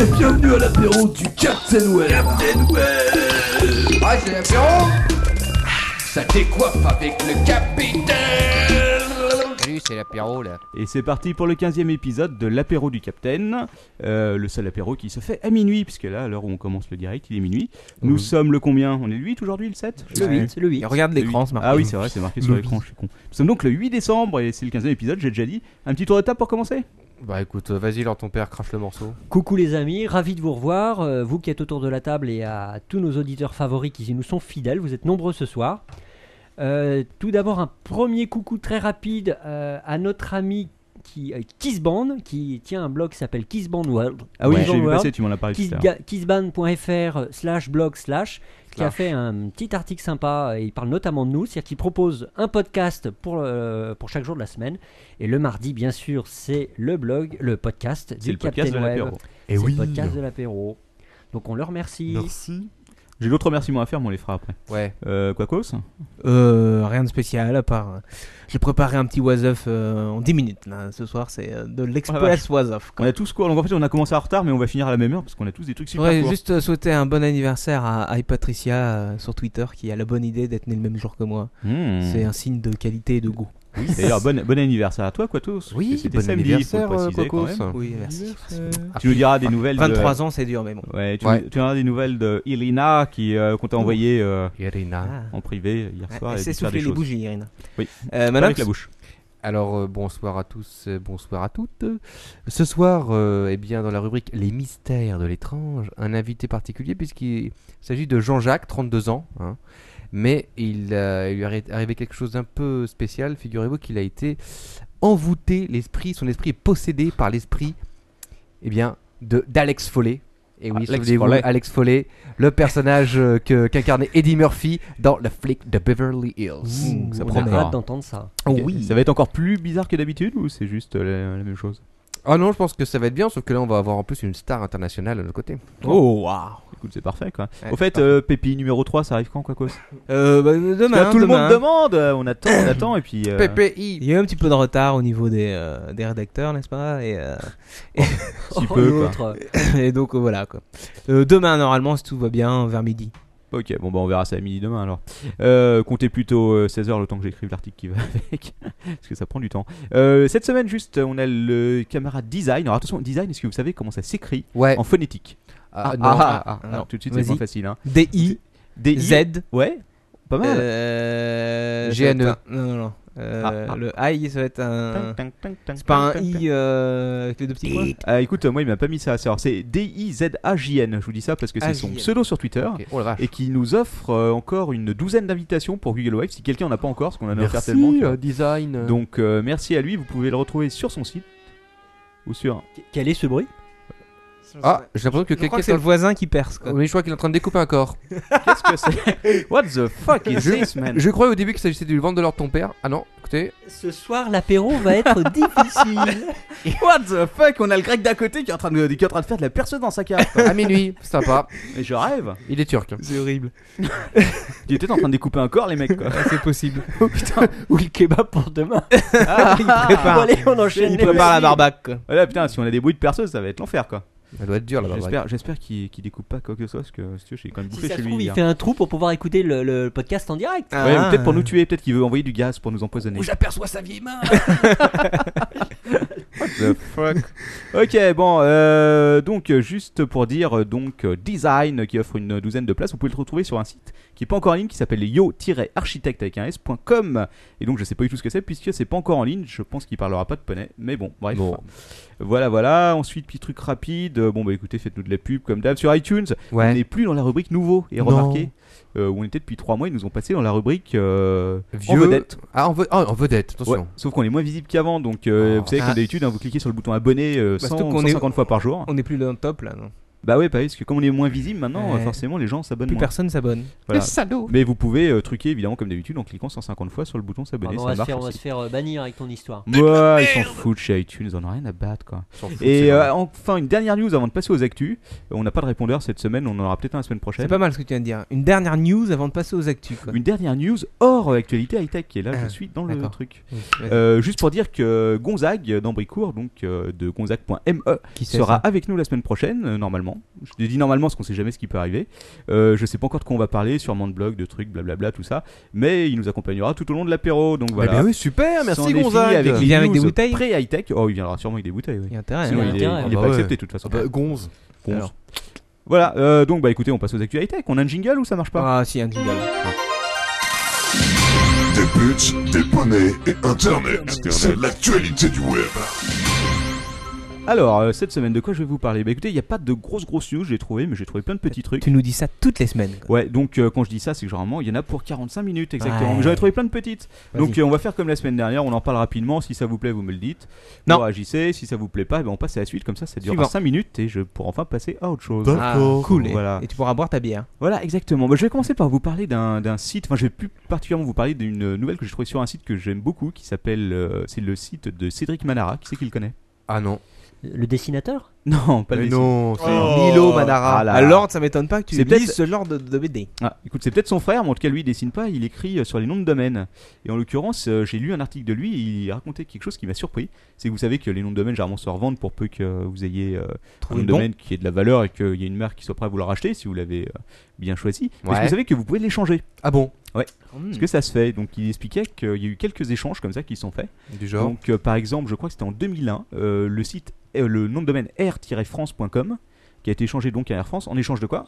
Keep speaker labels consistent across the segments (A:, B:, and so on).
A: et bienvenue à l'apéro du Captain Web. Captain
B: Ah, c'est l'apéro Ça décoiffe avec le capitaine Salut, c'est l'apéro, là.
C: Et c'est parti pour le 15e épisode de l'apéro du Capitaine, euh, le seul apéro qui se fait à minuit, puisque là, à l'heure où on commence le direct, il est minuit. Nous sommes le combien On est le 8 aujourd'hui, le 7
D: Le 8, le 8. regarde l'écran, c'est marqué.
C: Ah oui, c'est vrai, c'est marqué sur l'écran, je suis con. Nous sommes donc le 8 décembre et c'est le 15e épisode, j'ai déjà dit. Un petit tour de table pour commencer
D: Bah écoute, euh, vas-y, leur ton père crache le morceau.
E: Coucou les amis, ravi de vous revoir, euh, vous qui êtes autour de la table et à tous nos auditeurs favoris qui y nous sont fidèles, vous êtes nombreux ce soir. Euh, tout d'abord un premier coucou très rapide euh, à notre ami qui euh, Kissband, qui tient un blog qui s'appelle Kissband World.
C: Ah oui,
E: Ouais.
C: j'ai vu
E: World.
C: passer, tu m'en as parlé tout à l'heure.
E: Kissga- kissband.fr euh, slash blog slash qui a fait un petit article sympa et il parle notamment de nous, c'est-à-dire qu'il propose un podcast pour, euh, pour chaque jour de la semaine et le mardi bien sûr c'est le blog, le podcast
C: C'est
E: du
C: le podcast de E
E: Captain Web,
C: l'apéro.
E: c'est le podcast de l'apéro. Donc on le remercie.
C: J'ai d'autres remerciements à faire, mais on les fera après.
D: Ouais.
C: Euh, Quacos
F: Euh, rien de spécial à part. euh, J'ai préparé un petit was of euh, en 10 minutes là. Ce soir, c'est euh, de
C: Oh la vache.
F: l'express was of. quoi.
C: On a tous quoi Donc en fait, on a commencé en retard, mais on va finir à la même heure parce qu'on a tous des trucs super
F: J'aurais
C: courts.
F: juste euh, souhaité un bon anniversaire à, à Patricia euh, sur Twitter qui a la bonne idée d'être née le même jour que moi.
C: Hmm.
F: C'est un signe de qualité et de goût.
C: D'ailleurs, bon, bon anniversaire à toi, Quacos.
D: Oui,
C: C'était
D: bon
C: samedi,
D: anniversaire,
C: faut le préciser,
D: euh, Quacos.
C: quand même.
F: Oui, merci.
C: Tu nous diras des nouvelles. de-
F: 23 ans, c'est dur, mais bon.
C: Ouais, tu,
D: Ouais.
C: tu as des nouvelles de Irina qui euh, qu'on t'a envoyé euh,
D: Irina.
F: Ah.
C: en privé hier soir.
F: Elle
C: et
F: s'est
C: de faire des
F: soufflé les
C: choses.
F: bougies, Irina.
C: Oui.
F: Euh,
C: Pas
F: madame,
C: Avec la bouche.
D: Alors euh, bonsoir à tous, euh, bonsoir à toutes. Ce soir, euh, eh bien, dans la rubrique Les mystères de l'étrange, un invité particulier puisqu'il s'agit de Jean-Jacques, 32 ans. hein. mais il, euh, il lui est arrivé quelque chose d'un peu spécial. Figurez-vous qu'il a été envoûté, l'esprit, son esprit est possédé par l'esprit, eh bien, de d'Alex Follet. Et oui,
C: Alex
D: souvenez-vous,
C: Follet.
D: Alex Follet, le personnage euh, que- qu'incarnait Eddie Murphy dans le flick de Beverly Hills.
C: Ouh, ça
E: on
C: promet.
E: a hâte d'entendre ça.
D: Oh
C: Ok. Ça va être encore plus bizarre que d'habitude ou c'est juste euh, la, la même chose
D: Ah non, je pense que ça va être bien, sauf que là, on va avoir en plus une star internationale de notre côté.
F: Oh, waouh.
C: Écoute, c'est parfait quoi.
F: Ouais,
C: Au fait,
F: parfait.
C: euh, Pépi numéro 3, ça arrive quand Quacos
F: Euh, bah, demain.
C: Là, tout
F: demain.
C: le monde demande, euh, on attend, on attend et puis. euh,
F: Il
D: PPI
F: y a eu un petit peu de retard au niveau des, euh, des rédacteurs, n'est-ce pas et, euh,
C: Si peu, quoi.
E: Oh, L'autre,
F: et donc euh, voilà quoi. Euh, demain normalement si tout va bien vers midi.
C: Ok, bon bah on verra ça à midi demain alors. Euh, comptez plutôt 16h le temps que j'écrive l'article qui va avec, parce que ça prend du temps. Euh, cette semaine juste, on a le camarade design. Alors attention, design, est-ce que vous savez comment ça s'écrit
D: Ouais.
C: en phonétique
D: Ah, non.
C: ah,
D: Ah,
C: ah,
F: Eh. non.
C: alors, tout de suite c'est
F: Vas-y.
C: moins facile. Hein.
F: D I
C: D
F: Z
C: Ouais, pas mal.
F: euh,
D: GNE.
F: ça va être un- Non non non. Euh,
C: Ah, ah.
F: Le I ça va être un.
C: Tang, tang, tang,
F: Euh, C'est pas un
C: tang, tang.
F: I euh, avec les deux petits points.
C: Ah, écoute, moi il m'a pas mis ça. Alors c'est D-I-Z-A-J-N. Je vous dis ça parce que c'est son
F: AJN.
C: pseudo sur Twitter.
D: Ok, Oh la vache.
C: Et qui nous offre euh, encore une douzaine d'invitations pour Google Wave. Si quelqu'un en a pas encore, parce qu'on en a offert tellement.
F: euh,
C: que-
D: design.
C: Donc euh, merci à lui, vous pouvez le retrouver sur son site ou sur
E: quel est ce bruit
D: ah, j'ai l'impression que
F: Je
D: quelqu'un
F: crois que c'est le Oh, voisin qui perce quoi.
D: Oui, je crois qu'il est en train de découper un corps.
C: qu'est-ce que c'est What the fuck is this man
D: Je croyais au début qu'il s'agissait du vendre de leur ton père. Ah non, écoutez.
E: Ce soir l'apéro va être difficile.
C: What the fuck On a le grec d'à côté qui est en train de, qui est en train de faire de la perceuse dans sa cave.
D: À minuit, sympa.
C: Mais je rêve.
D: Il est turc.
F: C'est horrible.
C: Il était en train de découper un corps les mecs quoi.
F: Ah, c'est possible.
E: Oh, Ou le kebab pour demain.
F: Ah, il prépare.
E: Bon, allez, on enchaîne.
F: Il
E: les
F: prépare la
E: messieurs.
F: barbaque quoi.
C: Voilà Ah, putain, si on a des bruits de perceuse, ça va être l'enfer quoi.
D: Elle doit être
E: Ah,
D: dure là-bas.
C: J'espère, j'espère qu'il qu'il découpe pas quoi que ce soit parce que si tu veux, j'ai quand même
E: bah, Si
C: bouffé
E: ça
C: chez
E: se
C: lui.
E: trouve, il
C: hier.
E: fait euh, un trou pour pouvoir écouter le, le podcast en direct.
C: Ouais,
F: Ah.
C: ou peut-être pour nous tuer, peut-être qu'il veut envoyer du gaz pour nous empoisonner.
B: J'aperçois sa vieille main
C: The fuck. ok, bon, euh, donc euh, juste pour dire, euh, donc euh, Design euh, qui offre une douzaine de places, vous pouvez le retrouver sur un site qui est pas encore en ligne, qui s'appelle yo-architecte avec un s.com. Et donc je sais pas du tout ce que c'est puisque c'est pas encore en ligne. Je pense qu'il parlera pas de poney, mais bon, bref.
D: Bon.
C: Voilà, voilà. Ensuite, petit truc rapide. Euh, Bon bah écoutez, faites-nous de la pub comme d'hab sur iTunes. On
D: Ouais.
C: n'est plus dans la rubrique nouveau et
D: Non.
C: remarquez. euh, où on était depuis 3 mois, ils nous ont passé dans la rubrique euh, en vedette.
D: Ah, en, ve- ah, en vedette, attention.
C: Ouais, sauf qu'on est moins visible qu'avant, donc euh,
D: Oh.
C: vous savez comme
F: Ah.
C: d'habitude, hein, vous cliquez sur le bouton abonner euh,
F: Bah,
C: 100,
F: surtout qu'on est-
C: 150 fois par jour.
F: On n'est plus dans le top là non.
C: Bah ouais, parce que comme on est moins visible maintenant,
F: Ouais.
C: euh, forcément les gens s'abonnent
F: Plus
C: moins.
F: personne s'abonne.
C: Voilà.
B: salaud
C: Mais vous pouvez euh, truquer évidemment comme d'habitude en cliquant 150 fois sur le bouton
E: Ah,
C: s'abonner,
E: bon, on,
C: Bah,
E: va
C: ça
E: se
C: marche
E: faire, on va
C: aussi.
E: se faire, euh, bannir avec ton histoire.
C: Ouais, ils s'en foutent chez iTunes, ils en ont rien à battre quoi. Et euh, enfin, une dernière news avant de passer aux actus. Euh, On n'a pas de répondeur cette semaine, on en aura peut-être un la semaine prochaine.
F: C'est pas mal ce que tu viens de dire. Une dernière news avant de passer aux actus. quoi.
C: Une dernière news hors euh, actualité high-tech, et là je
F: Ah,
C: suis dans le
F: d'accord.
C: truc.
F: Oui, vas-y.
C: Euh, juste pour dire que Gonzague euh, d'Ambricourt, donc euh, de gonzague.me,
F: Qui c'est,
C: E, sera
F: ça
C: avec nous la semaine prochaine, euh, normalement. Je te dis normalement parce qu'on sait jamais ce qui peut arriver. Euh, je sais pas encore de quoi on va parler, sûrement de blog, de trucs, blablabla, tout ça. Mais il nous accompagnera tout au long de l'apéro, donc voilà.
D: Voilà. Eh
F: ben
D: bien oui, super,
C: C'en est
D: merci
C: fini
D: Gonzague. Ah
C: Avec
F: Il vient avec
C: news
F: des bouteilles
C: Pré-high-tech. Oh, il viendra sûrement avec des bouteilles, oui.
F: Il y a intérêt.
C: Sinon,
E: Ouais,
F: hein.
C: il est,
E: intérêt.
C: il est
D: Ah
C: pas
D: bah ouais.
C: accepté de toute façon.
D: Ah bah, Gonze.
C: Ponce.
D: alors.
C: Voilà, euh, donc bah écoutez, on passe aux actus high-tech. On a un jingle ou ça marche pas
F: Ah si, un jingle.
A: Des buts, des poneys et Internet. C'est l'actualité du web.
C: Alors, euh, cette semaine, de quoi je vais vous parler Bah écoutez, il n'y a pas de grosses grosses news, j'ai trouvé, mais j'ai trouvé plein de petits trucs.
F: Tu nous dis ça toutes les semaines. quoi.
C: Ouais, donc euh, quand je dis ça, c'est que généralement, il y en a pour 45 minutes exactement.
F: Ouais.
C: Mais J'en ai trouvé plein de petites.
F: Vas-y.
C: Donc euh, on va faire comme la semaine dernière, on en parle rapidement. Si ça vous plaît, vous me le dites.
F: Non.
C: Vous réagissez. Si ça vous plaît pas, eh ben, on passe à la suite. Comme ça, ça dure
F: Suivant.
C: 5 minutes et je pourrai enfin passer à autre chose.
F: Ah, cool. Et,
C: Voilà.
F: et tu pourras boire ta bière.
C: Voilà, exactement. Bah, je vais commencer par vous parler d'un d'un site. Enfin, je vais plus particulièrement vous parler d'une nouvelle que j'ai trouvée sur un site que j'aime beaucoup qui s'appelle. euh, c'est le site de Cédric Manara. Qui c'est qui le connaît Euh,
D: Ah non.
E: Le dessinateur
C: Non, pas le
D: Mais
C: dessin.
D: non, c'est
F: Oh. Milo Manara.
C: Ah là là.
F: Alors, ça m'étonne pas que tu
C: C'est peut-être-
F: lises ce genre de, de BD.
C: Ah, écoute, c'est peut-être son frère, mais en tout cas, lui, il dessine pas, il écrit euh, sur les noms de domaines. Et en l'occurrence, euh, j'ai lu un article de lui, et il racontait quelque chose qui m'a surpris. C'est que vous savez que les noms de domaines, généralement, se revendent pour peu que euh, vous ayez euh, un nom
F: Trouver
C: de
F: le bon.
C: domaine qui ait de la valeur et qu'il y ait une marque qui soit prête à vous le racheter si vous l'avez euh, bien choisi. Parce que
D: Ouais.
C: vous savez que vous pouvez l'échanger.
D: Ah bon
F: Hmm.
C: Parce que ça se fait. Donc, il expliquait qu'il y a eu quelques échanges comme ça qui se sont faits.
D: Du genre.
C: Donc, euh, par exemple, je crois que c'était en 2001, euh, le site, euh, le nom de domaine r-france.com qui a été échangé donc à Air France en échange de quoi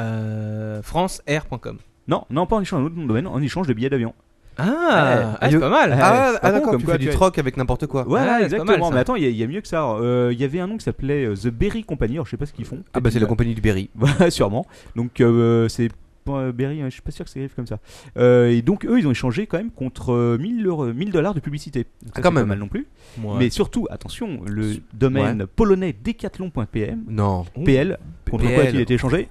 F: Euh, franceair.com.
C: Non, non, pas en échange d'un autre nom de domaine, en échange de billets d'avion.
F: Ah,
C: Ouais.
F: ah, c'est pas mal.
C: Ouais.
D: ah
C: c'est
D: ah,
C: pas con,
D: d'accord,
C: comme
D: tu
C: quoi,
D: fais
C: tu
D: du
C: vois.
D: troc avec n'importe quoi.
C: Voilà,
F: Ouais, c'est pas
C: exactement.
F: mal, ça.
C: mais attends, il y, a- il y a mieux que ça. Euh, Il y avait un nom qui s'appelait euh, The Berry Company. Alors, je sais pas ce qu'ils font.
D: Ah bah c'est la
C: Peut-être
D: compagnie du Berry.
C: qu'ils- Voilà, sûrement. Donc, euh, c'est pas euh, Berry, hein, je suis pas sûr que ça arrive comme ça. Euh, et donc, eux, ils ont échangé quand même contre euh, 1000 euros- 1000 dollars de publicité. Donc, ça,
D: Ah, quand
C: c'est Pas
D: même.
C: mal non plus.
F: Moi.
C: Mais surtout, attention, le domaine polonais decathlon.pm,
D: Non.
C: PL, contre quoi
D: PL.
C: il a été échangé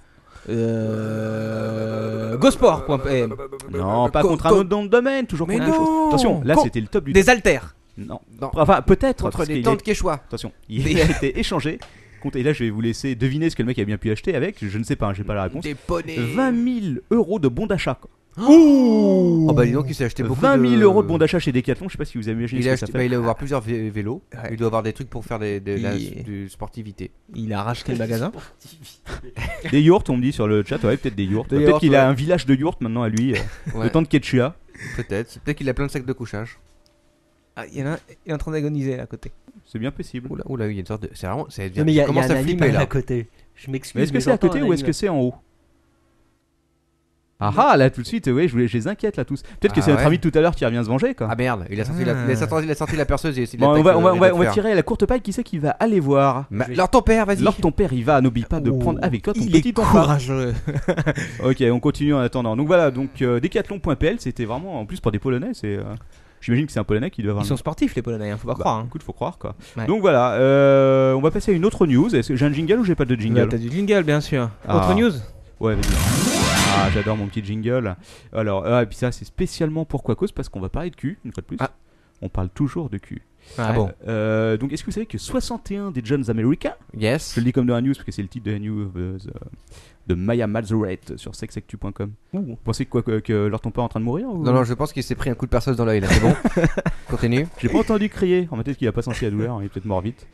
F: Euh, gosport.pm.
C: Non, pas
D: co-
C: contre un
D: co-
C: autre nom de domaine, toujours
D: Euh, Mais
C: contre la même chose.
D: non
C: Attention, là,
F: Co-
C: c'était le top du
F: Des haltères.
C: Non.
D: Non.
C: Enfin, peut-être. parce qu'il a été-
D: quechua.
C: Attention, il a été échangé. contre- Et là, je vais vous laisser deviner ce que le mec a bien pu acheter avec. Je ne sais pas, hein, j'ai pas la réponse.
D: Des poneys.
C: 20 000 euros de bons d'achat. quoi.
D: Oh bah dis donc, il s'est acheté beaucoup
C: 20 000
D: de-
C: euros de bons d'achat chez Decathlon. Je sais pas si vous imaginez
D: Il,
C: ce
D: a
C: que
D: acheté-
C: ça
D: bah,
C: fait.
D: il doit avoir plusieurs vé- vélos.
F: Ouais.
D: Il doit avoir des trucs pour faire des, des- la-
F: Il-
D: du sportivité.
F: Il a racheté le magasin.
C: Des yurts, on me dit sur le chat. Ouais, peut-être des yurts.
D: bah, Des
C: Peut-être
D: yurts,
C: qu'il a
D: ouais.
C: un village de yurts maintenant à lui. euh,
D: Ouais,
C: Le temps de Quechua.
D: Peut-être. Peut-être qu'il a plein de sacs de couchage.
F: Ah, il y en a un il est en train d'agoniser là à côté.
C: C'est bien possible.
D: Oula, oula, il y a une sorte de. C'est vraiment. Ça devient-
E: Non, mais il y a, il y a
D: commence
E: un
D: à flipper
E: animal à
D: là.
E: côté. Je m'excuse.
C: Mais est-ce que
E: mais
C: c'est à
E: j'entends
C: côté
E: un
C: ou est-ce que
E: animal.
C: c'est en haut ah ah là tout de suite oui je, voulais- je les inquiète là tous peut-être que
D: Ah
C: c'est notre
D: ouais.
C: ami de tout à l'heure qui revient se venger quoi.
D: Ah merde, il a sorti,
F: Ah.
D: la, il a sorti, il a sorti la perceuse. et il
C: hein. Bon,
D: a
C: on
D: attaqué
C: va,
D: le-
C: on va,
D: le
C: on va-
D: de
C: on va
D: fer.
C: tirer à la courte paille qui c'est qui va aller voir
D: Ma- Lors ton père, vas-y.
C: Lors ton père y va n'oublie pas de
F: Ouh.
C: prendre avec toi ton
F: Oh, Il
C: petit
F: est
C: enfant
F: courageux.
C: Ok, on continue en attendant. Donc voilà, donc euh, Decathlon.pl, c'était vraiment en plus pour des Polonais. C'est, euh, j'imagine que c'est un Polonais qui doit avoir.
F: Ils sont sportifs les Polonais, hein, faut pas
C: Bah,
F: croire. hein.
C: Écoute, faut croire quoi.
F: Ouais.
C: Donc voilà, euh, on va passer à une autre news. Est-ce que j'ai un jingle ou j'ai pas de
F: Bah,
C: jingle
F: T'as du jingle bien sûr.
C: Ah.
F: Autre news
C: Ouais, vas-y. Ah, j'adore mon petit jingle. Alors, ah, et puis ça, c'est spécialement pour quoi cause parce qu'on va parler de cul une fois de plus.
F: Ah.
C: On parle toujours de cul.
F: Ouais.
D: bon.
C: Euh, donc, est-ce que vous savez que 61 des jeunes Américains
D: Yes.
C: Je le dis comme dans la news parce que c'est le titre de la news euh, de Maya Mazzurette sur sexactu.com. Vous pensez que, quoi, que, que leur ton père est en train de mourir ou...
D: Non, non, je pense qu'il s'est pris un coup de perceuse dans l'œil là. C'est bon. Continue.
C: J'ai pas entendu crier. En peut-être qu'il a pas senti la douleur, hein, il est peut-être mort vite.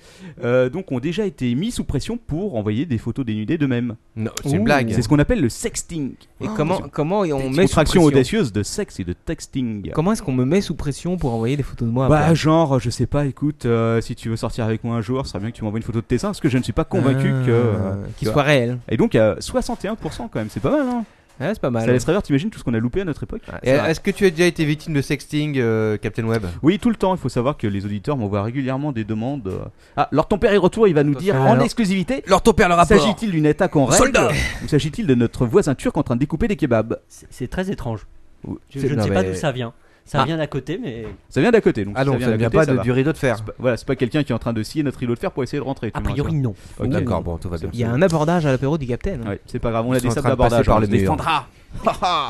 C: Euh, donc, ont déjà été mis sous pression pour envoyer des photos dénudées d'eux-mêmes.
D: Non, c'est une
F: Ouh.
D: blague.
C: C'est ce qu'on appelle le sexting.
F: Et comment, comment on met
C: Ah,
F: sous
C: Contraction
F: pression
C: audacieuse de sexe et de texting.
F: Comment est-ce qu'on me met sous pression pour envoyer des photos de moi
C: Bah,
F: après
C: genre, je sais pas, écoute, euh, si tu veux sortir avec moi un jour, ça serait bien que tu m'envoies une photo de tes seins parce que je ne suis pas convaincu
F: Ah,
C: que. euh, tu
F: qu'il
C: vois.
F: soit réel.
C: Et donc, euh, 61% quand même, c'est pas mal, hein.
F: Ouais, c'est pas mal.
C: Ça laisse rêveur, t'imagines tout ce qu'on a loupé à notre époque
F: Ouais,
D: Et
F: c'est vrai.
D: Est-ce que tu as déjà été victime de sexting, euh, Captain Web
C: Oui, tout le temps. Il faut savoir que les auditeurs m'envoient régulièrement des demandes. euh, Ah, alors ton père est retour, il va nous dire en
F: Alors-
C: exclusivité.
D: Lors ton père, le
C: S'agit-il d'une attaque en règle ou s'agit-il de notre voisin turc en train de découper des kebabs
E: C'est c'est très étrange. Je,
D: C'est-
E: je ne
D: non,
E: sais pas
D: mais-
E: d'où ça vient.
C: Ah.
E: Ça vient d'à côté, mais
C: Ça vient d'à côté, donc
D: Ah
C: si
D: non,
C: vient
D: ça
C: d'à
D: ne vient
C: côté,
D: pas
C: ça
D: de-
C: va.
D: du rideau de fer.
C: C'est pas- Voilà, c'est pas quelqu'un qui est en train de scier notre rideau de fer pour essayer de rentrer.
E: a
C: tu vois,
E: priori non.
C: Ok.
D: D'accord, bon, tout va bien.
F: Il y a un abordage à l'apéro du
C: tu
F: capitaine. hein.
C: vois. Ouais, c'est pas grave, on
D: Ils
C: a
D: sont
C: des
D: en
C: sables
D: train de passer
C: d'abordage.
D: par
C: on
D: le
C: se
D: mur.
C: défendra.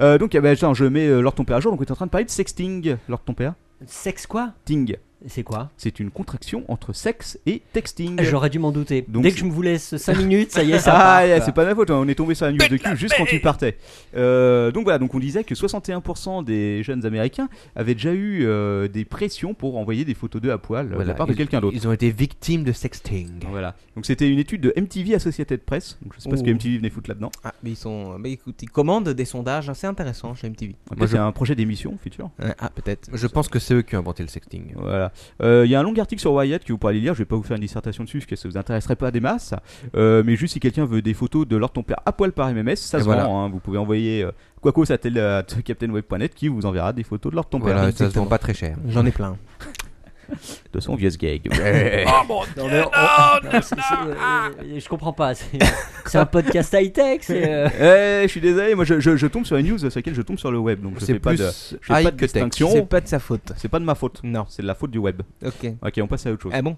C: Euh, donc, eh ben, tiens, je mets euh, Lord ton père à jour. Donc, on est en train de parler de sexting, Lord ton père.
E: Sexe quoi
C: Ting,
E: C'est quoi
C: c'est une contraction entre sexe et texting.
E: J'aurais dû m'en douter.
C: Donc,
E: Dès que
C: c'est-
E: je me vous laisse 5 minutes, ça y est, ça part.
C: Ah, yeah, c'est pas ma faute, hein, on est tombé sur la news de cul juste quand tu partais. Euh, donc voilà, donc on disait que 61% des jeunes américains avaient déjà eu euh, des pressions pour envoyer des photos d'eux à poil euh, de la part de
D: ils-
C: quelqu'un d'autre.
D: Ils ont été victimes de sexting.
C: Voilà. Donc c'était une étude de MTV Associated Press. Donc je sais pas ce que
F: Ouh.
C: MTV venait foutre là-dedans.
F: Ah, mais ils sont. Mais écoute, ils commandent des sondages assez intéressants chez MTV.
C: Moi j'ai un projet d'émission futur.
F: Ah, Ah, peut-être.
D: Je pense que c'est eux qui ont inventé le sexting.
C: Voilà. Euh, Il y a un long article sur Wyatt que vous pourrez aller lire. Je vais pas vous faire une dissertation dessus parce que ça vous intéresserait pas des masses. Euh, mais juste si quelqu'un veut des photos de leur ton père à poil par MMS, ça
D: Et
C: se
D: voilà.
C: vend. hein. Vous pouvez envoyer euh, quacos@captainweb.net qui vous enverra des photos de leur ton père.
D: Voilà, ça se vend pas très cher.
F: J'en ai plein.
C: de son vieux gag.
D: Eh,
E: Non, mais on- Oh, non, c'est- c'est- euh, je comprends pas. C'est c'est un podcast high-tech. c'est, euh,
C: Eh, je suis désolé, moi je, je- je tombe sur une news sur laquelle je tombe sur le web, donc je fais pas de, je fais pas
D: high
C: de
D: que tech.
C: distinction.
F: C'est pas de sa faute.
C: C'est pas de ma faute,
F: Non.
C: c'est de la faute du web.
F: Ok.
C: Ok, on passe à
D: Eh.
C: autre chose.
F: Ah bon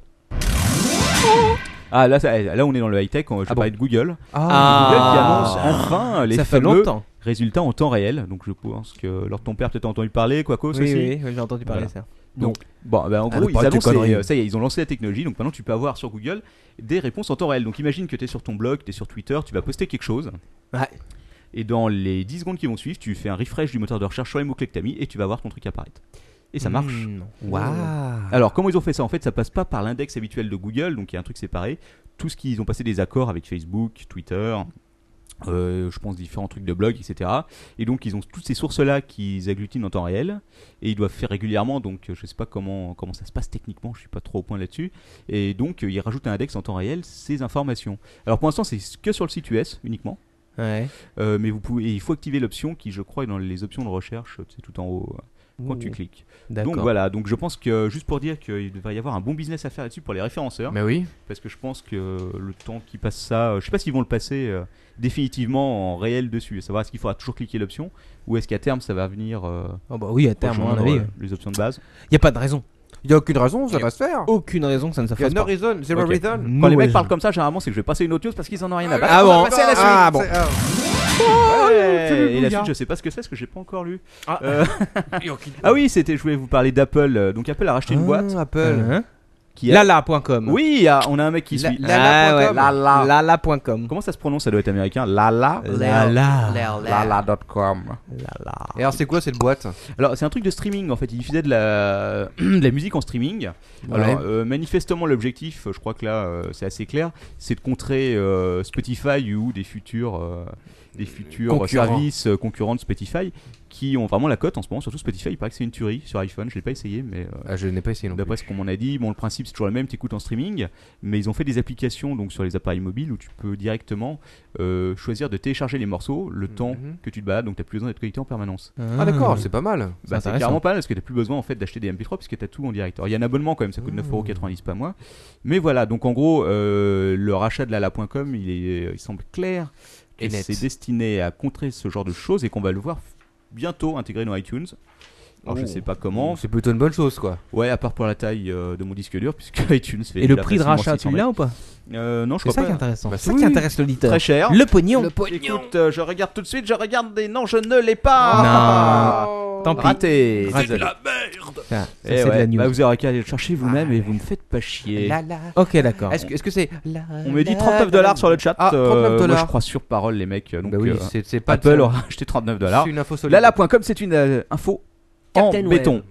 C: Ah là, ça- là on est dans le high tech, on- je
D: Ah
C: parlais de Google.
F: Ah.
C: Google qui annonce enfin les
F: Ça fait
C: fameux
F: longtemps.
C: résultats en temps réel. Donc je pense que lors de ton père peut-être a entendu parler, quoi qu'au
F: Oui, oui, oui, j'ai entendu parler de ça.
C: Bon, ben, en
D: Ah,
C: gros,
D: de
C: ils
D: parler de
C: annoncent les-
D: conneries.
C: euh, ça y est, ils ont lancé la technologie, donc maintenant tu peux avoir sur Google des réponses en temps réel. Donc imagine que tu es sur ton blog, tu es sur Twitter, tu vas poster quelque chose.
F: Ouais.
C: Et dans les 10 secondes qui vont suivre, tu fais un refresh du moteur de recherche sur les mots-clés que tu as mis et tu vas voir ton truc apparaître. Et ça marche.
F: Mmh.
D: Waouh.
C: Alors, comment ils ont fait ça En fait, ça passe pas par l'index habituel de Google, donc il y a un truc séparé. Tout ce qu'ils ont passé des accords avec Facebook, Twitter, euh, je pense différents trucs de blog, etc. Et donc, ils ont toutes ces sources-là qu'ils agglutinent en temps réel et ils doivent faire régulièrement. Donc, euh, je sais pas comment, comment ça se passe techniquement, je suis pas trop au point là-dessus. Et donc, euh, ils rajoutent un index en temps réel ces informations. Alors, pour l'instant, c'est que sur le site US uniquement.
F: Ouais.
C: Euh, mais vous pouvez, et il faut activer l'option qui, je crois, est dans les options de recherche, c'est tout en haut euh, quand tu
F: Ouh.
C: cliques.
F: D'accord.
C: Donc voilà, donc je pense que juste pour dire qu'il devrait y avoir un bon business à faire là-dessus pour les référenceurs,
D: Mais oui.
C: parce que je pense que le temps qui passe ça, euh, je sais pas s'ils vont le passer euh, définitivement en réel dessus, à savoir est-ce qu'il faudra toujours cliquer l'option ou est-ce qu'à terme ça va venir euh,
F: Oh bah oui, à terme, à mon
C: rejoindre,
F: avis.
C: euh, les options de base.
F: Il y a pas de raison.
D: Il n'y a aucune raison, ça
F: Y a
D: va se faire.
F: Aucune raison que ça ne se
D: Il y a
F: fasse
D: no
F: pas.
D: reason, zero
C: Ok.
D: reason.
C: Quand les mecs parlent comme ça, généralement c'est que je vais passer une autre news parce qu'ils en ont rien à battre.
F: Ah bon
D: On va passer à la suite.
F: Ah bon.
D: C'est- ah.
C: Ouais, et la
D: brouillard.
C: suite, je sais pas ce que c'est parce que j'ai pas encore lu.
F: Ah.
C: Euh, ah oui, c'était, je voulais vous parler d'Apple. euh, Donc Apple a racheté une boîte
D: Ah, Apple.
F: Hein
C: qui a.
F: Lala.com.
C: Oui, ah, on a un mec qui
D: La-
C: suit.
D: la- Lala.com.
F: ouais, Lala. Lala.com.
C: Comment ça se prononce Ça doit être américain. Lala.
B: Ah,
F: Lala.
D: Lala.com.
F: Lala.
D: Et alors, c'est quoi cette boîte
C: Alors c'est un truc de streaming en fait, il diffusait de la, de la musique en streaming. Alors
D: Ouais.
C: euh, manifestement l'objectif, je crois que là euh, c'est assez clair, c'est de contrer euh, Spotify ou des futurs, euh, des futurs
D: Concurrents.
C: services euh, concurrents de Spotify qui ont vraiment la cote en ce moment, surtout Spotify, il paraît que c'est une tuerie sur iPhone, je l'ai pas essayé mais... euh,
D: Ah, Je n'ai pas essayé non plus.
C: D'après ce qu'on m'en a dit, bon, le principe c'est toujours le même, tu écoutes en streaming, mais ils ont fait des applications donc sur les appareils mobiles où tu peux directement euh, choisir de télécharger les morceaux le temps
D: Mhm.
C: que tu te balades, donc t'as plus besoin d'être connecté en permanence.
D: Ah, d'accord, c'est pas mal.
C: Bah, c'est
F: intéressant.
C: clairement pas mal parce que t'as plus besoin en fait d'acheter des MP3 parce que t'as tout en direct. Alors il y a un abonnement quand même, ça coûte
F: Mmh.
C: 9,90€ pas moins. Mais voilà, donc en gros, euh, le rachat de lala.com, il, est- euh, il semble clair que
D: Et net.
C: c'est destiné à contrer ce genre de choses et qu'on va le voir bientôt intégré dans iTunes. Alors je
D: Oh.
C: sais pas comment.
D: C'est plutôt une bonne chose, quoi.
C: Ouais, à part pour la taille euh, de mon disque dur puisque iTunes fait
F: Et le
C: déjà
F: prix de
C: facilement
F: rachat,
C: 600
F: celui-là ou pas
C: mètres. Euh, Non, je
F: C'est
C: crois
F: ça
C: pas.
F: qui est intéressant.
D: Bah,
F: c'est ça
D: oui.
F: qui intéresse l'auditeur.
C: Très cher.
F: Le pognon.
C: Écoute, euh, je regarde tout de suite, je regarde des non, je ne l'ai pas.
F: Non. Tant pis.
C: Raté.
F: Raté.
C: Désolé.
F: Ça, ça,
C: Eh
F: c'est
C: ouais,
F: de la news.
C: bah, vous aurez qu'à aller le chercher vous-même et vous me faites pas chier.
D: Lala.
F: Ok, d'accord.
D: Est-ce que est-ce que c'est.
C: On me dit 39 dollars sur le chat.
D: Ah, 39
C: euh, moi, je
D: dollars.
C: crois sur parole, les mecs. euh, Donc,
D: Bah oui,
C: euh,
D: c'est c'est pas de
C: Apple
D: ça.
C: aura acheté 39 dollars.
D: C'est une info solide.
C: Lala.com, c'est une euh, info
E: Captain
C: en
E: Web.
C: béton.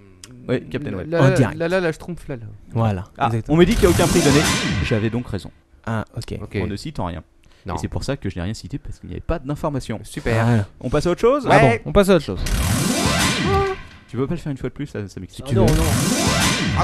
C: Oui, Captain Web.
D: Lala,
F: En direct.
D: Lala, là, je trompe Lala.
F: Voilà.
C: Ah,
F: Exactement.
C: on me dit qu'il n'y a aucun prix donné. J'avais donc raison.
F: Ah, ok.
D: Ok.
C: On ne cite en rien.
D: Non.
C: Et c'est pour ça que je n'ai rien cité parce qu'il n'y avait pas d'informations.
D: Super.
F: Voilà.
C: On passe à autre chose
F: Ah bon, on passe à autre chose.
C: Tu peux pas le faire une fois de plus Ça, ça m'excite.
E: Ah non, non.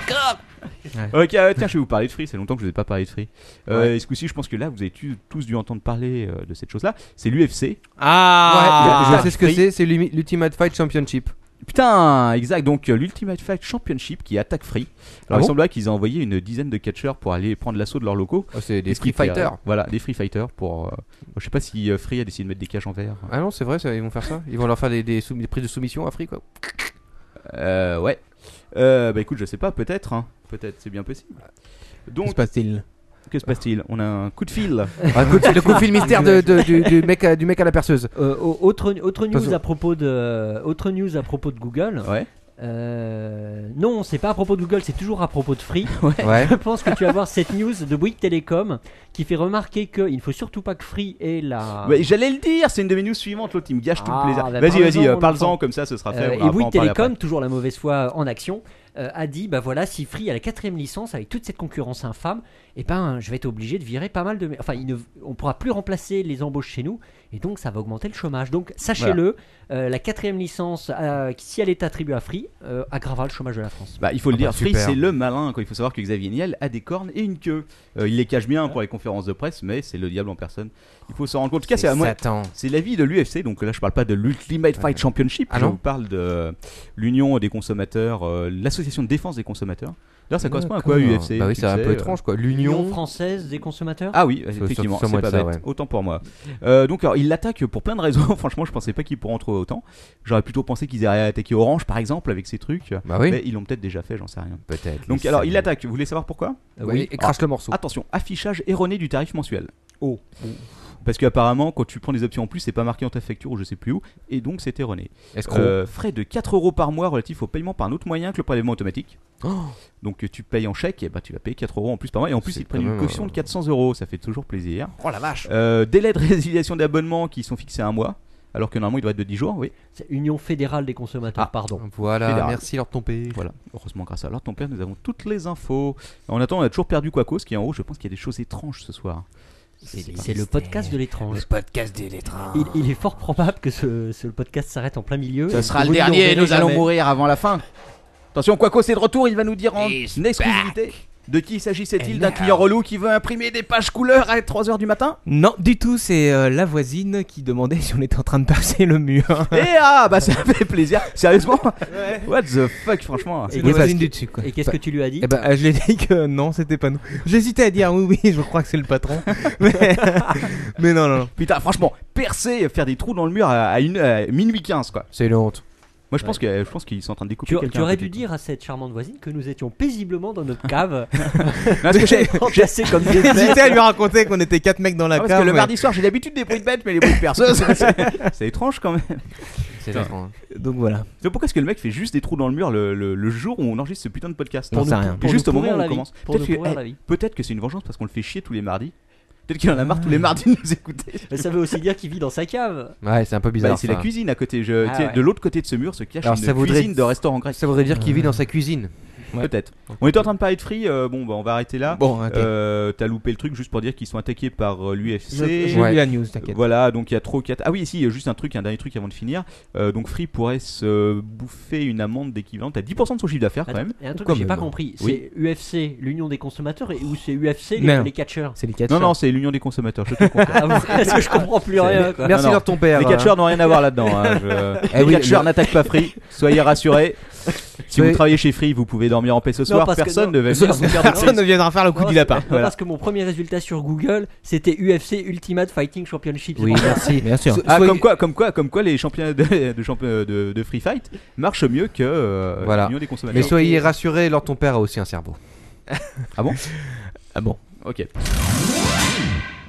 C: Ok, euh, tiens, je vais vous parler de Free. C'est longtemps que je vous ai pas parlé de Free. Euh, Et ce coup-ci, je pense que là, vous avez tu- tous dû entendre parler euh, de cette chose-là. C'est l'UFC.
F: Ah
D: ouais,
C: Ah.
D: je sais ce que c'est, c'est l'Umi- l'Ultimate Fight Championship.
C: Putain, exact. Donc euh, l'Ultimate Fight Championship qui attaque Free. Alors
D: Ah
C: il
D: bon
C: semblerait qu'ils aient envoyé une dizaine de catcheurs pour aller prendre l'assaut de leurs locaux.
D: Oh, c'est des
C: Ce qui
D: Free
C: fait-
D: Fighters.
C: Voilà, des Free Fighters pour. euh, je sais pas si euh, Free a décidé de mettre des cages en verre.
D: Ah non, c'est vrai, ça, ils vont faire ça Ils vont leur faire des, des, soumi- des prises de soumission à Free, quoi.
C: Euh, ouais. Euh, bah écoute, je sais pas, peut-être. hein. Peut-être, c'est bien possible.
F: Que se
C: Donc,
F: passe-t-il
C: que se passe-t-il On a un coup de fil.
D: Ah, coup de- le coup de fil mystère de- de- du, du mec à, du mec à la perceuse.
E: Euh, au- autre, autre
D: Parce-
E: news à propos de, autre news à propos de Google.
C: Ouais.
E: Euh, non, c'est pas à propos de Google, c'est toujours à propos de Free.
D: Ouais.
E: Je pense que tu vas voir cette news de Bouygues Telecom qui fait remarquer qu'il ne faut surtout pas que Free ait la.
D: Ah.
C: Ouais, J'allais le dire, c'est une de mes news suivantes, l'autre il me gâche tout
E: Ah,
C: le plaisir.
E: bah,
C: vas-y,
E: parle-en,
C: vas-y, euh,
E: on
C: parle-en,
E: entend.
C: comme ça, ce sera fait.
E: Euh,
C: on va
E: et Bouygues
C: en parler
E: Telecom, toujours la mauvaise foi en action, euh, a dit bah voilà, si Free a la quatrième licence avec toute cette concurrence infâme, et ben je vais être obligé de virer pas mal de. mes- Enfin, il ne... on pourra plus remplacer les embauches chez nous, et donc ça va augmenter le chômage. Donc sachez-le, euh, la quatrième licence, euh, si elle est attribuée à Free, euh, aggravera le chômage de la France.
C: Bah, il faut le
D: Ah bah,
C: dire, Free,
D: super.
C: c'est le malin. Quoi. Il faut savoir que Xavier Niel a des cornes et une queue. Euh, il les cache bien pour les conférences de presse, mais c'est le diable en personne. Il faut s'en rendre compte. En tout cas, c'est à moi.
D: Satan.
C: C'est l'avis de l'UFC, donc là je parle pas de l'Ultimate Fight Championship,
D: Ah
C: je
D: non
C: vous parle de l'Union des consommateurs, euh, l'association de défense des consommateurs. D'ailleurs, ça correspond à quoi
D: D'accord.
C: UFC
D: Bah oui,
C: tu
D: c'est un
C: sais,
D: peu
C: euh,
D: étrange quoi.
E: Union
D: L'union.
E: française des consommateurs
C: Ah oui,
D: Sur-
C: effectivement,
D: sur- sur
C: c'est
D: moi
C: pas
D: de ça,
C: bête.
D: ouais.
C: Autant pour moi. Euh, donc, alors, ils l'attaquent pour plein de raisons. Franchement, je pensais pas qu'ils pourraient en trouver autant. J'aurais plutôt pensé qu'ils auraient attaqué Orange, par exemple, avec ces trucs.
D: Bah oui.
C: Mais ils l'ont peut-être déjà fait, j'en sais rien.
D: Peut-être.
C: Donc, alors, ils l'attaquent. Vous voulez savoir pourquoi
D: Oui. Crache le morceau.
C: Attention, affichage erroné du tarif mensuel. Oh. Parce qu'apparemment, quand tu prends des options en plus, c'est pas marqué dans ta facture ou je sais plus où, et donc c'est erroné.
D: Escroc.
C: Euh, frais de 4 euros par mois relatif au paiement par un autre moyen que le prélèvement automatique.
D: Oh.
C: Donc tu payes en chèque, et bah, tu vas payer 4 euros en plus par mois, et en plus
D: C'est
C: ils te prennent
D: quand
C: une
D: même,
C: caution
D: euh,
C: de 400 euros, ça fait toujours plaisir.
B: Oh la vache
C: Euh, délai de résiliation d'abonnements qui sont fixés à un mois, alors que normalement il doit être de 10 jours, oui.
E: C'est Union fédérale des consommateurs,
C: Ah.
E: pardon.
D: Voilà.
C: Fédéral.
D: Merci leur tomber.
C: Voilà, heureusement grâce à l'art de ton père, nous avons toutes les infos. En attendant, on a toujours perdu Quacos qui est en haut, je pense qu'il y a des choses étranges ce soir.
E: C'est
C: C'est
E: c'est le podcast de
G: Euh,
E: l'étrange.
B: Le podcast des lettres.
E: Il, il est fort probable que ce, ce podcast s'arrête en plein milieu.
C: Ça
E: et
C: sera
E: que
C: le
E: vous ne
C: dernier,
E: verrez
C: nous allons
E: jamais.
C: mourir avant la fin. Attention, Quaco, c'est de retour, il va nous dire en
B: He's
C: exclusivité de qui s'agissait-il d'un client relou qui veut imprimer des pages couleurs à 3h du matin
F: Non, du tout, c'est euh, la voisine qui demandait si on était en train de passer le mur.
C: Eh ah, bah ça fait plaisir, sérieusement What the fuck, franchement
E: Et
F: la
E: qu'est-ce
F: voisine
E: que-
F: du dessus, quoi.
E: Et qu'est-ce que tu lui as dit
F: Eh ben, euh, je lui ai dit que non, c'était pas nous. J'hésitais à dire oui, oui, je crois que c'est le patron. mais, mais non, non, non.
C: Putain, franchement, percer, faire des trous dans le mur à, à une, à minuit 15, quoi.
D: Bah, C'est une honte.
C: Moi, je pense que je pense qu'ils sont en train de découper
E: Tu,
C: quelqu'un.
E: tu aurais
C: à côté.
E: dû dire à cette charmante voisine que nous étions paisiblement dans notre cave,
C: Non, parce que, j'ai-
E: entassés comme des
F: J'hésitais
E: bêtes.
F: à lui raconter qu'on était quatre mecs dans la
C: non, Ah, parce que
F: cave.
C: le
F: ouais.
C: mardi soir, j'ai l'habitude des bruits de bêtes, mais les bruits de perceuse, c'est- c'est étrange quand même.
D: C'est
C: Putain.
D: étrange.
F: Donc voilà.
C: Donc pourquoi est-ce que le mec fait juste des trous dans le mur le, le- le jour où on enregistre ce putain de podcast
F: J'en sais rien.
C: Et juste au moment où
E: pourrir la
C: on
E: vie.
C: commence.
E: Pour nous
C: Peut-être que,
E: pourrir
C: eh,
E: la vie.
C: peut-être que c'est une vengeance parce qu'on le fait chier tous les mardis. Peut-être qu'il en a marre tous les mardis de nous écouter.
E: Mais ça veut aussi dire qu'il vit dans sa cave.
D: Ouais, c'est un peu bizarre.
C: Bah, c'est la
D: ça.
C: cuisine à côté. Je,
E: Ah
C: tiens,
E: ouais.
C: De l'autre côté de ce mur se cache
D: Alors,
C: une
D: ça voudrait-
C: cuisine de restaurant grec.
D: Ça voudrait dire qu'il vit dans sa cuisine.
C: Peut-être. On était en train de parler de Free. euh, bon, bah on va arrêter là.
F: Bon, ok.
C: Euh, T'as loupé le truc juste pour dire qu'ils sont attaqués par euh, l'UFC.
F: J'ai
D: Ouais.
F: lu la news, t'inquiète.
C: Voilà, donc il y a trop quatre. Ah oui, si, juste un truc, un dernier truc avant de finir. Euh, donc Free pourrait se bouffer une amende d'équivalente à 10% de son chiffre d'affaires quand
E: Attends,
C: même.
E: il y a un truc
C: Quand
E: que j'ai
C: même.
E: pas compris.
C: Oui.
E: C'est UFC, l'union des consommateurs, et, ou c'est UFC, les,
F: Non.
E: les catcheurs
F: C'est les quatre.
C: Non, non, c'est l'Union des consommateurs, je te le confirme.
E: ah, bon, Parce que je comprends plus rien. quoi.
C: Ah,
D: Merci euh.
C: Non, non.
D: leur ton père.
C: Les catcheurs n'ont rien à voir là-dedans. hein, je-
D: Eh
C: Les
D: oui,
C: catcheurs
D: le-
C: n'attaquent pas Free, soyez rassurés. Si
D: Oui.
C: vous travaillez chez Free, vous pouvez dormir en paix ce soir.
E: parce que
C: Personne
E: non.
C: ne va venir vous faire de
F: Personne ne viendra faire le coup
E: Non,
F: du
E: c'est-
F: lapin.
E: non, Parce que mon premier résultat sur Google, c'était UFC Ultimate Fighting Championship.
D: Oui, merci.
F: Bien sûr.
D: So-
C: Ah,
D: soyez-
C: comme quoi, comme quoi, comme quoi, les championnats de, de champi- de- de free fight marchent mieux que euh,
D: Voilà.
C: l'Union des
D: Mais
C: consommateurs.
D: soyez rassurés, leur ton père a aussi un cerveau.
F: Ah bon.
C: Ok.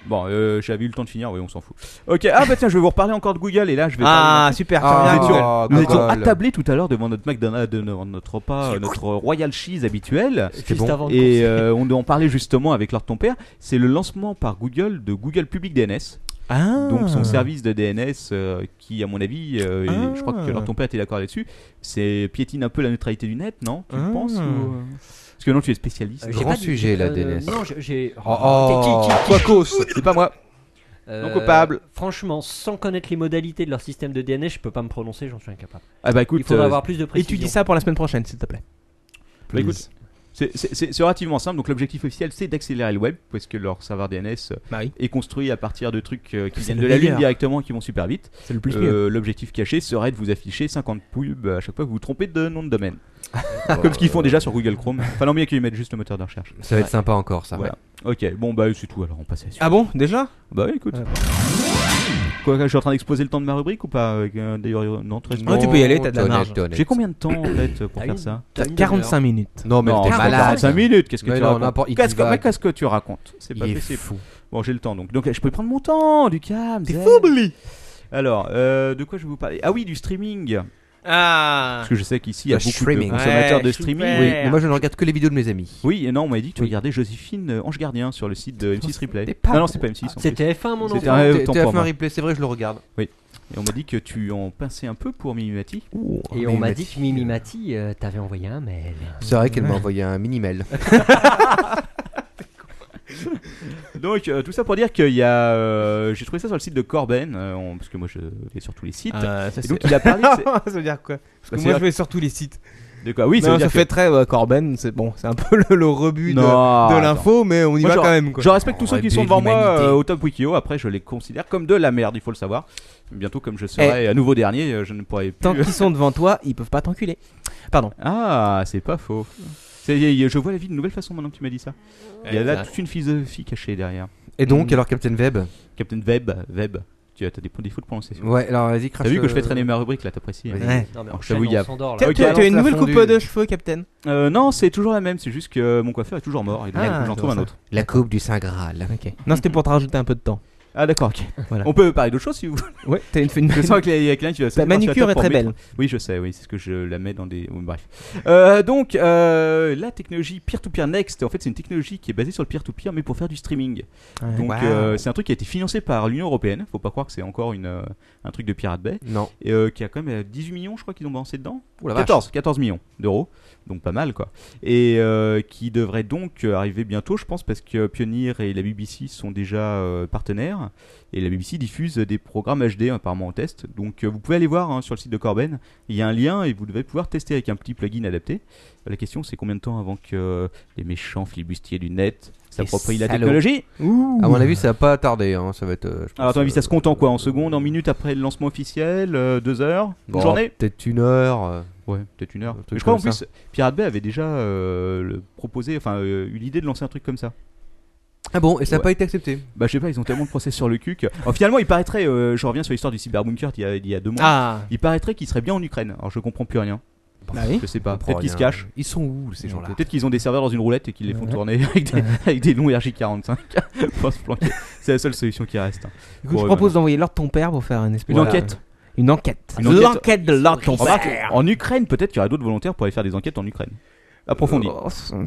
C: Bon, euh, j'avais eu le temps de finir, oui, on s'en fout. Ok, ah bah tiens, je vais vous reparler encore de Google et là, je vais.
F: Ah, super.
D: Ah,
C: parler
F: Google.
C: d'un- nous étions
D: Google.
C: attablés tout à l'heure devant notre McDonald's, de- devant notre repas, euh, notre Royal Cheese habituel.
E: Juste
D: c'est bon.
E: avant de
C: Et euh, on en parlait justement avec leur ton père, c'est le lancement par Google de Google Public DNS,
F: Ah.
C: donc son service de DNS euh, qui, à mon avis, euh, et
F: Ah.
C: je crois que leur ton père était d'accord là-dessus, c'est piétine un peu la neutralité du net, non Tu
F: Ah.
C: le penses ou, euh, Parce que non, tu es spécialiste.
E: Euh, j'ai
D: Grand
E: pas dit-
D: sujet, la
E: euh,
D: DNS.
E: Non, j'ai- j'ai.
D: Oh, oh.
E: Qui- qui- qui-
C: Quoi cause C'est pas moi.
E: Euh,
C: coupable.
E: Franchement, sans connaître les modalités de leur système de DNS, je peux pas me prononcer, j'en suis incapable.
C: Ah bah écoute,
E: Il faudra
C: euh,
E: avoir plus de
F: Et
E: précision.
F: tu dis ça pour la semaine prochaine, s'il te plaît.
C: Bah, écoute, c'est- c'est c'est- c'est relativement simple. Donc l'objectif officiel, c'est d'accélérer le web, parce que leur serveur DNS
F: Marie,
C: euh, est construit à partir de trucs euh, qui
F: C'est
C: viennent
F: le
C: de la lune
F: meilleur.
C: directement, qui vont super vite.
F: c'est le plus
C: Euh, L'objectif caché serait de vous afficher 50 pubs à chaque fois que vous vous trompez de nom de domaine. Comme ce qu'ils font déjà sur Google Chrome. Enfin, non, mieux qu'ils mettent juste le moteur de recherche.
D: Ça va être sympa encore, ça.
C: Voilà. Ok, bon, bah, c'est tout, alors on passe à la suite.
F: Ah bon, déjà
C: Bah, oui, écoute.
F: Ouais.
C: Quoi, je suis en train d'exposer le temps de ma rubrique ou pas euh, D'ailleurs, non,
D: Ah,
C: tu restes-
F: Non, tu peux y aller, t'as de
D: t'es
F: la
D: honnête,
F: marge.
D: t'es honnête.
C: J'ai combien de temps en fait pour
E: Ah
C: faire
E: oui.
C: ça
F: T'as 45 minutes.
D: Non, Oh, mais
C: Non,
D: t'es
C: c'est pas
D: malade.
C: 45 minutes, qu'est-ce que
D: Mais
C: tu
D: non, n'importe-
C: racontes
D: il
C: qu'est-ce que,
D: va-
C: mais qu'est-ce que tu racontes C'est
D: Il
C: pas
D: est
C: possible.
D: fou.
C: Bon, j'ai le temps donc. Donc je peux prendre mon temps, du calme. zen. Alors, euh, de quoi je vais vous parler Ah oui, du streaming.
F: Ah
C: Parce que je sais qu'ici il y a
D: Le
C: beaucoup
D: streaming.
C: de consommateurs
F: Ouais,
C: de
F: super.
C: streaming.
D: Oui,
F: Ouais.
D: mais moi je ne regarde que les vidéos de mes amis.
C: Oui, et non, on m'a dit que tu
D: Oui.
C: regardais Joséphine euh, Ange Gardien sur le site de M6 Replay.
D: t'es pas
C: Ah non, c'est pas M6. en
E: C'était F1, mon
C: C'était
E: enfant.
C: un rêve
D: T'es-
C: autant
D: t'es à
C: pour
D: fin
C: moi.
D: replay, c'est vrai, je le regarde.
C: plus. Et on m'a dit que tu en pinçais un peu pour Mimimati.
E: Et on m'a dit que Mimi Mati euh, t'avais envoyé un mail.
D: C'est vrai qu'elle m'a envoyé un mini-mail.
C: Donc euh, tout ça pour dire qu'il y a, euh, j'ai trouvé ça sur le site de Corben, euh, on- parce que moi je vais sur tous les sites.
F: Ah, ça,
C: et
F: c'est-
C: donc il a parlé de ces-
F: ça veut dire quoi Parce
C: Bah, c'est
F: que moi
C: vrai.
F: je vais sur tous les sites.
C: de quoi Oui, ça
F: Non,
C: veut dire
F: fait très euh, Corben, c'est bon, c'est un peu le, le rebut de,
C: Non,
F: de
C: attends.
F: l'info, mais on y
C: Moi,
F: va quand même quoi.
C: Je respecte tous
D: On
C: ceux qui
D: aurait
C: sont
D: dû
C: devant moi
D: l'humanité.
C: euh, au top Wikio. Après, je les considère comme de la merde, il faut le savoir. Bientôt, comme je serai à nouveau dernier, euh, je ne pourrai plus.
F: Eh. Tant qu'ils sont devant toi, ils peuvent pas t'enculer. Pardon.
C: Ah, c'est pas faux. Ça y est, Je vois la vie de nouvelle façon maintenant que tu m'as dit ça. Il y a là toute une philosophie cachée derrière.
D: Et donc, alors Captain Web
C: Captain Web, Web, tu as t'as des défauts de prononciation.
D: Ouais, alors vas-y,
C: T'as
D: crache.
C: vu que je fais
D: euh,
C: traîner ma rubrique là, t'apprécies. hein.
D: Vas-y.
F: Ouais.
E: Non, mais
C: Alors, je
E: enchaîne,
C: t'avoue, il y a-
E: on s'endort, là.
F: Tiens,
C: Ok,
F: tu as-
D: alors,
F: tu as une
D: ça a
F: nouvelle
D: fondu.
F: coupe de cheveux, Captain.
C: Euh, non, c'est toujours la même, c'est juste que mon coiffeur est toujours mort. Il
F: Ah,
C: faut que j'en trouve un
F: c'est
C: autre.
D: La coupe du Saint Graal.
F: Ok. Non, c'était pour te rajouter un peu de temps.
C: Ah, d'accord, ok.
F: Voilà.
C: On peut parler d'autre chose si vous voulez.
F: Ouais, t'as une, une
C: Je sens qu'il y a quelqu'un qui va se
F: Ta
C: mettre sur la
F: Bah, manucure
C: table
F: est
C: pour
F: très
C: mettre-
F: belle.
C: Oui, je sais, oui, c'est ce que je la mets dans des. oui, bref. Euh, donc, euh, la technologie Peer-to-Peer Next, en fait, c'est une technologie qui est basée sur le peer-to-peer, mais pour faire du streaming.
F: Ah,
C: Donc, euh, c'est un truc qui a été financé par l'Union Européenne. Faut pas croire que c'est encore une, euh, un truc de Pirate Bay.
D: Non.
C: Et euh, qui a quand même euh, 18 millions, je crois, qu'ils ont balancé dedans.
D: Ouh la vache.
C: 14, 14 millions d'euros. Donc, pas mal, quoi. Et euh, qui devrait donc euh, arriver bientôt, je pense, parce que Pioneer et la BBC sont déjà euh, partenaires. Et la BBC diffuse des programmes HD, apparemment, en test. Donc, euh, vous pouvez aller voir hein, sur le site de Corben. Il y a un lien et vous devez pouvoir tester avec un petit plugin adapté. Euh, La question, c'est combien de temps avant que euh, les méchants flibustiers du net s'approprient la
D: salauds.
C: technologie
D: À mon avis, ça va pas tarder. Hein. Ça va être. euh, je pense,
C: alors, à ton avis, ça
D: euh,
C: se compte en quoi En secondes, en minutes après le lancement officiel euh, Deux heures
D: bon,
C: Une journée
D: Peut-être une heure. euh,
C: Ouais, peut-être une heure.
D: Un truc
C: Mais je crois en
D: comme
C: plus, Pirate Bay avait déjà euh, le- proposé, enfin, euh, eu l'idée de lancer un truc comme ça.
D: Ah bon, et ça n'a
C: Ouais.
D: pas été accepté.
C: Bah, je sais pas, ils ont tellement de procès sur le cul que. Alors, finalement, il paraîtrait, euh, je reviens sur l'histoire du cyberbunker d'il y a- d'il y a deux mois.
F: Ah
C: Il paraîtrait qu'il serait bien en Ukraine. Alors, je comprends plus rien.
F: Bah oui.
C: Je sais pas.
D: comprend
C: Peut-être qu'ils se
D: rien.
C: cachent.
D: Ils sont où ces gens-là
C: Peut-être qu'ils ont des serveurs dans une roulette et qu'ils les font
F: Ouais.
C: tourner avec des, avec des longs RJ45 pour se planquer. C'est la seule solution qui reste. hein.
F: Écoute,
C: Ouais,
F: je propose d'envoyer l'ordre de ton père pour faire une espèce
C: Une
F: de-
C: enquête.
F: Une enquête.
C: Une enquête.
F: L'enquête de l'ordre de ton
C: Remarque,
F: père.
C: en Ukraine, peut-être qu'il y aurait d'autres volontaires pour aller faire des enquêtes en Ukraine. Approfondies.
F: Euh,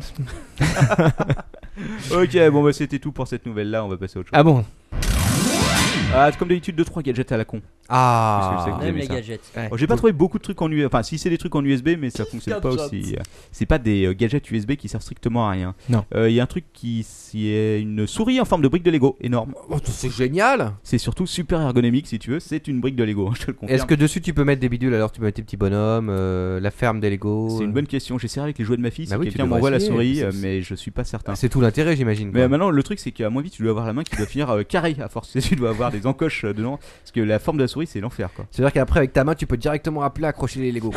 F: oh,
C: Ok, bon, bah, c'était tout pour cette nouvelle-là. On va passer à autre chose.
F: Ah bon
C: Ah, c'est comme d'habitude, 2-3 gadgets à la con. Qu'est-ce que c'est
D: Ah
C: que
E: On
C: vous
E: aime
C: aimez
E: les
C: ça
E: gadgets.
C: Oh, J'ai pas trouvé beaucoup de trucs en USB. Enfin, si c'est des trucs en USB, mais ça fonctionne pas aussi. C'est pas des euh, gadgets USB qui servent strictement à rien.
F: Non.
C: Euh, Il y a un truc qui qui est une souris en forme de brique de Lego, énorme.
D: Oh, C'est génial
C: C'est surtout super ergonomique si tu veux. C'est une brique de Lego, hein, je te le confirme.
D: Est-ce que dessus tu peux mettre des bidules alors tu peux mettre tes petits bonhommes, euh, la ferme des Legos
C: c'est une
D: euh,
C: bonne question. J'ai serré avec les jouets de ma fille.
D: Bah
C: si
D: oui, tu
C: quelqu'un
D: devrais
C: m'envoie la
D: essayer,
C: souris,
D: c'est-
C: euh, mais je suis pas certain.
D: Ah, C'est tout l'intérêt, j'imagine.
C: Mais
D: quoi.
C: euh, maintenant, le truc, c'est qu'à mon avis, tu dois avoir la main qui doit finir euh, carrée à force. Tu dois avoir des encoches euh, dedans. Parce que la forme de la souris, c'est l'enfer, quoi.
D: C'est-à-dire qu'après, avec ta main, tu peux directement appeler, accrocher les Legos.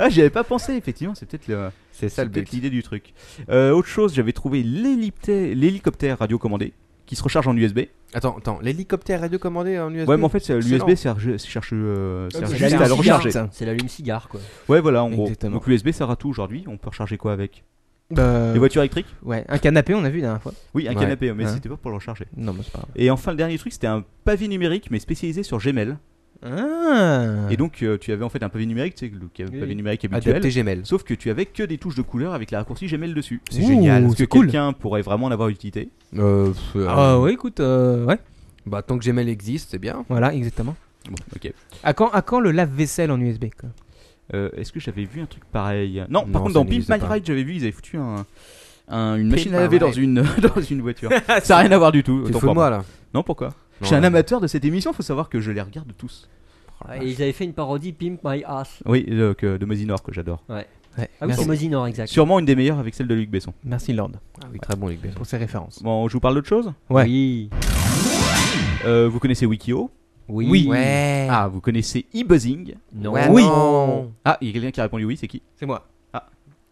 C: Ah, j'y avais pas pensé, effectivement. C'est peut-être le.
D: C'est ça
C: C'est
D: le
C: peut-être
D: but.
C: l'idée du truc. Euh, autre chose, j'avais trouvé l'héliptère- l'hélicoptère radiocommandé qui se recharge en USB.
D: Attends, attends, l'hélicoptère radiocommandé en USB
C: Ouais, mais en fait, c'est-
D: Excellent.
C: l'USB sert, ju- cherche, euh, sert
F: Ah,
C: juste
F: c'est
C: à le
F: la
C: recharger.
F: cigare.
E: C'est l'allume-cigare, quoi.
C: Ouais, voilà, en gros.
F: Exactement.
C: Donc l'USB sert à tout aujourd'hui. On peut recharger quoi avec
F: Euh,
C: Les voitures électriques
F: Ouais, un canapé, on a vu la dernière fois.
C: Oui, un
D: Ouais.
C: canapé, mais
F: Hein.
C: c'était pas pour le recharger.
F: Non, mais c'est pas grave.
C: Et enfin, le dernier truc, c'était un pavé numérique, mais spécialisé sur Gmail.
F: Ah
C: Et donc, euh, tu avais en fait un pavé numérique, tu sais, le ca-
E: Oui.
C: pavé numérique habituel.
D: Adapté Gmail.
C: Sauf que tu avais que des touches de couleur avec la raccourci Gmail dessus.
D: C'est génial.
C: Est-ce que
F: c'est cool.
C: quelqu'un pourrait vraiment en avoir utilité
D: Euh, pff, euh,
F: Ah ouais, écoute, euh, ouais,
D: Bah, tant que Gmail existe, c'est bien.
F: voilà, exactement.
C: Bon, ok.
F: À quand, à quand le lave-vaisselle en USB quoi
C: Euh, Est-ce que j'avais vu un truc pareil Non,
D: Non,
C: par contre,
D: ça
C: dans Pimp
D: n'existe
C: My
D: pas.
C: Ride, j'avais vu, ils avaient foutu un, un- une
D: Pimp
C: machine à
D: My
C: laver dans
D: Ride.
C: une, dans une voiture. ça n'a rien à voir du tout.
D: Tu te
C: autant
D: fous de
C: pour
D: moi là
C: Non, pourquoi Je
D: Non,
C: suis un
D: là.
C: amateur de cette émission, faut savoir que je les regarde tous. Oh
E: Et ils avaient fait une parodie Pimp My Ass.
C: Oui, euh, que- de Mosinor, que j'adore.
F: Ouais,
E: Ah oui,
F: merci,
E: c'est Mosinor, exact.
C: Sûrement une des meilleures avec celle de Luc Besson.
F: merci Lord
D: Ah oui, très bon, les gars.
F: pour ces références.
C: Bon, je vous parle d'autre chose
F: Ouais.
E: Oui.
C: Euh, Vous connaissez Wikio
D: Oui.
F: Oui.
D: Ouais.
C: Ah, vous connaissez e-buzzing
E: Non.
D: Ouais,
F: Oui.
D: non.
C: Ah, il y a quelqu'un qui a répondu oui, c'est qui
F: C'est moi.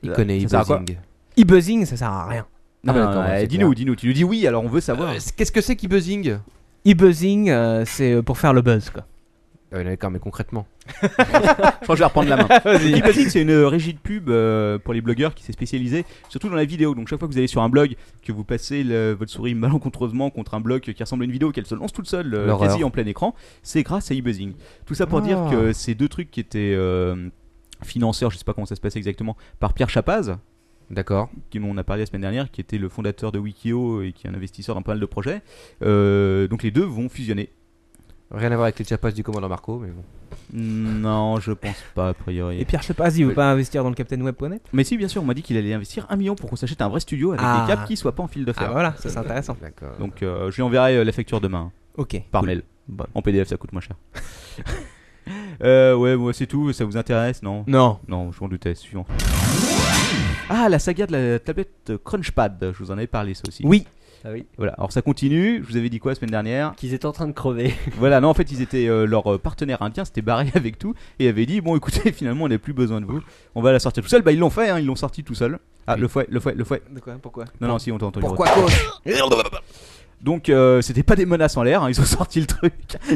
D: Il
C: Ça-
D: connaît
C: ça sert à quoi
D: e-buzzing.
F: E-buzzing, ça sert à rien.
D: Ah, bah,
C: Non,
D: d'accord,
C: non,
D: ouais,
C: eh,
D: c'est
C: Dis-nous,
D: clair.
C: dis-nous. Tu nous dis oui, alors on veut savoir.
D: Euh, c'est- Qu'est-ce que c'est qu'e-buzzing
F: E-buzzing, euh, c'est pour faire le buzz, quoi.
D: Ah oui, D'accord, mais concrètement.
C: Je crois que je vais reprendre la main. Keepazing, c'est une régie de pub euh, pour les blogueurs qui s'est spécialisée surtout dans la vidéo. Donc chaque fois que vous allez sur un blog, que vous passez le- votre souris malencontreusement contre un blog qui ressemble à une vidéo, qu'elle se lance toute seule, euh,
D: L'horreur.
C: quasi en plein écran, c'est grâce à eBuzzing. Tout ça pour
D: Ah.
C: dire que ces deux trucs qui étaient euh, financeurs, je sais pas comment ça se passait exactement, par Pierre Chapaz,
D: D'accord.
C: qui dont on a parlé la semaine dernière, qui était le fondateur de Wikio et qui est un investisseur dans pas mal de projets. Euh, donc les deux vont fusionner.
D: Rien à voir avec les chapas du commandant Marco, mais bon.
C: Non, je pense pas a priori.
F: Et Pierre, je sais pas, il veut pas investir dans le Captain Web.net
C: Mais si, bien sûr, on m'a dit qu'il allait investir un million pour qu'on s'achète un vrai studio avec
F: Ah.
C: des câbles qui soient pas en fil de
F: Ah bah
C: fer.
F: voilà, ça c'est intéressant.
D: D'accord.
C: Donc euh, je lui enverrai euh, la facture demain hein,
F: Ok.
C: par mail. En PDF, ça coûte moins cher. Euh, ouais, moi c'est tout. Ça vous intéresse, non
F: Non.
C: Non, je m'en doutais. Suivant. Ah, la saga de la tablette Crunchpad. Je vous en avais parlé, ça aussi.
F: Oui.
E: Ah oui.
C: Voilà. Alors ça continue. Je vous avais dit quoi la semaine dernière
E: Qu'ils étaient en train de crever.
C: Voilà. Non, en fait, ils étaient euh, leur euh, partenaire indien. C'était barré avec tout et avait dit bon, écoutez, finalement, on n'a plus besoin de vous. On va la sortir tout seul. Bah, ils l'ont fait. hein, ils l'ont sorti tout seul. Ah, le fouet, le fouet, le fouet.
F: De quoi Pourquoi
C: Non, non, si on t'a entendu.
D: Pourquoi cause
C: Donc euh, c'était pas des menaces en l'air, hein, ils ont sorti le truc,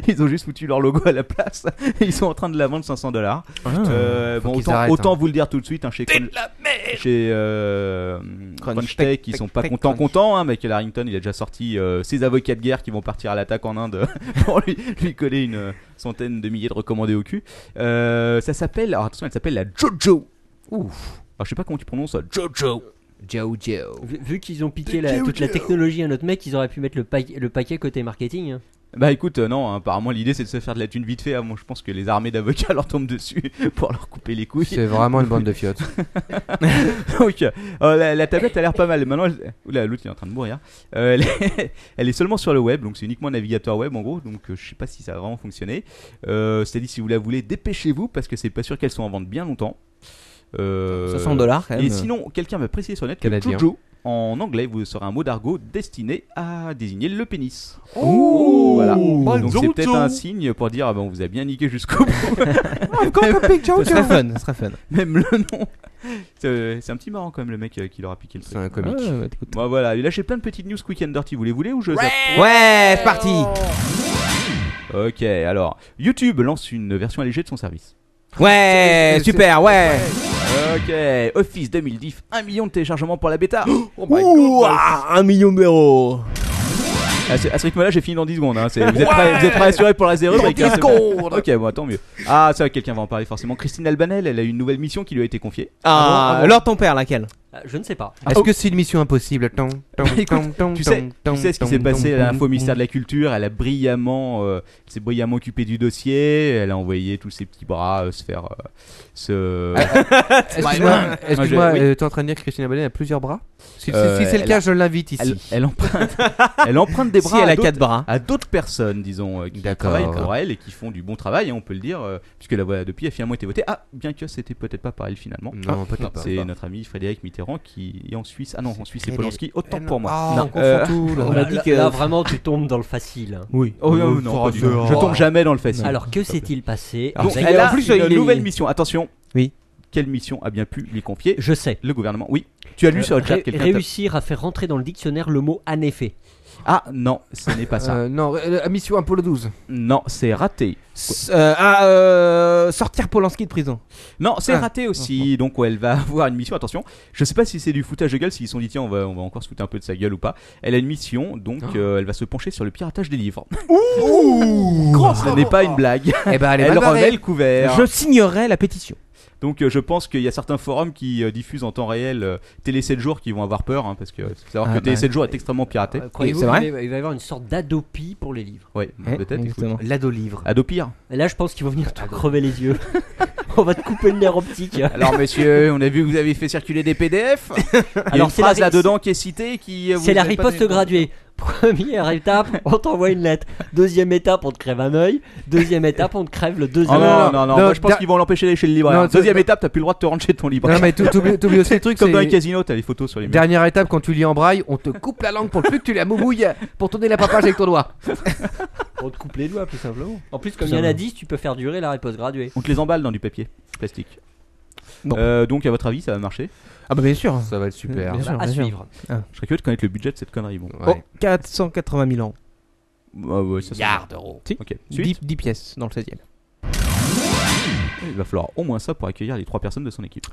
C: ils ont juste foutu leur logo à la place et ils sont en train de la vendre 500 dollars.
F: Ah.
C: Euh,
D: faut qu'ils
C: autant,
D: arrêtent,
C: autant
D: hein.
C: vous le dire tout de suite hein, chez Crunch- chez euh,
F: Crunch,
C: Crunch Tech,
F: Tech,
C: ils
F: Tech,
C: sont pas
F: Tech,
C: contents
F: Crunch.
C: contents. Hein, Michael Harrington, il a déjà sorti euh, ses avocats de guerre qui vont partir à l'attaque en Inde pour lui, lui coller une euh, centaine de milliers de recommandés au cul. Euh, ça s'appelle, alors attention, elle s'appelle la Jojo. Ouf. Alors, je sais pas comment tu prononces euh, ça, Jojo.
D: Jojo.
E: Vu, vu qu'ils ont piqué la- toute la technologie à notre mec, ils auraient pu mettre le, pa- le paquet côté marketing. hein.
C: Bah écoute, euh, non, hein, apparemment l'idée c'est de se faire de la thune vite fait. Ah, moi je pense que les armées d'avocats leur tombent dessus pour leur couper les couilles.
D: C'est vraiment une bande de fiottes.
C: Donc euh, la, la tablette a l'air pas mal. Maintenant, elle... Oula, l'autre il est en train de mourir. Euh, elle, est... elle est seulement sur le web, donc c'est uniquement un navigateur web en gros. Donc euh, je sais pas si ça a vraiment fonctionné. Euh, C'est-à-dire si vous la voulez, dépêchez-vous parce que c'est pas sûr qu'elles sont en vente bien longtemps. Euh,
F: 500 dollars quand même.
C: Et sinon, quelqu'un m'a précisé sur le net que
D: Canadien.
C: Jojo, en anglais, vous serez un mot d'argot destiné à désigner le pénis.
F: Ouh.
C: Voilà.
F: Ouh.
C: Donc c'est peut-être un signe pour dire ah ben on vous a bien niqué jusqu'au bout. Ah,
F: Ce serait fun, ce serait fun.
C: Même le nom. C'est c'est un petit marrant quand même le mec euh, qui leur a piqué le
D: C'est
C: truc.
D: un comique.
F: Ouais, ouais, écoute.
C: Bon voilà, il a lâché plein de petites news quick and dirty. Vous les voulez ou je zappe
F: Ouais, c'est parti.
C: Ok, alors YouTube lance une version allégée de son service.
F: Ouais,
D: C'est- c'est-
F: super, ouais.
C: Ok, Office 2010, 1 million de téléchargements pour la bêta.
F: Ouh, ah, un million d'euros.
C: à, ce, à ce rythme-là, j'ai fini dans 10 secondes. hein. C'est- Vous êtes prêts vous êtes prêts à assurer pour la zéro avec un- Ok, bon, tant mieux. Ah, ça, quelqu'un va en parler forcément. Christine Albanel, elle a une nouvelle mission qui lui a été confiée.
F: Ah,
E: Ah bon, ah bon.
F: Lord ton père, laquelle
E: Ah, je ne sais pas.
D: Est-ce que c'est une mission impossible
C: oh. Écoute, tu sais- Tu sais ce qui s'est passé à l'info ministère de la Culture Elle a brillamment, euh, elle s'est brillamment occupée du dossier. Elle a envoyé tous ses petits bras euh, se faire euh, se.
D: Excuse-moi, excuse-moi,
C: Moi, je-
D: euh, t'es en train de dire que Christine Abadel a plusieurs bras Si, si-
C: Euh,
D: si c'est le
C: elle
D: cas,
C: a-
D: je l'invite
C: elle,
D: ici.
C: elle emprunte, elle emprunte des
F: Si
C: bras
F: elle
C: à
F: a
C: d'autres-
F: quatre bras.
C: à d'autres personnes, disons, euh, qui
D: D'accord.
C: travaillent pour elle et qui font du bon travail, hein, on peut le dire, euh, puisque la voilà depuis a finalement été votée. Ah, bien que c'était peut-être pas par elle finalement.
D: Non, peut-être pas.
C: C'est notre ami Frédéric Mitterrand qui est en Suisse. Ah non, en Suisse c'est
D: Frédéric.
C: Polanski.
D: Eh
C: Autant
D: non.
C: pour moi.
D: Ah,
C: Non.
D: on confond
C: Euh,
D: tout, là.
E: On
F: a
E: a
F: dit
E: dit
F: que-
E: là vraiment tu tombes dans le facile. hein.
F: Oui. Euh,
C: Oh, non, non, pas du tout. Je tombe jamais dans le facile.
E: Alors que s'est-il passé
C: Donc,
E: avec-
C: elle a
F: en plus,
C: une
F: il est-
C: nouvelle mission. Attention.
F: Oui.
C: Quelle mission a bien pu lui confier
E: Je sais.
C: le gouvernement Oui. Tu as lu sur le chat
E: Euh, Ré-
C: quelqu'un t'a-
E: réussir à faire rentrer dans le dictionnaire le mot en effet.
C: Ah non, ce n'est pas ça.
D: Euh, non, euh, mission Apollo 12.
C: Non, c'est raté.
F: S- euh, ah, euh, sortir Polanski de prison.
C: Non, c'est
F: Ah.
C: raté aussi. Donc ouais, elle va avoir une mission. Attention. Je sais pas si c'est du foutage de gueule, s'ils se sont dit tiens on va on va encore se foutre un peu de sa gueule ou pas. Elle a une mission, donc
D: Oh.
C: euh, elle va se pencher sur le piratage des livres.
B: Oh.
C: Ce n'est pas une blague.
D: Eh ben, elle est
C: Elle
D: mal
C: remet
D: barrée.
C: le couvert.
F: Je signerai la pétition.
C: Donc euh, je pense qu'il y a certains forums qui euh, diffusent en temps réel euh, Télé 7 jours qui vont avoir peur hein, parce que euh, faut savoir
F: Ah,
C: que Télé
F: bah.
C: 7 jours est extrêmement piraté.
E: Euh, Croyez-vous
F: c'est
E: qu'il va
F: vrai
E: il va y avoir une sorte d'adopie pour les livres
C: Ouais,
F: Eh,
C: Ah, peut-être. il faut-
F: exactement.
D: L'ado-livre.
C: Adopire.
E: Et Là, je pense qu'ils vont venir te crever les yeux. On va te couper le nerf optique.
C: Alors monsieur, on a vu que vous avez fait circuler des PDF.
E: Alors,
C: Alors
E: c'est
C: c'est
E: la
C: phrase
E: ri-
C: là-dedans qui est citée qui euh, vous
E: C'est la
C: avez pas
E: riposte
C: donné-
E: graduée. Première étape, on t'envoie une lettre. Deuxième étape, on te crève un œil. Deuxième étape, on te crève le
C: Ah
E: deuxième
C: non,
E: œil.
C: non, non, non,
D: Non,
C: moi, je pense
D: da-
C: qu'ils vont l'empêcher d'aller chez le libraire.
D: Non, c'est-
C: Deuxième
D: non.
C: étape, t'as plus le droit de te rendre chez ton libraire.
D: Non, mais t'ou- t'oublies t'oublies aussi le truc,
C: Comme dans un
D: c'est...
C: casino, t'as les photos sur les murs.
D: Dernière étape, quand tu lis en braille, on te coupe la langue pour plus que tu la moumouilles pour tourner la papage avec ton doigt.
E: On te coupe les doigts, plus simplement. En plus, comme il
D: Ça
E: y en
D: va.
E: a 10, tu peux faire durer la réponse graduée.
C: On te les emballe dans du papier plastique.
F: Bon.
C: Euh, donc, à votre avis, ça va marcher
F: Ah bah bien sûr.
D: Ça va être super.
F: Bien sûr,
E: Eh ben, à
F: bien sûr.
E: suivre.
C: Je serais curieux de connaître le budget de cette connerie. Bon.
F: Oh,
D: Ouais.
F: 480 000 ans.
C: Ah ouais, ça, ça-
B: Milliard d'euros.
C: Ok. Suite.
F: 10, pièces dans le 16 e
C: Il va falloir au moins ça pour accueillir les trois personnes de son équipe.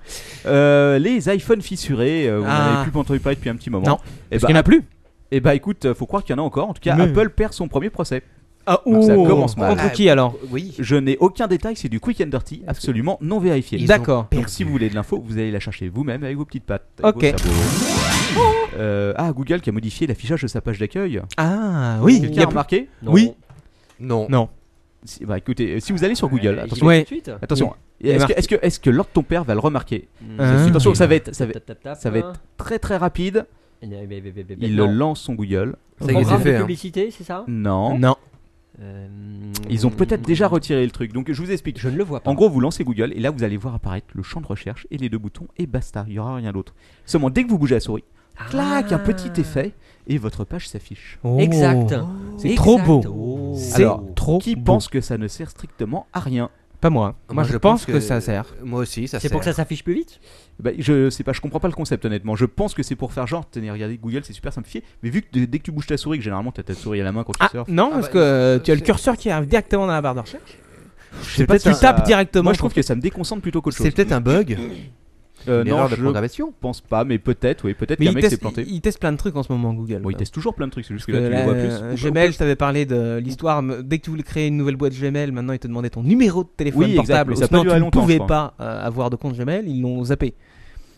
C: Euh, les iPhones fissurés, euh, on
F: Ah.
C: n'avait plus entendu parler depuis un petit moment.
F: Non.
C: Et
F: Parce
C: bah,
F: qu'il n'y en a plus.
C: eh bah, écoute, euh, faut croire qu'il y en a encore. En tout cas,
F: Mais-
C: Apple perd son premier procès.
F: Ah,
C: Donc ça commence mal.
F: Contre qui alors
B: Oui.
C: Je n'ai aucun détail, c'est du quick and dirty, absolument non vérifié.
D: Ils
F: D'accord.
C: Donc si vous voulez de l'info, vous allez la chercher vous-même avec vos petites pattes. avec
F: Ok.
C: vos sabots. Euh, ah, Google qui a modifié l'affichage de sa page d'accueil.
F: Ah oui, il y
C: Quelqu'un
F: a
C: a remarqué
E: Non.
F: Oui.
D: Oh. Non.
F: Non.
C: Si- Bah écoutez, euh, si vous allez sur Google,
E: Euh,
C: attention,
E: j'y vais
F: Ouais.
E: tout de suite.
C: attention.
F: est
C: Est-ce que,
F: marqué.
C: est-ce, que, est-ce que l'ordre de ton père va le remarquer
F: Ah.
C: Attention, ça va être, ça va être
E: Tap, tap, hein. tap.
C: ça va être- très très rapide.
E: Eh bien, eh bien, eh bien, eh
F: ben
E: bien,
C: Il
E: non.
C: lance son Google.
D: Ça y est, c'est
E: Programme de
D: fait. hein.
E: publicité, c'est ça
C: Non.
F: Euh, Non.
E: Euh,
C: Ils ont peut-être déjà retiré le truc. Donc je vous explique.
E: Je ne le vois pas.
C: En gros, vous lancez Google et là vous allez voir apparaître le champ de recherche et les deux boutons et basta. Il n'y aura rien d'autre. Seulement dès que vous bougez la souris, clac, un
F: Ah.
C: petit effet et votre page s'affiche.
F: Oh.
E: Exact.
F: C'est
E: Exact.
F: trop beau.
E: Oh.
F: C'est
C: Alors,
F: trop
C: Qui
F: beau.
C: pense Ah, bah, que ça ne sert strictement à rien
F: Pas moi. Moi, je, pense que... ça sert.
D: Moi aussi, ça
E: C'est
D: sert.
E: pour que ça s'affiche plus vite
C: Bah, je sais pas, je comprends pas le concept honnêtement. Je pense que c'est pour faire genre, tenez, regardez Google, c'est super simplifié. Mais vu que d- dès que tu bouges ta souris, que généralement t'as ta souris à la main quand tu
F: Ah,
C: surfes,
F: non,
D: Ah
F: parce
D: bah,
F: que euh, tu as le
D: c'est-
F: curseur qui arrive directement dans la barre de recherche.
C: c'est
F: Peut-être tu
C: peut-être un-
F: tapes directement.
C: Moi je trouve que ça me déconcentre plutôt qu'autre chose.
D: C'est peut-être un bug,
C: Euh,
D: une
C: non,
D: erreur de
C: je
D: programmation.
C: pense pas, mais peut-être, oui, peut-être
F: Mais
C: qu'un
F: il
C: mec s'est
F: teste,
C: planté.
F: il- il teste plein de trucs en ce moment, Google.
C: Bon, il teste toujours plein de trucs, c'est juste que
F: Parce
C: là
F: que
C: tu les
F: là,
C: vois plus.
F: euh, Gmail, je t'avais parlé de l'histoire. mais Dès que tu voulais créer une nouvelle boîte Gmail, maintenant ils te demandaient ton numéro de téléphone
C: Oui, exact,
F: portable.
C: mais ça a
F: Sinon,
C: pas duré
F: tu ne
C: longtemps, je
F: pouvais
C: crois.
F: pas euh, avoir de compte Gmail, ils l'ont zappé.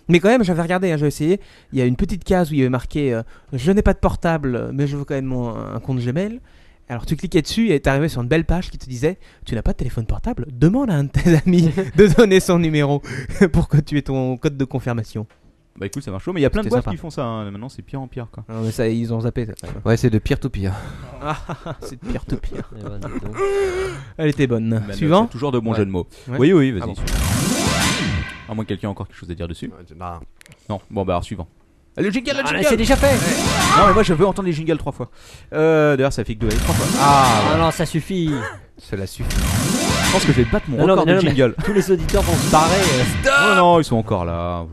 F: Mais quand même, j'avais regardé, hein, j'avais essayé. Il y a une petite case où il y avait marqué euh, Je n'ai pas de portable, mais je veux quand même mon- un compte Gmail. Alors tu cliquais dessus et t'arrivais sur une belle page qui te disait Tu n'as pas de téléphone portable Demande à un de tes amis de donner son numéro pour que tu aies ton code de confirmation.
C: Bah écoute, ça marche chaud, mais il y a plein de
F: C'était
C: boîtes
F: sympa.
C: qui font ça. hein. Maintenant, c'est pire en pire quoi.
F: Non, mais ça, ils ont zappé. ça.
D: Ouais, c'est de pire to pire.
F: C'est de pire de pire. Bah,
E: Eh ben, dis donc.
F: Elle était bonne.
C: Manuel,
F: Suivant
C: c'est Toujours de bons
D: Ouais.
C: jeux de mots.
F: Ouais.
C: Oui, oui, vas-y.
F: Ah bon.
C: suivant. À moins que quelqu'un ait encore quelque chose à dire dessus. Non, bon bah alors suivant. Le jingle, le
E: Ah,
C: jingle
E: c'est déjà fait
C: Non, mais moi je veux entendre les jingles trois fois. Euh, D'ailleurs, ça fait que deux allez, trois fois.
E: Ah non, ça suffit
D: Cela suffit.
C: Je pense que je vais battre mon
E: Non, non,
C: record
E: mais
C: de
E: non, non, mais-
C: jingle.
E: Tous les auditeurs vont se barrer. euh.
C: Non, non, ils sont encore là.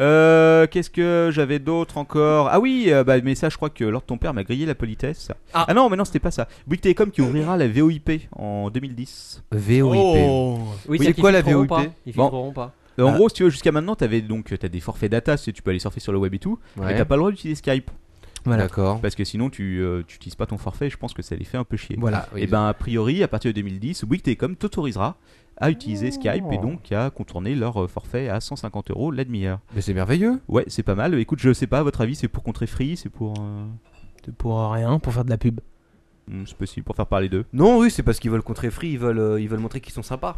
C: Euh, Qu'est-ce que j'avais d'autre encore Ah oui, euh, bah, mais ça, je crois que Lord ton père m'a grillé la politesse. Ah,
F: Ah.
C: non, mais non, c'était pas ça. Bouygues Telecom qui ouvrira la VOIP en 2010.
D: VOIP.
E: Oui,
D: c'est
E: c'est qu'ils
D: quoi la
E: filtreront
D: VOIP?
E: pas. Ils
C: Bon.
E: filtreront pas.
C: Euh, En
D: Ah.
C: gros, si tu veux, jusqu'à maintenant, t'avais donc t'as des forfaits data, si tu peux aller surfer sur le web et tout, mais
D: Ouais.
C: t'as pas le droit d'utiliser Skype
F: Voilà.
D: D'accord.
C: parce que sinon tu euh, tu utilises pas ton forfait. et Je pense que ça les fait un peu chier.
F: Voilà.
D: Ah, oui,
C: et ben a priori, à partir de 2010, Bouygues Telecom t'autorisera à utiliser Skype et donc à contourner leur euh, forfait à 150 euros la demi-heure.
D: Mais c'est merveilleux.
C: Ouais, c'est pas mal. Écoute, je sais pas, à votre avis, c'est pour contrer Free, c'est pour. euh,
F: C'est Pour rien, pour faire de la pub.
C: hmm, C'est possible, pour faire parler d'eux.
D: Non, oui, c'est parce qu'ils veulent contrer Free, ils veulent, euh, ils veulent montrer qu'ils sont sympas.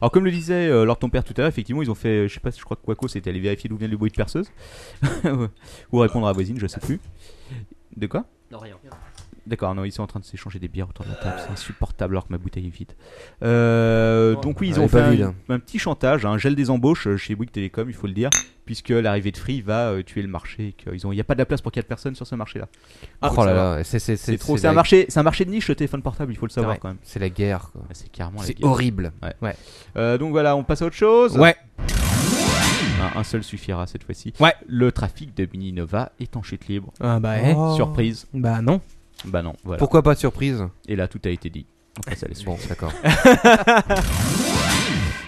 C: Alors, comme le disait euh, Lord ton père tout à l'heure, effectivement, ils ont fait. euh, Je sais pas, je crois que Quaco c'était allé vérifier d'où vient le bruit de perceuse. Ou répondre à la voisine, je sais plus. De quoi
E: Non, rien.
C: D'accord, non, ils sont en train de s'échanger des bières autour de la table, c'est insupportable alors que ma bouteille est vide. Euh, donc oui, ils
D: Elle
C: ont
D: est
C: fait
D: pas vide,
C: un,
D: hein.
C: un petit chantage, un gel des embauches euh, chez Bouygues Télécom, il faut le dire, puisque l'arrivée de Free va euh, tuer le marché, et qu'il n'y a pas de la place pour 4 personnes sur ce marché-là.
D: Ah,
C: Faut
D: oh
C: le
D: là
C: savoir.
D: là, c'est c'est- c'est-
C: C'est trop,
D: c'est
C: c'est un
D: la-
C: marché, c'est un marché de niche le téléphone portable, il faut le savoir
D: Ouais.
C: quand même.
D: C'est la guerre. quoi.
C: Ah, C'est carrément la
D: C'est
C: guerre.
D: horrible.
C: Euh, donc voilà, on passe à autre chose.
F: Ouais.
C: Un, un seul suffira cette fois-ci.
F: Ouais.
C: Le trafic de Mini Nova est en chute libre.
F: Ah bah, eh.
D: Oh.
C: Surprise.
F: bah non.
C: Bah non, voilà.
D: Pourquoi pas de surprise
C: Et là, tout a été dit. On passe à la suite.
D: Bon, d'accord.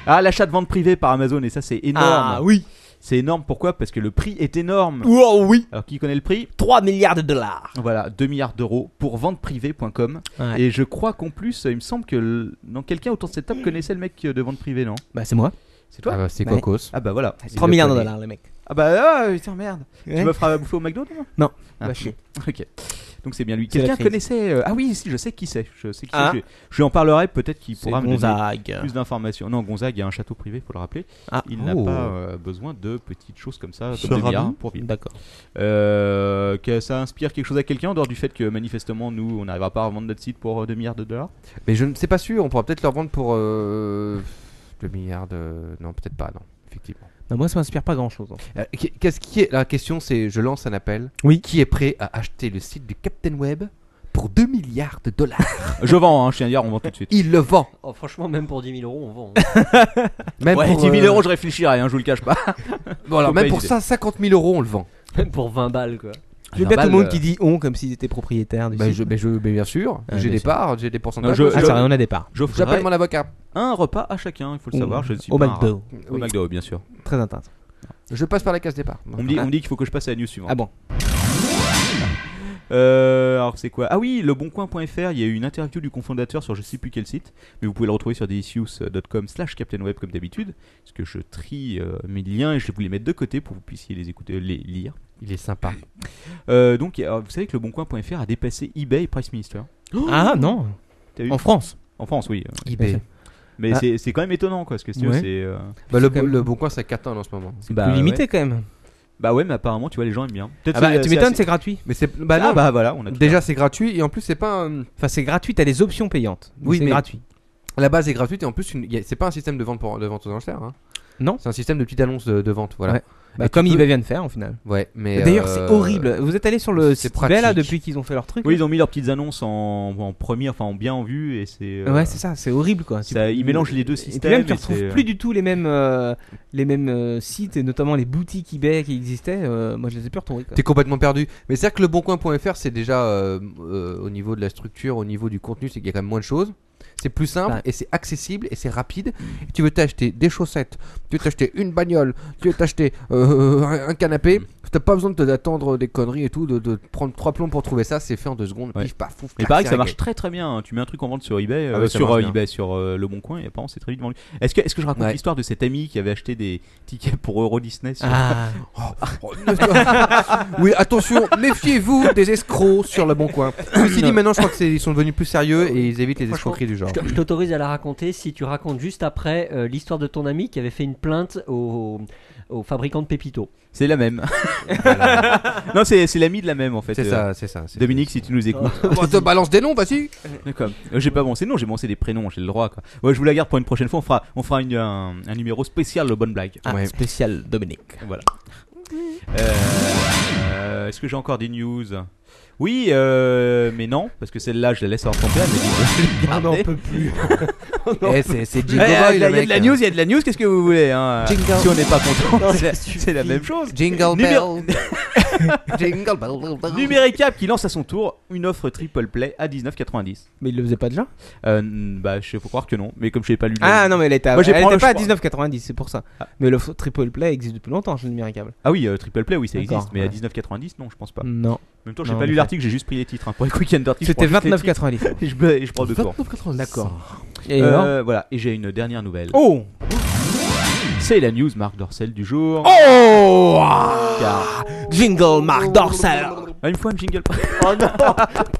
C: Ah, l'achat de vente privée par Amazon, et ça, c'est énorme.
F: Ah, oui.
C: C'est énorme, pourquoi Parce que le prix est énorme.
F: Oh oui.
C: Alors, qui connaît le prix
F: 3 milliards de dollars.
C: Voilà, 2 milliards d'euros pour venteprivée.com.
F: Ouais.
C: Et je crois qu'en plus, il me semble que le- non, quelqu'un autour de cette table connaissait le mec euh, de vente privée, non
F: Bah c'est moi.
C: C'est toi
D: Ah bah, c'est
F: Ouais.
D: quoi cause
C: Ah bah voilà.
F: 3 milliards de dollars les mecs.
C: Ah bah, ah, putain, merde.
F: Ouais.
C: Tu m'offres à bouffer au McDo, toi
F: Non.
C: Ah,
F: Bah, chier.
C: Ok. Donc c'est bien lui.
F: C'est la
C: Quelqu'un
F: crise.
C: connaissait euh, Ah oui, si, je sais qui c'est. Je sais qui
F: Ah.
C: c'est. Je, je lui en parlerai, peut-être qu'il
F: C'est
C: pourra me donner
F: Gonzague.
C: plus d'informations. Non, Gonzague a un château privé, faut le rappeler.
F: Ah.
C: Il n'a
D: Oh.
C: pas euh, besoin de petites choses comme ça,
F: Ce
C: comme de
F: rabbin
C: milliards pour vivre.
F: D'accord.
C: Euh, que ça inspire quelque chose à quelqu'un en dehors du fait que manifestement nous on n'arrivera pas à vendre notre site pour euh, 2 milliards de dollars
D: Mais je ne sais pas sûr, on pourra peut-être leur vendre pour euh, 2 milliards de. Non, peut-être pas, non, effectivement.
F: Non, moi ça m'inspire pas hein. grand chose.
D: Euh, qui- Qu'est-ce qui est. La question, c'est je lance un appel.
F: Oui.
D: Qui est prêt à acheter le site du Captain Web pour pour 2 milliards de dollars.
C: Je vends, hein, je tiens à dire, on vend tout de suite.
D: Il le vend.
E: Oh, franchement, même pour 10 000 euros, on vend. hein.
D: Même
C: ouais,
D: pour,
C: 10 000
D: euh,
C: euros, je réfléchirai, hein, je vous le cache pas.
D: bon, alors,
C: faut pas
D: même pour
C: hésiter.
D: ça, 50 000 euros, on le vend.
E: même pour 20 balles, quoi.
F: J'aime bien tout le monde qui dit on comme s'ils étaient propriétaires du
D: Bah,
F: site.
D: je, mais je- mais bien sûr,
F: Ah,
D: j'ai
F: bien
D: des
F: sûr.
D: parts, j'ai des
C: Non,
D: pourcentages.
C: je-
D: moi,
F: Ah,
D: je-
F: c'est vrai, on a des parts.
C: J'offrirai
D: J'appelle mon avocat.
C: un repas à chacun, il faut le savoir, je ne suis
F: Au
C: pas un rat.
F: McDo.
C: Au
D: Oui.
C: McDo, bien sûr.
F: Très intense.
D: Je passe par la case départ.
C: On me dit, on me dit qu'il faut que je passe à la news suivante.
F: Ah bon
C: Euh, alors c'est quoi Ah oui, leboncoin.fr, il y a eu une interview du cofondateur sur je sais plus quel site, mais vous pouvez le retrouver sur theissues.com slash captainweb comme d'habitude, parce que je trie euh, mes liens et je vais vous les mettre de côté pour que vous puissiez les écouter, les lire.
D: Il est sympa.
C: Euh, donc alors, vous savez que leboncoin.fr a dépassé eBay et Price Minister.
F: Ah non
C: T'as eu
F: En France
C: En France, oui.
D: eBay.
C: Mais
F: Ah.
C: c'est- c'est quand même étonnant quoi, parce que si tu veux,
F: Ouais.
C: c'est... euh,
D: Bah, le,
F: C'est quand même-
D: le bon coin, ça cartonne en ce moment.
C: bah,
F: Plus
C: ouais.
F: limité quand même.
C: Bah ouais, mais apparemment, tu vois, les gens aiment bien. Peut-être
F: Ah bah,
C: c'est-
F: tu
C: c'est
F: m'étonnes,
C: assez-
F: c'est gratuit.
D: Mais c'est. Bah,
C: Ah
D: non.
C: bah voilà, on a tout
D: Déjà, c'est gratuit et en plus, c'est pas un-
F: Enfin, c'est gratuit, t'as des options payantes.
D: Oui,
F: Oui, c'est
D: mais-
F: gratuit.
D: La base est gratuite et en plus, une- y a- c'est pas un système de vente, pour- de vente aux enchères. hein.
F: Non.
D: C'est un système de petite annonce de, de vente, voilà. Ouais,
F: Ouais. Bah,
D: tu
F: comme
D: peux-
F: eBay vient de faire, au final.
D: mais.
F: D'ailleurs,
D: euh,
F: c'est horrible. Vous êtes allé sur le
D: c'est
F: site eBay, là,
D: pratique.
F: depuis qu'ils ont fait leur truc hein.
C: Oui,
F: là
C: ils ont mis leurs petites annonces en, en premier, enfin en bien en vue, et c'est. euh,
F: Ouais, c'est ça, c'est horrible quoi.
C: ça- ils mélangent les deux
F: Et
C: systèmes.
F: puis même, tu
C: et
F: retrouves
C: c'est-
F: plus du tout les mêmes, euh, les mêmes euh, sites et notamment les boutiques eBay qui existaient. euh, moi, je les ai plus retrouvés. quoi.
D: T'es complètement perdu. Mais c'est vrai que leboncoin.fr, c'est déjà euh, euh, au niveau de la structure, au niveau du contenu, c'est qu'il y a quand même moins de choses. C'est plus simple
F: Ouais.
D: et c'est accessible et c'est rapide. Tu veux t'acheter des chaussettes, tu veux t'acheter une bagnole, tu veux t'acheter euh, un, un canapé.
F: Mm.
D: T'as pas besoin de te- d'attendre des conneries et tout, de, de prendre trois plombs pour trouver ça. C'est fait en deux secondes.
C: Ouais.
D: Pif, paf, fouf,
C: Mais
D: clac,
C: pareil,
D: c'est
C: ça marche
D: réglé.
C: très très bien. hein. Tu mets un truc en vente sur eBay,
D: Ah
C: euh,
D: ouais, ça
C: sur
D: marche
C: euh,
D: bien.
C: eBay, sur euh, Le Bon Coin, et apparemment c'est très vite vendu. Est-ce que, est-ce que je raconte
D: Ouais.
C: l'histoire de cet ami qui avait acheté des tickets pour Euro Disney sur-
F: Ah,
D: Oh, ne- oui, attention, méfiez-vous des escrocs sur le bon coin. Ceci dit, maintenant, je crois qu'ils sont devenus plus sérieux et ils évitent les
E: Franchement,
D: escroqueries du genre.
E: Je t- Je t'autorise à la raconter si tu racontes juste après euh, l'histoire de ton ami qui avait fait une plainte au, au fabricant de Pépito.
C: C'est la même.
D: Voilà.
C: non, c'est, c'est Oh. l'ami de la même en fait.
D: C'est
C: euh,
D: ça, c'est ça. c'est-
C: Dominique, si tu nous écoutes.
D: On te balance des noms, vas-y.
C: D'accord. Euh, J'ai pas pensé, non, j'ai pensé des prénoms, j'ai le droit quoi. Ouais, je vous la garde pour une prochaine fois. On fera, on fera une, un, un numéro spécial de Bonne Blague.
F: ah,
D: Ouais.
F: spécial Dominique.
C: Voilà.
F: Mm-hmm.
C: Euh, euh, Est-ce que j'ai encore des news Oui, euh, mais non, parce que celle-là, je la laisse en tomber. elle me dit-
F: Ah, on n'en peut plus.
D: Eh, c'est c'est
C: Eh,
D: Jingle
C: Il y a
D: Bell,
C: il y a
D: le mec.
C: de la news, il y a de la news, qu'est-ce que vous voulez hein
F: Jingle.
C: Si on n'est pas content,
E: Non,
C: c'est la-
E: ça suffit.
C: c'est la même chose.
D: Jingle
C: Numéro-
D: Bell. Jingle Bell.
C: Numéricable qui lance à son tour une offre triple play à 19,90.
F: Mais il le faisait pas déjà
C: Euh, n- bah, je faut croire que non, mais comme je l'ai pas lu.
F: Ah
C: le-
F: non, mais elle était, à-
C: Moi, j'ai
F: elle
C: prends-
F: était pas à
C: je
F: 19,90, c'est pour ça.
C: Ah.
F: Mais le f- triple play existe depuis longtemps chez Numéricable.
C: Ah oui, euh, triple play, oui, ça
F: D'accord,
C: existe, mais à
F: ouais.
C: 19,90, non, je pense pas. En
F: Non.
C: même temps, j'ai
F: Non,
C: pas
F: en
C: lu
F: effet.
C: l'article, j'ai juste pris les titres. hein. Pour les Quick and Dirty, je
F: C'était
C: prends juste les titres
F: 29,90.
C: Et je, et je prends deux tours.
F: D'accord. Et alors
C: Euh, voilà, et j'ai une dernière nouvelle.
F: Oh
C: C'est la news Marc Dorcel du jour.
F: Oh
C: Car-
F: Jingle Marc Dorcel
C: Ah, une fois un jingle.
E: Oh non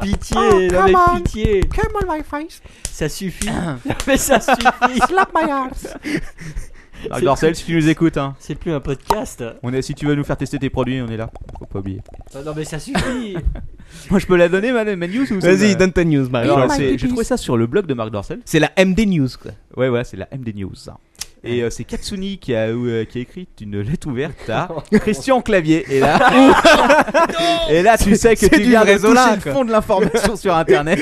E: Pitié, non mais pitié Come on my face Ça suffit Mais ça suffit
C: Marc Dorcel, si tu nous écoutes, hein.
E: C'est plus un podcast
C: On est, si tu veux nous faire tester tes produits, on est là. Faut pas oublier.
E: Bah Non, non mais ça suffit
C: Moi, je peux la donner, ma, ma news ou ça
F: Vas-y,
C: me-
F: donne ta news, Marc.
C: Alors,
F: Dorcel.
C: c'est- j'ai trouvé ça sur le blog de Marc Dorcel.
F: C'est la MD News, quoi.
C: Ouais, voilà, c'est la MD News. ça. Et euh, c'est Katsuni qui a, euh, qui a écrit une lettre ouverte à Christian Clavier. Et là, et là tu sais que
F: c'est
C: tu
F: du
C: viens de
F: vrai Zola,
C: toucher le
F: quoi.
C: fond de l'information sur Internet.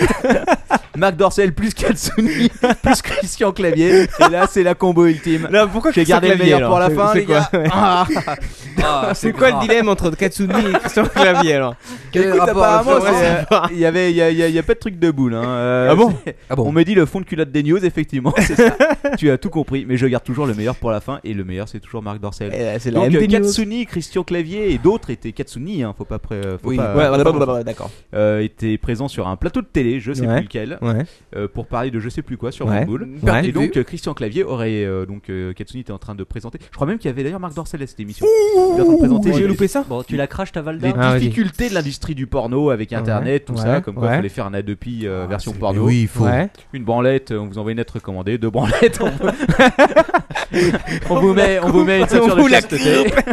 C: Marc Dorcel plus Katsuni plus Christian Clavier. Et là, c'est la combo ultime.
F: Là, pourquoi
C: J'ai gardé le meilleur pour la fin, les gars. Ah,
B: Ah,
F: C'est quoi le dilemme entre Katsuni et Christian Clavier alors
D: Quel
C: écoute,
D: rapport
C: apparemment,
D: avec Florence
C: c'est, euh, il y avait, il y a, il y a- il y a pas de truc de boule. Hein. Euh,
F: Ah bon
C: c'est-
D: Ah bon
C: On me dit le fond de culotte des news, effectivement. C'est ça. tu as tout compris, mais je garde toujours le meilleur pour la fin, et le meilleur, c'est toujours Marc Dorcel.
F: Eh, C'est
C: Donc euh, Katsuni, Christian Clavier et d'autres étaient Katsuni, hein, faut pas, pré- euh, faut
F: Oui,
C: pas-
F: ouais, blablabla, d'accord.
C: euh, étaient présents sur un plateau de télé, je sais
F: Ouais.
C: plus lequel,
F: Ouais.
C: euh, pour parler de je sais plus quoi sur
F: Ouais.
C: Red Bull.
F: Ouais.
C: Et donc euh, Christian Clavier aurait euh, donc euh, Katsuni était en train de présenter. Je crois même qu'il y avait d'ailleurs Marc Dorcel à cette émission. Il était en train de présenter
F: J'ai
C: les-
F: loupé ça
E: Bon, tu la craches ta Valda
C: les
F: Ah, vas-y.
C: difficultés de l'industrie du porno avec internet, tout
F: Ouais,
C: ça, comme quoi il
F: ouais. Ah,
C: fallait faire un Adopi euh, version
D: Mais
C: porno.
D: Oui, il faut.
F: Ouais.
C: Une branlette, euh, on vous envoie une lettre commandée, deux branlettes, on, vous- on vous met, on vous met une ceinture
F: On vous
C: de
F: la
C: chasteté.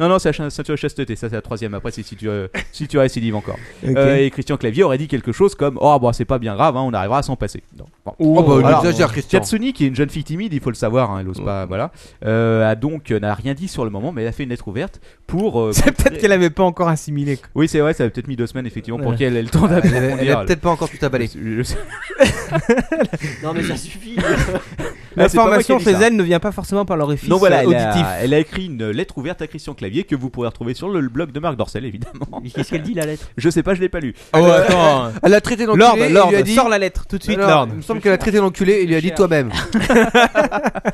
C: Non, non, c'est la cha- ceinture de chasteté, ça c'est la troisième. Après, c'est si tu, euh, si tu récidives encore. Euh, et Christian Clavier aurait dit quelque chose comme Oh, bon, c'est pas bien grave, hein, on arrivera à s'en passer. Non. Bon.
D: Oh, bah, il
C: Alors,
D: exagère, Christian.
C: Katsuni, qui est une jeune fille timide, il faut le savoir, hein, elle ose pas, voilà, euh, a donc euh, n'a rien dit sur le moment, mais elle a fait une lettre ouverte pour. euh,
F: C'est peut-être qu'elle avait pas encore assimilé. quoi.
C: Oui, c'est vrai, ça a peut-être mis deux semaines effectivement pour
F: Ouais.
C: qu'elle ait le temps
D: Elle avait- elle
C: d'approfondir.
D: a peut-être pas encore tout avalé.
C: Je sais-
E: Non, mais ça suffit.
C: Ah, c'est pas moi qui ai
F: L'information
C: dit
F: chez
C: ça.
F: elle ne vient pas forcément par l'orifice
C: Non voilà,
F: euh,
C: elle
F: auditif.
C: a, elle a écrit une lettre ouverte à Christian Clavier que vous pourrez retrouver sur le blog de Marc Dorcel évidemment.
E: Mais Qu'est-ce qu'elle dit la lettre
C: Je sais pas, je l'ai pas lu.
F: Oh, attends.
D: Ah Elle l'a traité
F: Lord,
D: d'enculé.
F: Lord,
D: il lui a dit.
F: sors la lettre tout de suite,
D: Alors,
F: Lord.
D: il me semble qu'elle a traité d'enculé et il lui a dit
E: Cher.
D: toi-même.
C: Ah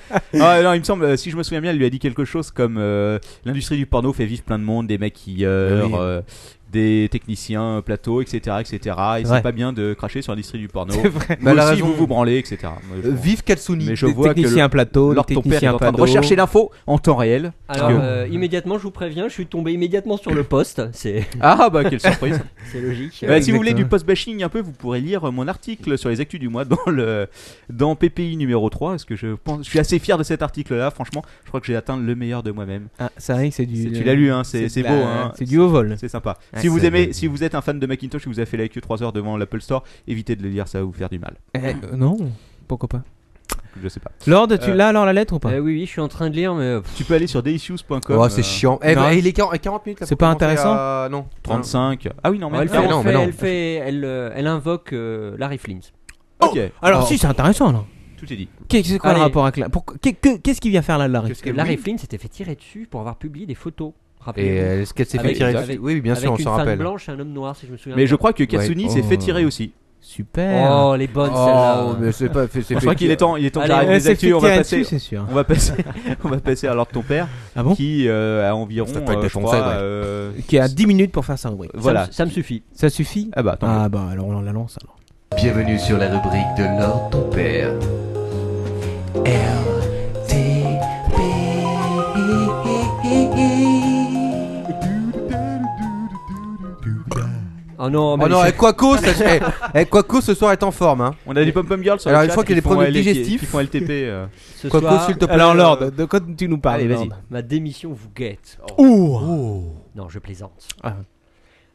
C: non, il me semble, euh, si je me souviens bien, elle lui a dit quelque chose comme euh, l'industrie du porno fait vivre plein de monde, des maquilleurs,
D: Oui.
C: euh, des techniciens, euh, plateaux, etc., etc. Et
F: vrai.
C: c'est pas bien de cracher sur l'industrie du porno.
F: C'est vrai.
C: Vous
D: elle a
C: aussi,
D: raison.
C: vous vous branlez, etc. Moi, je
D: Euh,
C: comprends.
D: Vive Katsuni.
C: Mais je
F: Des
C: vois que
F: techniciens
C: le,
F: plateau,
C: leur
F: des
C: ton père est
F: techniciens
C: en train de
F: paddle.
C: rechercher l'info en temps réel.
E: Alors,
C: Que-
E: euh, immédiatement, je vous préviens, je suis tombé immédiatement sur le poste. C'est
C: Ah bah quelle surprise.
E: c'est logique.
C: Bah, si vous voulez du
F: exactement.
C: post-bashing un peu, vous pourrez lire euh, mon article sur les actus du mois dans le dans PPI numéro 3 parce que je pense je suis assez fier de cet article là, franchement, je crois que j'ai atteint le meilleur de moi-même.
F: Ah, c'est vrai que c'est du.
C: C'est- Tu l'as lu hein, c'est
F: de
C: c'est beau
F: la-
C: hein.
F: C'est du haut vol.
C: C'est sympa.
F: Ouais,
C: si vous
F: c'est-
C: aimez, si vous êtes un fan de Macintosh et vous avez fait la queue 3 heures devant l'Apple Store, évitez de le lire, ça va vous faire du mal.
F: Euh, non, pourquoi pas.
C: Je sais pas.
F: Lord, tu
C: Euh,
F: l'as alors la lettre ou pas
E: Euh, oui, oui, je suis en train de lire, mais euh, pff,
C: Tu peux aller sur delicious.com.
D: Oh, c'est
C: euh,
D: chiant. Eh,
F: non.
D: bah, il est 40, 40 minutes là.
F: C'est
D: faut
F: pas
D: commencer
F: intéressant
D: à- Non.
C: 35. Ah oui, non mais
E: elle, fait,
D: mais non,
E: elle, fait-
D: mais non.
E: elle fait- elle, euh, elle invoque euh, Larry Flint.
C: OK.
F: Alors,
D: Oh.
F: Ah, si, c'est intéressant là.
C: Tout est dit.
F: Qu'est- C'est quoi
E: Allez.
F: le rapport avec la. pourquoi- qu'est- que- Qu'est-ce qu'il vient faire là, Larry
D: Qu'est-ce
E: Que
D: qu'elle-
E: Larry
D: oui.
E: Flint s'était fait tirer dessus pour avoir publié des photos.
D: Et
E: Rappelez-vous.
D: euh, est-ce qu'elle s'est fait
E: Avec-
D: tirer
E: avec-
D: dessus Oui, bien
E: Avec
D: sûr, on
E: une
D: s'en
E: femme
D: rappelle.
E: blanche et un homme noir, si je me souviens
C: Mais
E: bien.
C: je crois que Katsuni
D: Ouais.
C: s'est fait
D: Oh.
C: tirer aussi.
F: Super.
E: Oh, les bonnes,
D: Oh,
E: celles-là.
D: mais c'est pas. c'est- c'est
C: Je
D: fait
C: crois qu'il est temps, il est temps
E: Allez,
C: d'arriver
F: Elle
C: les
F: s'est fait
C: actus, on va
F: tirer
C: passer
F: dessus, c'est sûr.
C: On va passer, on va passer à l'heure de ton père,
F: Ah bon
C: qui euh, a environ,
D: Ça t'attaque
C: euh,
D: des
C: je
D: conseils,
C: crois,
D: ouais.
C: euh,
F: Qui a 10 minutes pour faire sa rubrique.
E: Ça
C: voilà.
E: me- Ça me suffit.
F: Ça suffit
C: Ah bah attends.
F: Ah bah alors on la lance alors.
H: Bienvenue sur la rubrique de Lord ton père.
E: Oh non, mais
D: Oh non,
E: les-
D: eh, Quaco, ça- eh, eh, Quaco ce soir est en forme. Hein.
C: On a des pom pom girls sur
D: Alors,
C: le
D: je
C: chat
D: crois qu'il y a
C: qui
D: des
C: font
D: problèmes
C: L- qui-
D: digestifs.
C: Qui font LTP. euh.
E: ce
D: Quaco,
E: soir,
D: s'il te plaît.
F: Alors, Lord,
D: euh,
F: de quoi tu nous parles
C: Allez, vas-y.
F: Lord
E: ma démission vous guette. Oh.
F: Ouh
E: Non, je plaisante.
F: Ah.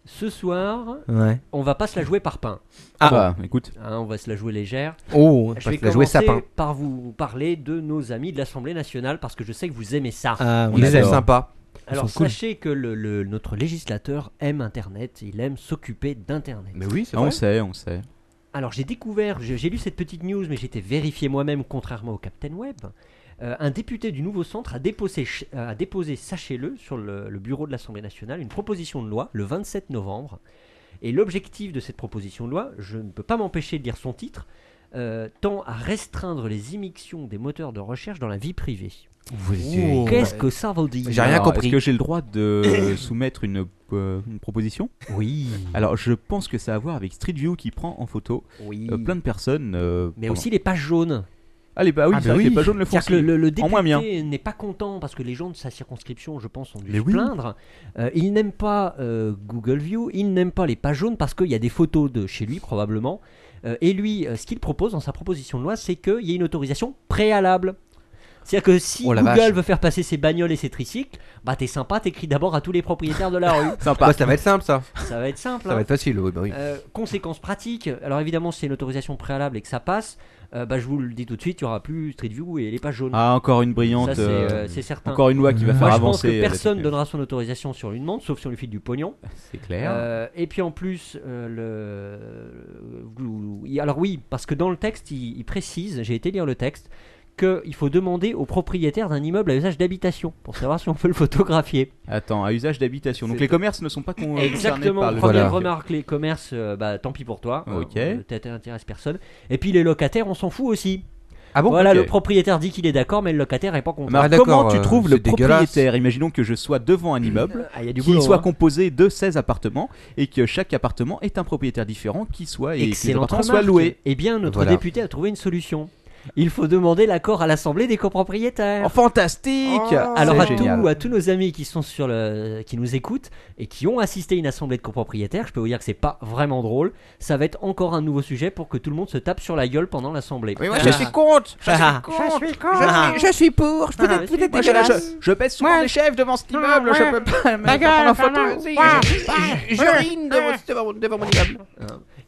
E: Ce soir,
F: Ouais.
E: on va pas se la jouer par pain.
C: Ah bah, écoute.
E: hein, on va se la jouer légère.
F: Oh
E: Je
D: va
E: vais
D: se la jouer
E: commencer
D: sapin.
E: par vous parler de nos amis de l'Assemblée nationale parce que je sais que vous aimez ça.
F: Ah,
D: On
F: on les
D: est
F: aime.
D: sympa.
E: Alors
F: sont cool.
E: sachez que le, le- notre législateur aime Internet, il aime s'occuper d'Internet.
D: Mais oui, c'est
C: Ah, on sait, on sait.
E: Alors j'ai découvert, j'ai j'ai lu cette petite news, mais j'étais vérifié moi-même, contrairement au Captain Web. Euh, un député du nouveau centre a déposé, ch- euh, a déposé sachez-le, sur le, le bureau de l'Assemblée nationale, une proposition de loi le 27 novembre. Et l'objectif de cette proposition de loi, je ne peux pas m'empêcher de lire son titre, euh, tend à restreindre les immixtions des moteurs de recherche dans la vie privée.
F: Oh.
E: Qu'est-ce que ça veut dire
D: J'ai rien
C: Alors,
D: compris.
C: Est-ce que j'ai le droit de soumettre une, euh, une proposition
E: Oui,
C: Alors, je pense que ça a à voir avec Street View qui prend en photo
E: oui.
C: euh, plein de personnes. euh,
E: Mais
C: pendant-
E: aussi les pages jaunes.
C: Ah, les bah oui,
D: Ah,
C: c'est
D: bah
C: vrai que
D: oui.
C: les pas jaunes le font.
E: C'est-à-dire que le, le- le
C: En moins bien.
E: député n'est pas content parce que les gens de sa circonscription, je pense, ont dû
C: Mais
E: se
C: oui.
E: plaindre. Euh, il n'aime pas euh, Google View, il n'aime pas les pages jaunes parce qu'il y a des photos de chez lui probablement. Euh, et lui, euh, ce qu'il propose dans sa proposition de loi, c'est qu'il y ait une autorisation préalable. C'est-à-dire que si
D: Oh la
E: Google
D: vache.
E: veut faire passer ses bagnoles et ses tricycles, bah t'es sympa, t'écris d'abord à tous les propriétaires de la rue.
D: Sympa. ça va être simple, ça.
E: Ça va être simple.
D: Ça
E: hein.
D: va être facile. Oui, bah oui.
E: Euh, conséquences pratiques, alors évidemment, si c'est une autorisation préalable et que ça passe, euh, bah, je vous le dis tout de suite, il n'y aura plus Street View et les pages jaunes.
C: Ah, encore une brillante.
E: ça, c'est
C: euh,
E: euh, c'est certain. Ah.
C: Encore une loi qui va
F: Moi,
C: faire
E: Moi, je pense
C: avancer.
E: que
C: euh, la
E: personne
C: technologie.
E: donnera son autorisation sur une demande, sauf si on lui file du pognon.
C: C'est clair.
E: Euh, et puis en plus, euh, le... vous- il- alors oui, parce que dans le texte, il, il précise, j'ai été lire le texte, qu'il faut demander au propriétaire d'un immeuble à usage d'habitation pour savoir si on peut le photographier.
C: Attends, à usage d'habitation. Donc
D: c'est-
C: les commerces ne sont pas con- concernés
E: Exactement,
C: par
E: première
C: le
D: Voilà.
E: remarque, les commerces, euh, bah, tant pis pour toi, euh,
C: Ok.
E: peut-être intéresse personne. Et puis les locataires, on s'en fout aussi.
D: Ah bon
E: voilà,
C: ok.
E: le propriétaire dit qu'il est d'accord, mais le locataire est pas content.
C: Mais alors,
D: Ah, d'accord,
C: comment tu
D: euh,
C: trouves
D: c'est
C: le
D: dégueulasse. Mmh.
C: propriétaire Imaginons que je sois devant un immeuble
E: Ah, il y a du
C: qui
E: boulot,
C: soit
E: hein.
C: composé de 16 appartements et que chaque appartement est un propriétaire différent qui soit et que les
E: Excellente
C: appartements soient
E: remarque.
C: loués.
E: Eh bien, notre
D: Voilà.
E: député a trouvé une solution. Il faut demander l'accord à l'assemblée des copropriétaires.
F: Oh, fantastique
E: Alors à,
C: C'est génial.
E: tous- à tous nos amis qui sont sur le, qui nous écoutent et qui ont assisté à une assemblée de copropriétaires, je peux vous dire que c'est pas vraiment drôle. Ça va être encore un nouveau sujet pour que tout le monde se tape sur la gueule pendant l'assemblée.
F: moi, je suis contre Je suis contre Je suis, pour Je peux
E: Ah,
F: être-
E: c'est
F: vous êtes
E: moi,
F: dégueulasse.
C: Je pèse souvent des chefs devant cet immeuble, je peux pas me prendre en photo aussi.
B: J'urine devant, devant mon immeuble.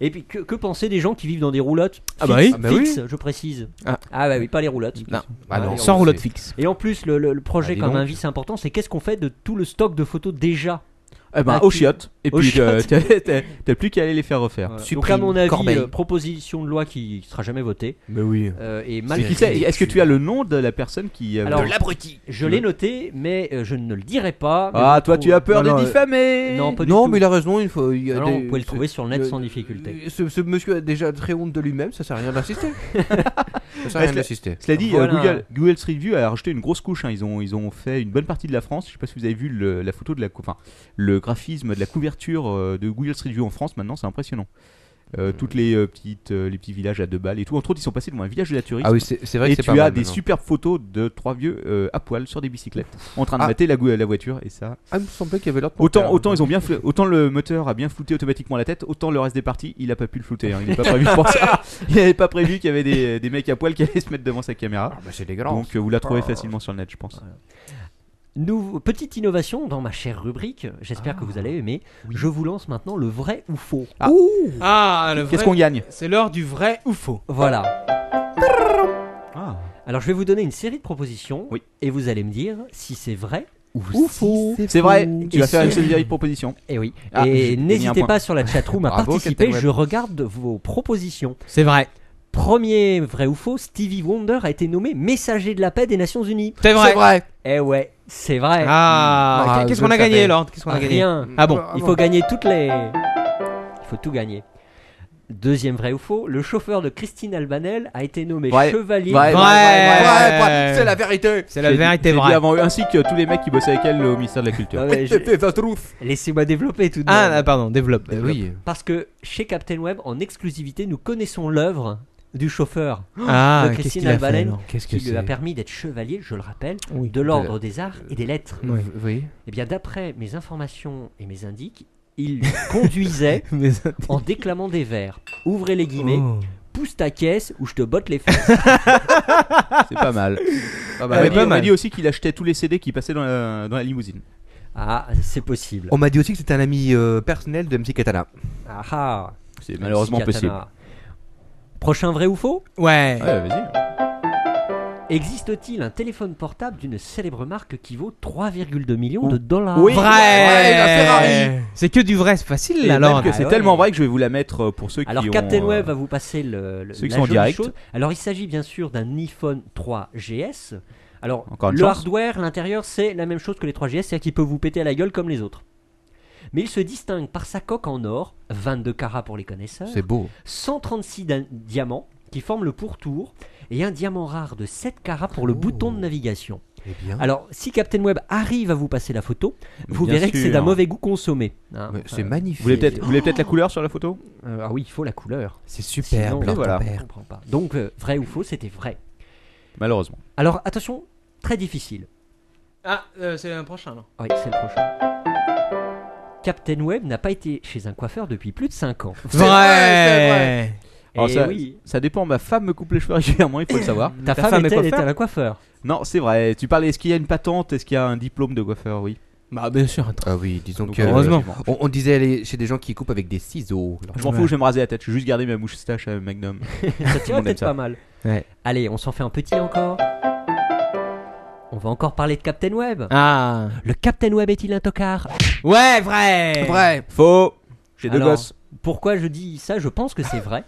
E: Et puis que, que penser des gens qui vivent dans des roulottes
F: Ah bah oui.
E: Fixes,
D: Ah bah oui.
E: fixes, je précise.
F: Ah.
E: bah oui, pas les roulottes.
F: Non.
D: Ah non,
F: Sans
D: c'est-
F: roulotte fixe.
E: Et en plus, le, le- le projet
D: Ah, dis
E: comme
D: donc.
E: un vice important, c'est qu'est-ce qu'on fait de tout le stock de photos déjà
C: Eh ben,
E: Ah,
C: au
E: tu-
C: chiottes. Et
E: aux
C: puis, euh,
E: chiottes.
C: t'as- t'as t'as plus qu'à aller les faire refaire.
E: Donc à
F: Supprime,
E: mon avis,
F: corbeille.
E: euh, proposition de loi qui sera jamais votée.
D: Mais oui.
E: euh, et
C: Mais
E: mal
C: qui sait, est-ce que tu as le nom de la personne qui. euh,
E: Alors,
C: veut-
E: Je l'ai noté, mais euh, je ne le dirai pas. mais
C: ah,
E: vous
C: toi,
E: le
C: tu as peur
D: Non, non,
C: de
D: euh,
C: diffamer
E: Non, pas du
D: Non,
E: tout.
D: mais il a raison, il faut. Il y a
E: Alors,
D: des-
E: vous pouvez le
D: ce-
E: trouver sur le net
D: le-
E: sans difficulté.
D: Ce, ce monsieur a déjà très honte de lui-même, ça sert à rien d'insister. ça sert à
C: Parce
D: rien
C: que-
D: d'insister.
C: Cela dit, euh,
E: Voilà.
C: Google, Google Street View a rajouté une grosse couche. hein. Ils, ont, ils ont fait une bonne partie de la France. Je sais pas si vous avez vu le- la photo de la, cou- enfin, le graphisme de la couverture euh, de Google Street View en France. Maintenant, c'est impressionnant. Euh, Toutes les euh, petites, euh, les petits villages à deux balles et tout. Entre autres, ils sont passés devant un village de la tourisme.
D: Ah oui, c'est c'est vrai
C: et
D: que c'est
C: tu
D: pas
C: as
D: mal
C: des
D: maintenant.
C: superbes photos de trois vieux euh, à poil sur des bicyclettes en train de
D: Ah.
C: mater la, gou- la voiture et ça.
D: Ah, il me semblait qu'il y avait l'autre.
C: Autant,
D: panthère. hein.
C: autant ils ont bien, flou- autant le moteur a bien flouté automatiquement la tête, autant le reste des parties, il a pas pu le flouter. hein. Il n'est pas prévu pour ça. Il n'avait pas prévu qu'il y avait des, des mecs à poil qui allaient se mettre devant sa caméra.
D: Ah, bah, c'est dégueulasse.
C: Donc euh, vous la trouvez facilement sur le net, je pense.
E: Nouveau- petite innovation dans ma chère rubrique. J'espère
C: Ah.
E: que vous allez aimer. Je vous lance maintenant le vrai ou faux.
F: Ah, le
C: Qu'est-ce qu'on gagne
F: C'est l'heure du vrai ou faux.
E: Voilà.
C: ah.
E: Alors je vais vous donner une série de propositions
C: Oui.
E: et vous allez me dire si c'est vrai
C: Ou
E: faux.
C: C'est vrai, tu
E: Et
C: vas faire une
E: c'est-
C: série de propositions.
E: Eh oui. Et
C: Ah, j'ai gagné un
E: n'hésitez
C: point.
E: pas sur la chatroom à
D: Bravo,
E: participer.
D: Captain Web.
E: Je regarde vos propositions.
F: C'est vrai.
E: Premier vrai ou faux, Stevie Wonder a été nommé messager de la paix des Nations Unies.
F: C'est vrai.
E: Eh ouais, c'est vrai.
F: Ah,
D: Ah,
F: qu'est-ce
D: je
F: qu'on a
D: le
F: gagné,
D: savais.
F: Lord Qu'est-ce qu'on a gagné
E: Rien.
F: Ah bon
E: Il faut gagner toutes les. Il faut tout gagner. Deuxième vrai ou faux, le chauffeur de Christine Albanel a été nommé
C: Vrai.
E: chevalier.
C: Vrai.
F: Ouais,
C: ouais,
F: C'est la vérité. C'est la
C: J'ai dit-
F: vérité
C: j'ai dit
F: vraie.
C: avant eux, ainsi que tous les mecs qui bossaient avec elle au ministère de la Culture.
E: Ah ouais, je- Laissez-moi développer tout de
F: Ah,
E: même.
F: là, pardon, développe.
D: Bah oui.
E: Parce que chez Captain Web, en exclusivité, nous connaissons l'œuvre du chauffeur
F: Ah,
E: de
F: qu'est-ce
E: Christine
F: qu'il a fait
E: Albanel
F: alors
D: Qu'est-ce que
E: qui lui
D: c'est
E: a permis d'être chevalier, je le rappelle,
F: Oui.
E: de l'ordre des arts et des lettres.
F: Oui.
D: Oui.
E: Et Eh bien d'après mes informations et mes indices, il conduisait
F: Mais-
E: en déclamant des vers. Ouvrez les guillemets,
F: Oh.
E: pousse ta caisse ou je te botte les fesses.
C: C'est pas mal.
D: Ah,
C: on m'a
F: ouais,
D: bah,
C: dit,
F: pas
C: on m'a
F: mal.
C: dit aussi qu'il achetait tous les CD qui passaient dans la, dans la limousine.
E: Ah, c'est possible.
C: Oh.
D: On m'a dit aussi que c'était un ami euh, personnel de MC Katana.
E: Ah ah
C: C'est malheureusement
E: Petit
C: possible.
E: katana. Prochain vrai ou faux
F: Ouais.
C: Ouais, vas-y.
E: Existe-t-il un téléphone portable d'une célèbre marque qui vaut 3,2 millions de dollars
C: Oh. Oui.
F: Vrai. C'est que du vrai, c'est
C: Et
F: facile
C: même
F: alors.
C: que c'est
E: ouais.
C: tellement vrai que je vais vous la mettre euh, pour ceux
E: Alors
C: qui
E: Captain
C: ont. euh,
E: Web va vous passer le, le-
C: ceux qui
E: la
C: sont en
E: jolie
C: direct.
E: chose. Alors il s'agit bien sûr d'un iPhone 3GS. Alors
C: Encore une
E: le
C: chance.
E: hardware, l'intérieur, c'est la même chose que les 3GS, c'est-à-dire qu'il peut vous péter à la gueule comme les autres. Mais il se distingue par sa coque en or, 22 carats pour les
C: Ah.
E: connaisseurs.
D: C'est beau.
E: 136 di- diamants qui forment le pourtour et un diamant rare de 7 carats pour le bouton de navigation.
D: Eh bien.
E: Alors, si Captain Web arrive à vous passer la photo,
C: Mais
E: vous
C: bien
E: verrez que c'est
C: sûr.
E: d'un mauvais goût consommé. hein.
D: Mais C'est
E: Euh,
D: magnifique.
C: Vous voulez peut-être vous voulez peut-être la couleur sur la photo
E: euh, ah oui, il faut la couleur.
D: C'est superbe.
E: Sinon,
D: Lord
C: voilà.
E: Je
D: Ampère.
E: comprends pas. Donc, euh, vrai ou faux, c'était vrai.
C: Malheureusement.
E: Alors, attention, très difficile.
F: Ah, c'est le prochain.
E: Ah Oui, c'est le prochain. Captain Web n'a pas été chez un coiffeur depuis plus de 5 ans.
F: Vrai.
C: Alors
E: Eh
C: ça,
E: oui.
C: ça dépend. Ma femme me coupe les cheveux régulièrement, il faut le savoir.
E: Ta,
F: Ta
E: femme,
F: femme est
E: est-elle
F: coiffeur
E: était un coiffeur
C: non, c'est vrai. Tu parlais. Est-ce qu'il y a une patente Est-ce qu'il y a un diplôme de coiffeur Oui.
F: Bah bien sûr.
D: Ah oui, disons
C: Donc,
D: que. euh,
F: heureusement.
D: On, on disait aller chez des gens qui coupent avec des ciseaux.
C: Je m'en
F: Ouais.
C: fous, je vais me raser la tête. Je vais juste garder ma moustache à Magnum.
E: Ça
C: Tout le
E: tirait
C: monde aime
E: peut-être
C: ça.
E: pas mal.
F: Ouais.
E: Allez, on s'en fait un petit encore. On va encore parler de Captain Web.
F: Ah.
E: Le Captain Web est-il un tocard
F: Ouais, vrai.
D: Vrai.
C: Faux. J'ai deux
E: Alors,
C: gosses.
E: Pourquoi je dis ça Je pense que c'est vrai.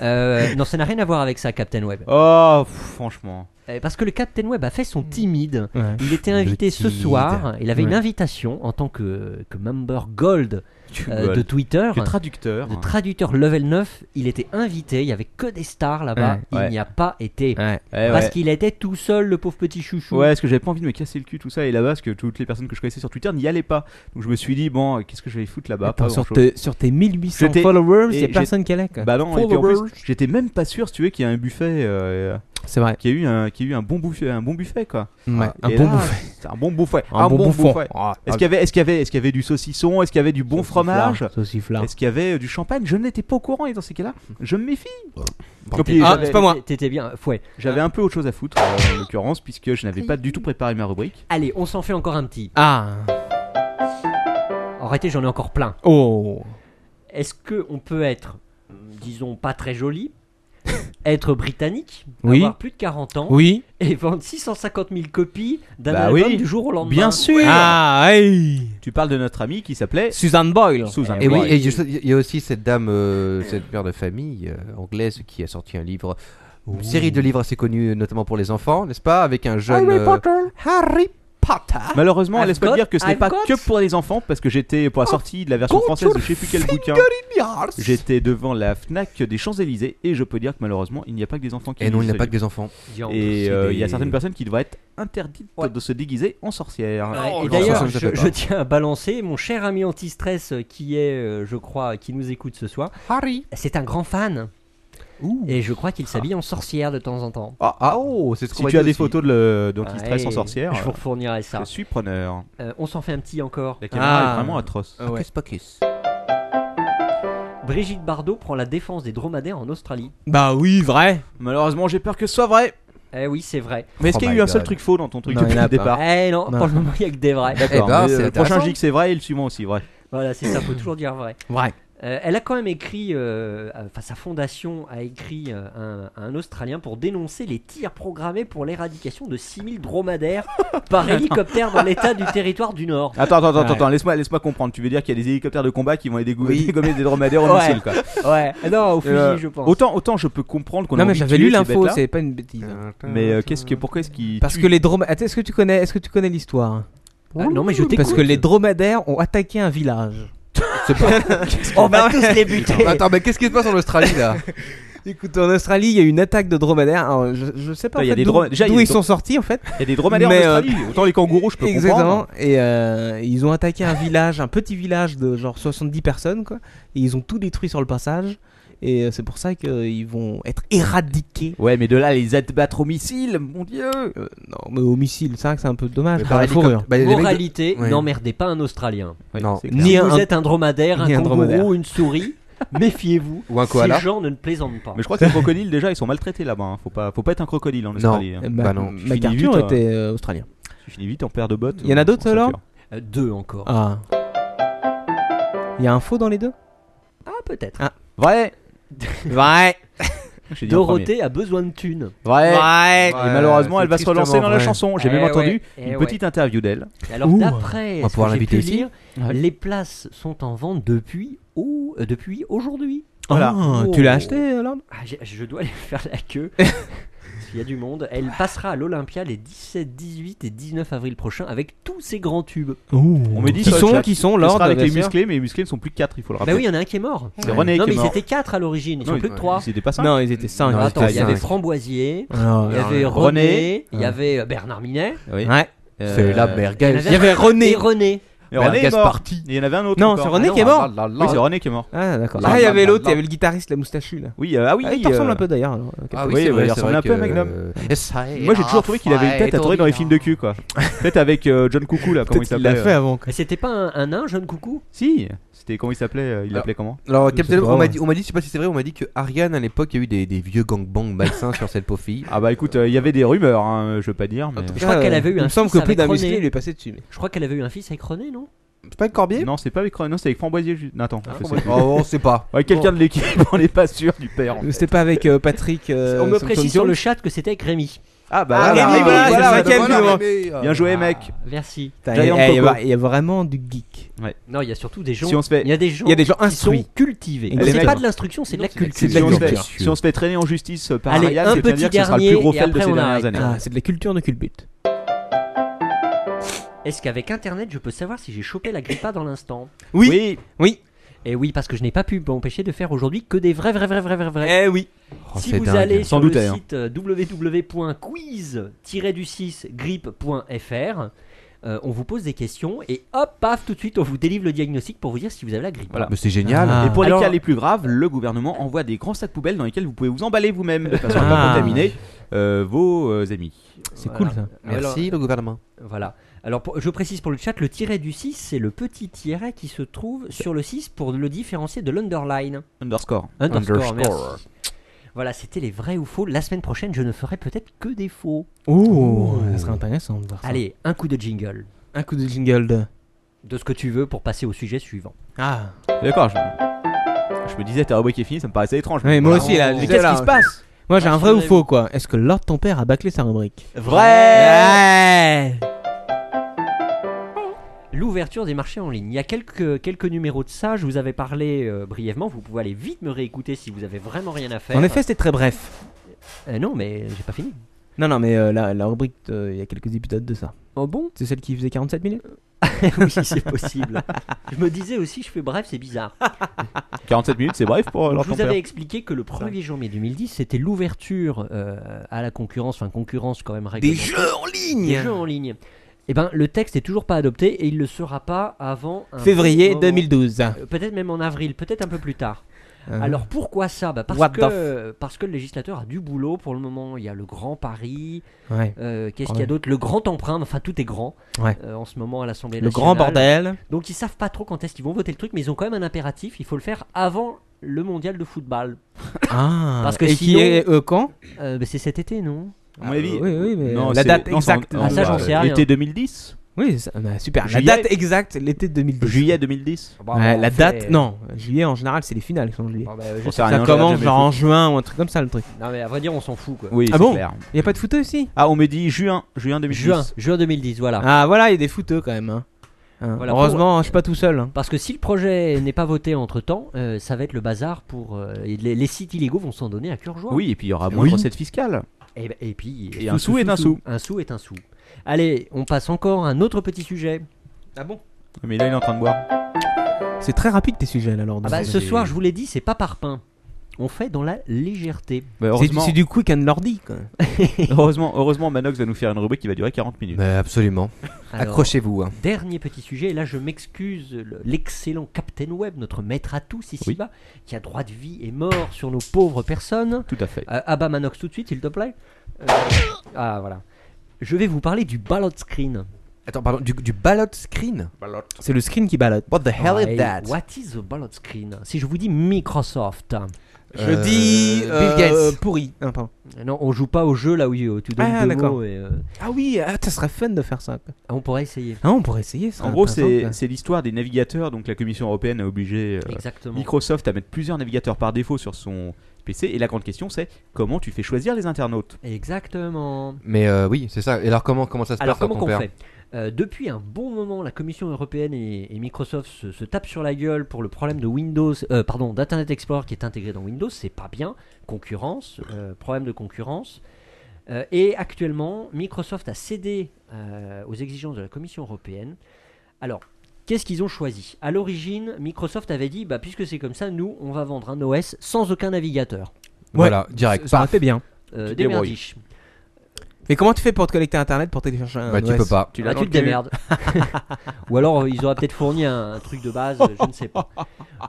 E: Euh, non, ça n'a rien à voir avec ça, Captain Web.
C: Oh, pff, franchement.
E: Euh, Parce que le Captain Web a fait son timide.
F: Ouais.
E: Il était invité ce
D: timide.
E: soir. Il avait une
F: Ouais.
E: invitation en tant que, que member gold
C: Tu
E: euh, de Twitter.
C: traducteur.
E: De traducteur level 9, il était invité, il y avait que des stars là-bas,
F: Ouais.
E: il
C: Ouais.
E: n'y a pas été.
F: Ouais.
C: Eh
E: Parce
C: ouais.
E: qu'il était tout seul, le pauvre petit chouchou.
C: Ouais, parce que j'avais pas envie de me casser le cul tout ça et là-bas, parce que toutes les personnes que je connaissais sur Twitter n'y allaient pas. Donc je me suis dit bon, euh, qu'est-ce que je vais foutre là-bas Pas
F: Attends, sur,
C: grand-chose.
F: tes- sur tes 1800
C: J'étais- et
F: followers, il y a
C: j'ai-
F: personne qui l'a quoi.
C: Bah non. Et puis en plus,
F: Followers.
C: j'étais même pas sûr, si tu veux, qu'il y ait un buffet. euh,
F: C'est vrai.
C: qui a eu un, qui a eu un bon buffet, un bon buffet quoi.
F: Ouais,
C: Ah,
F: un
C: et
F: bon
C: là,
F: bouffet.
C: c'est Un bon bouffet.
F: Un, bon, bouffon. Ah,
C: Est-ce qu'il y avait, est-ce qu'il y avait, est-ce qu'il y avait du saucisson Est-ce qu'il y avait du bon fromage
F: Sauciflard.
C: Est-ce qu'il y avait euh, du champagne Je n'étais pas au courant et dans ces cas-là, je me méfie.
D: Portez-
C: puis,
F: Ah,
C: j'avais-
F: c'est pas moi.
E: T'étais bien, fouet.
C: J'avais un peu autre chose à foutre euh, en l'occurrence puisque je n'avais pas du tout préparé ma rubrique.
E: Allez, on s'en fait encore un petit.
F: Ah.
E: Arrêtez, j'en ai encore plein.
F: Oh.
E: Est-ce que on peut être, euh, disons, pas très joli, être britannique,
F: Oui.
E: avoir plus de 40 ans
F: Oui.
E: et vendre 650 000 copies d'un
C: Bah
E: album
C: oui.
E: du jour au lendemain
C: Bien sûr.
F: Ah, hey.
C: Tu parles de notre ami qui s'appelait
F: Susan Boyle.
C: Susan.
D: Et oui,
C: Boyle.
D: et je- il y a aussi cette dame, euh, cette mère de famille euh, anglaise qui a sorti un livre, une série de livres assez connus, notamment pour les enfants, n'est-ce pas Avec un
C: Ah,
D: jeune. euh, Harry Potter
C: Malheureusement,
E: I've
C: laisse pas
E: got-
C: dire que ce n'est
E: I've
C: pas
E: got-
C: que pour les enfants, parce que j'étais
F: Oh,
C: pour la sortie de la version
D: got
C: française de
D: your
C: je sais plus quel bouquin. J'étais devant la Fnac des Champs-Élysées et je peux dire que malheureusement, il n'y a pas que des enfants qui
D: Et non, il
C: lisent
D: n'y a
C: ce
D: pas que
C: livre.
D: des enfants.
E: Viande.
C: Et euh,
D: C'est
C: il y a
D: des-
C: certaines personnes qui devraient être interdites
E: Ouais.
C: de se déguiser en sorcière.
E: Ouais, et
D: non,
E: d'ailleurs,
D: ça, ça me
E: je,
D: fait
E: je
D: pas.
E: tiens à balancer mon cher ami anti-stress euh, qui est, euh, je crois, qui nous écoute ce soir.
D: Harry
E: C'est un grand fan. Et je crois qu'il s'habille en sorcière de temps en temps.
D: Ah, ah, oh, c'est ce qu'on
C: Si
D: m'a
C: tu as
D: dit
C: des
D: aussi.
C: photos de le- d'anti-stress
E: Ouais,
C: en sorcière,
E: Je vous fournirai ça.
C: je suis preneur.
E: Euh, on s'en fait un petit encore.
C: La caméra
F: Ah.
C: est vraiment atroce.
F: Ah ouais.
D: Pocus, pocus.
E: Euh, Brigitte Bardot prend la défense des dromadaires en Australie.
F: Bah oui, vrai.
C: Malheureusement, j'ai peur que ce soit vrai.
E: Eh oui, c'est vrai.
C: Mais est-ce
D: Oh
C: qu'il y a
D: my
C: eu un seul
D: God.
C: truc faux dans ton truc
F: Non,
C: depuis
F: il y en
C: le
F: a pas.
C: départ
E: Eh non,
F: Non.
E: pour le moment, il n'y a que des vrais.
C: D'accord,
D: Eh ben,
C: mais,
D: c'est
C: euh, le prochain
D: intéressant.
C: gig c'est vrai et le suivant aussi vrai.
E: Voilà, c'est ça, faut toujours dire vrai.
F: Vrai.
E: Euh, elle a quand même écrit, euh, enfin sa fondation a écrit euh, un, un Australien pour dénoncer les tirs programmés pour l'éradication de 6000 dromadaires par hélicoptère dans l'état du territoire du Nord.
C: Attends, attends, attends,
F: Ouais.
C: attends, laisse-moi laisse comprendre. Tu veux dire qu'il y a des hélicoptères de combat qui vont aller dégo-
F: Oui.
C: dégommer des dromadaires en
E: Ouais.
C: missile quoi.
E: Ouais, Ah non, au fusil,
C: Euh,
E: je pense.
C: Autant, autant je peux comprendre qu'on a
F: Non, mais
C: envie de
F: j'avais
C: tuer
F: lu
C: ces
F: l'info,
C: bêtes-là,
F: c'est pas une bêtise.
C: Mais euh, qu'est-ce que, pourquoi est-ce qu'ils
F: Parce que les dromadaires. Est-ce que tu connais, est-ce que tu connais l'histoire
E: Ah, non, mais je t'écoute.
F: Parce que les dromadaires ont attaqué un village.
E: On va tous les buter.
D: Attends, mais qu'est-ce qui se passe en Australie là
F: Écoute, en Australie, il y a eu une attaque de dromadaires. Alors, je, je sais pas en
C: Il y a
F: fait,
C: des
F: d'où-
C: droma- déjà, il y a
F: d'où
C: des
F: ils
C: dro-
F: sont sortis en fait.
C: Il y a des dromadaires
F: Mais,
C: en
F: euh,
C: Australie. Autant les kangourous, je peux
F: Exactement.
C: comprendre.
F: Et euh, ils ont attaqué un village, un petit village de genre 70 personnes, quoi. Et ils ont tout détruit sur le passage. Et euh, c'est pour ça qu'ils vont être éradiqués.
C: Ouais, mais de là, les abattre au missile, mon dieu.
F: Euh, non, mais au missile, c'est vrai que c'est un peu dommage.
D: Mais
F: Par la
D: hélicoptère.
F: fourrure.
D: Bah, les mecs-
E: Moralité,
D: Ouais.
E: n'emmerdez pas un Australien.
D: Non.
C: c'est clair.
F: Ni un,
E: Vous êtes un dromadaire, un
F: ni un
E: kangourou,
F: dromadaire.
E: une souris, méfiez-vous.
D: Ou un
E: Ces
D: koala
E: gens ne plaisantent pas.
C: Mais je crois que les crocodiles, déjà, ils sont maltraités là-bas. hein. Faut, pas, faut pas être un crocodile en Australie. hein.
F: Eh
D: Bah non,
C: tu finis
F: MacArthur
C: vite, hein.
F: était euh, australien.
C: Tu finis vite en paire de bottes.
F: Il y en a
C: ou
F: d'autres,
C: ceinture.
F: alors
E: Euh, Deux encore.
F: Ah. Il y a un faux dans les deux
E: Ah, peut-être.
C: Vrai
F: Ouais.
C: J'ai dit en
E: Dorothée a besoin de thunes.
C: premier. Vrai
F: Ouais.
C: Et malheureusement, elle va se relancer dans la chanson. Oh, J'ai
E: Eh
C: même
E: ouais,
C: entendu
E: eh
C: une
E: ouais.
C: petite interview d'elle.
E: Alors
F: Ouh.
E: d'après
D: On va
E: ce
D: pouvoir
E: que j'ai pu
D: l'inviter ici.
E: lire,
C: Ouais.
E: les places sont en vente depuis au- euh, depuis aujourd'hui.
C: Voilà.
F: Ah,
E: Oh.
F: Tu l'as acheté, Lord
E: Ah, j'ai- je dois aller faire la queue. parce qu'il y a du monde. Elle passera à l'Olympia les 17, 18 et 19 avril prochains avec tous ses grands tubes.
C: On me dit
F: Mmh. Qui
C: sur le
F: sont,
C: chat
F: qui sont,
C: Elle
F: Lord
C: sera avec les
F: bien sûr.
C: musclés, mais les musclés ne sont plus que 4, il faut le
E: Bah oui, il
C: rappeler.
E: y en a un qui est mort.
C: C'est René
E: non
C: qui
E: mais
C: est
E: ils
C: mort.
E: étaient 4 à l'origine, ils sont
C: Non,
E: plus que
C: ils-
E: 3.
C: Ils étaient pas 5.
F: Non, ils étaient cinq.
D: Non,
F: ils
E: Attends,
F: étaient
E: il y avait
F: cinq.
E: Framboisier,
F: Ah,
E: il y avait
C: alors,
E: René,
C: René.
E: il y avait euh, Bernard Minet,
C: Oui.
F: Ouais.
C: Euh,
D: C'est la
E: il y en
D: merguez.
E: avait-
F: Il y avait
E: et
F: René.
E: René.
C: Et René est
D: Merguez
C: mort.
D: party.
C: Il y en avait un autre.
F: Non,
C: encore. Ah
F: c'est René qui est
D: Oh
F: mort.
C: Oui, c'est René qui est mort.
F: Ah, d'accord.
D: La,
F: Ah, il y
D: la,
F: avait
D: la,
F: l'autre, il y
D: la.
F: avait le guitariste, la moustachu là.
C: Oui, euh, ah oui.
F: Ah, il te
C: euh,
F: ressemble un peu d'ailleurs. alors, ok.
D: Ah oui,
C: Oui,
D: c'est
C: bah,
D: vrai,
C: il
D: c'est
C: ressemble
D: vrai
C: un peu
D: que,
C: à Magnum.
D: euh, ça y est, Ah,
C: Moi j'ai toujours trouvé qu'il avait une
D: ouais,
C: tête à tourner dans les films de cul quoi. Peut-être avec euh, John Coucou là, comment il
F: hein. Peut-être qu'il l'a
C: s'appelait
F: fait
C: euh,
F: avant. quoi.
E: Mais c'était pas un, un nain, jeune coucou
C: Si, c'était comment il s'appelait euh, Il l'appelait comment
D: Alors,
F: Je
D: Captain,
F: sais pas,
D: on m'a
F: ouais.
D: dit, on m'a dit, je sais pas si c'est vrai, on m'a dit que Ariane à l'époque, il y a eu des, des vieux gangbangs malsains sur cette pauvre fille. Euh,
C: Ah bah écoute, euh, il y avait des rumeurs, hein, je veux pas dire, mais.
E: Je crois
F: Ah,
E: qu'elle avait eu
F: Il
E: un
F: me semble
E: fils
F: que plus
E: avec
F: d'un
E: René.
F: musclé lui est passé dessus. mais-
E: Je crois qu'elle avait eu un fils avec René, non
D: C'est pas le corbier
C: Non, c'est pas avec Ron- non, c'est avec Framboisier, ju- Nathan.
E: Ah,
C: je sais.
D: Oh, on sait pas.
C: Ouais, quelqu'un de l'équipe, on n'est pas sûr du père. en fait.
F: C'était pas avec euh, Patrick. euh,
E: On me
F: Samson
E: précise sur
F: Jones
E: le chat que c'était avec Rémi.
C: Ah bah
F: Ah,
C: voilà,
F: Rémi, voilà,
C: voilà,
F: c'est ça
C: voilà,
F: qu'elle
C: voilà.
F: veut.
C: Bien joué, mec.
E: Ah, Merci.
F: Putain,
C: Giant
F: Il y a- il y
C: Coco.
F: a- Eh, bah, il y a vraiment du geek.
E: Non, il y a surtout des gens.
C: Si on se fait.
E: Il y a des gens,
F: Il y a des gens
E: qui
F: instruits.
E: sont cultivés.
F: Exactement.
E: C'est pas de l'instruction, c'est de la culture.
C: Si on, se fait,
F: culture.
C: si on se fait traîner en justice euh, par
E: Allez,
C: Ariane,
E: un
C: c'est bien
E: petit
C: dire que ce sera le
E: dernier,
C: plus gros
E: et
C: fail de
E: après,
C: ces
E: on
C: dernières
E: arrête.
C: années.
F: Ah, c'est de la culture de culbut.
E: Est-ce qu'avec internet, je peux savoir si j'ai chopé la grippa dans l'instant
F: Oui.
C: Oui,
E: Et oui, parce que je n'ai pas pu m'empêcher de faire aujourd'hui que des vrais, vrais, vrais, vrais, vrais, vrais.
F: Eh oui.
D: Oh,
E: si
D: c'est
E: vous
D: dingue.
E: allez sur
C: Sans doute,
E: le
C: hein.
E: site euh, www.quiz-du6grippe.fr, euh, on vous pose des questions et hop, paf, tout de suite, on vous délivre le diagnostic pour vous dire si vous avez la grippe.
D: Mais c'est génial.
F: Ah.
C: Et pour
E: Alors-
C: les cas les plus graves, le gouvernement envoie des grands sacs poubelles dans lesquels vous pouvez vous emballer vous-même de façon à ne
F: Ah.
C: pas contaminer euh, vos euh, amis.
F: C'est
E: Voilà.
F: cool ça.
D: Merci
E: Alors-
D: le gouvernement.
E: Voilà. Alors, pour- je précise pour le chat, le tiret du 6, c'est le petit tiret qui se trouve sur le 6 pour le différencier de l'underline.
C: Underscore.
E: Underscore, merci. Voilà, c'était les vrais ou faux. La semaine prochaine, je ne ferai peut-être que des faux.
F: Oh, ça serait intéressant de voir ça.
E: Allez, un coup de jingle.
F: un coup de jingle de.
E: De ce que tu veux pour passer au sujet suivant.
F: Ah,
C: D'accord. Je... je me disais ta rubrique est finie, ça me paraissait étrange.
F: Ouais,
C: mais
F: moi
C: voilà.
F: aussi là.
E: on-
F: Bah, mais Qu'est-ce qui se passe Moi j'ai un vrai ou faux quoi. Est-ce que Lord ton père a bâclé sa rubrique
C: Vrai.
F: Ouais.
E: L'ouverture des marchés en ligne. Il y a quelques, quelques numéros de ça, je vous avais parlé euh, brièvement. Vous pouvez aller vite me réécouter si vous avez vraiment rien à faire.
F: En effet, c'était très bref.
E: Euh, non, mais j'ai pas fini.
F: Non, non, mais euh, la, la rubrique, euh, il y a quelques épisodes de ça.
E: Oh bon
F: C'est celle qui faisait 47 minutes
E: Oui, c'est possible. je me disais aussi, je fais bref, c'est bizarre.
C: 47 minutes, c'est bref pour leur
E: Je vous avais expliqué que le 1er janvier 2010, c'était l'ouverture euh, à la concurrence, enfin concurrence quand même réglementée.
F: en
E: Des
F: ligne
E: jeux en ligne. Eh ben, le texte est toujours pas adopté et il le sera pas avant un
F: Février
E: moment.
F: 2012.
E: Euh, Peut-être même en avril, peut-être un peu plus tard.
F: Euh,
E: Alors pourquoi ça Bah,
F: What
E: parce,
F: the
E: que, parce que le législateur a du boulot pour le moment. Il y a le Grand Paris,
F: ouais.
E: euh, qu'est-ce
F: Ouais.
E: qu'il y a d'autre Le Grand Emprunt, enfin tout est grand
F: Ouais.
E: euh, en ce moment à l'Assemblée
F: le
E: nationale.
F: grand bordel.
E: Donc ils savent pas trop quand est-ce qu'ils vont voter le truc, mais ils ont quand même un impératif, il faut le faire avant le mondial de football.
F: Ah,
E: Parce que
F: et qui
E: sinon-
F: est euh, quand Euh,
E: Euh, bah, c'est cet été, non
C: À mon avis.
F: oui, oui, mais
C: Non,
F: la
C: c'est-
F: date
C: non, euh, c'est en-
F: exacte.
C: en-
E: Ah, ça, j'en sais rien.
C: Été 2010
F: Oui, ça- bah, super. La
C: Juillet.
F: date exacte, l'été 2012.
C: Juillet 2010
E: Ah bah,
F: Ouais, la date, non. Juillet en général, c'est les finales qui sont en juillet.
C: Ah, J'en sais
F: Ça
C: rien, j'ai
F: commence
C: jamais
F: genre en juin ou un truc comme ça le truc.
E: bah, Non, mais à vrai dire, on s'en fout quoi.
C: fait. Oui,
F: Ah
C: c'est
F: bon
C: clair.
F: Y a pas de footeux aussi
C: Ah, on me dit juin, juin 2010.
E: Juin, juin 2010, voilà.
F: Ah voilà, y a des footeux quand même. hein. Hein,
E: Voilà,
F: Heureusement, je suis pas tout seul. hein.
E: Parce que si le projet n'est pas voté entre temps, ça va être le bazar pour. euh, et les, les sites illégaux vont s'en donner à cœur joie.
C: Oui, et puis il y aura moins
F: Oui.
C: de recettes fiscales.
E: Et, ben- et puis.
C: Et un sou est un sou.
E: Un sou est un sou. Allez, on passe encore à un autre petit sujet.
F: Ah bon
C: Mais là, il est en train de boire. Bah,
F: C'est très rapide tes sujets là, Lord.
E: Ah bah, ce soir, je vous l'ai dit, c'est pas par pain. On fait dans la légèreté.
C: Bah,
F: C'est du-
C: heureusement,
F: c'est du quick and lordy quoi.
C: heureusement, heureusement, Manox va nous faire une rubrique qui va durer 40 minutes.
F: Bah.
D: Mais absolument.
E: Alors,
D: Accrochez-vous. hein.
E: Dernier petit sujet, et là je m'excuse, le- l'excellent Captain Web, notre maître à tous ici
C: Oui.
E: bas, qui a droit de vie et mort sur nos pauvres personnes.
C: Tout à fait.
F: Ah,
E: Euh, Abba Manox tout de suite, s'il te plaît. Euh, ah voilà. Je vais vous parler du ballot screen.
D: Attends, pardon, du, du ballot screen
F: C'est le screen qui balade.
D: What the hell
E: Ouais,
D: is that
E: What is the ballot screen Si je vous dis Microsoft.
F: Je
D: Euh,
F: dis
D: Bill
F: euh,
D: Gates.
F: pourri. Ah, pardon.
E: Euh, Non, on joue pas au jeu là où euh, tu donnes
F: Ah,
E: deux
F: d'accord.
E: mots et, euh,
F: Ah oui, ah, ça serait fun de faire ça. quoi.
E: ah, on pourrait essayer.
F: Ah, on pourrait essayer ça.
C: En gros,
F: par exemple,
C: c'est
F: là.
C: c'est l'histoire des navigateurs. Donc, la Commission européenne a obligé euh,
E: Exactement.
C: Microsoft à mettre plusieurs navigateurs par défaut sur son PC. Et la grande question, c'est comment tu fais choisir les internautes
E: Exactement.
D: Mais euh, oui, c'est ça. Et alors, comment, comment ça se
E: Alors
D: passe
E: comment
D: ton
E: qu'on
D: père
E: fait Euh, Depuis un bon moment, la Commission européenne et, et Microsoft se, se tapent sur la gueule pour le problème de Windows, euh, pardon, d'Internet Explorer qui est intégré dans Windows. C'est pas bien. Concurrence, euh, problème de concurrence. Euh, et actuellement, Microsoft a cédé euh, aux exigences de la Commission européenne. Alors, qu'est-ce qu'ils ont choisi À l'origine, Microsoft avait dit, bah, puisque c'est comme ça, nous, on va vendre un OS sans aucun navigateur.
D: Voilà, direct.
F: Ça- Ça aurait fait bien.
E: Euh,
C: Tu te débrouilles.
E: démerdiche.
F: Mais comment tu fais pour te connecter à internet pour télécharger un
D: Bah, tu
F: OS?
D: peux pas.
E: Ah, tu te démerdes. Ou alors euh, ils auraient peut-être fourni un, un truc de base, euh, je ne sais pas.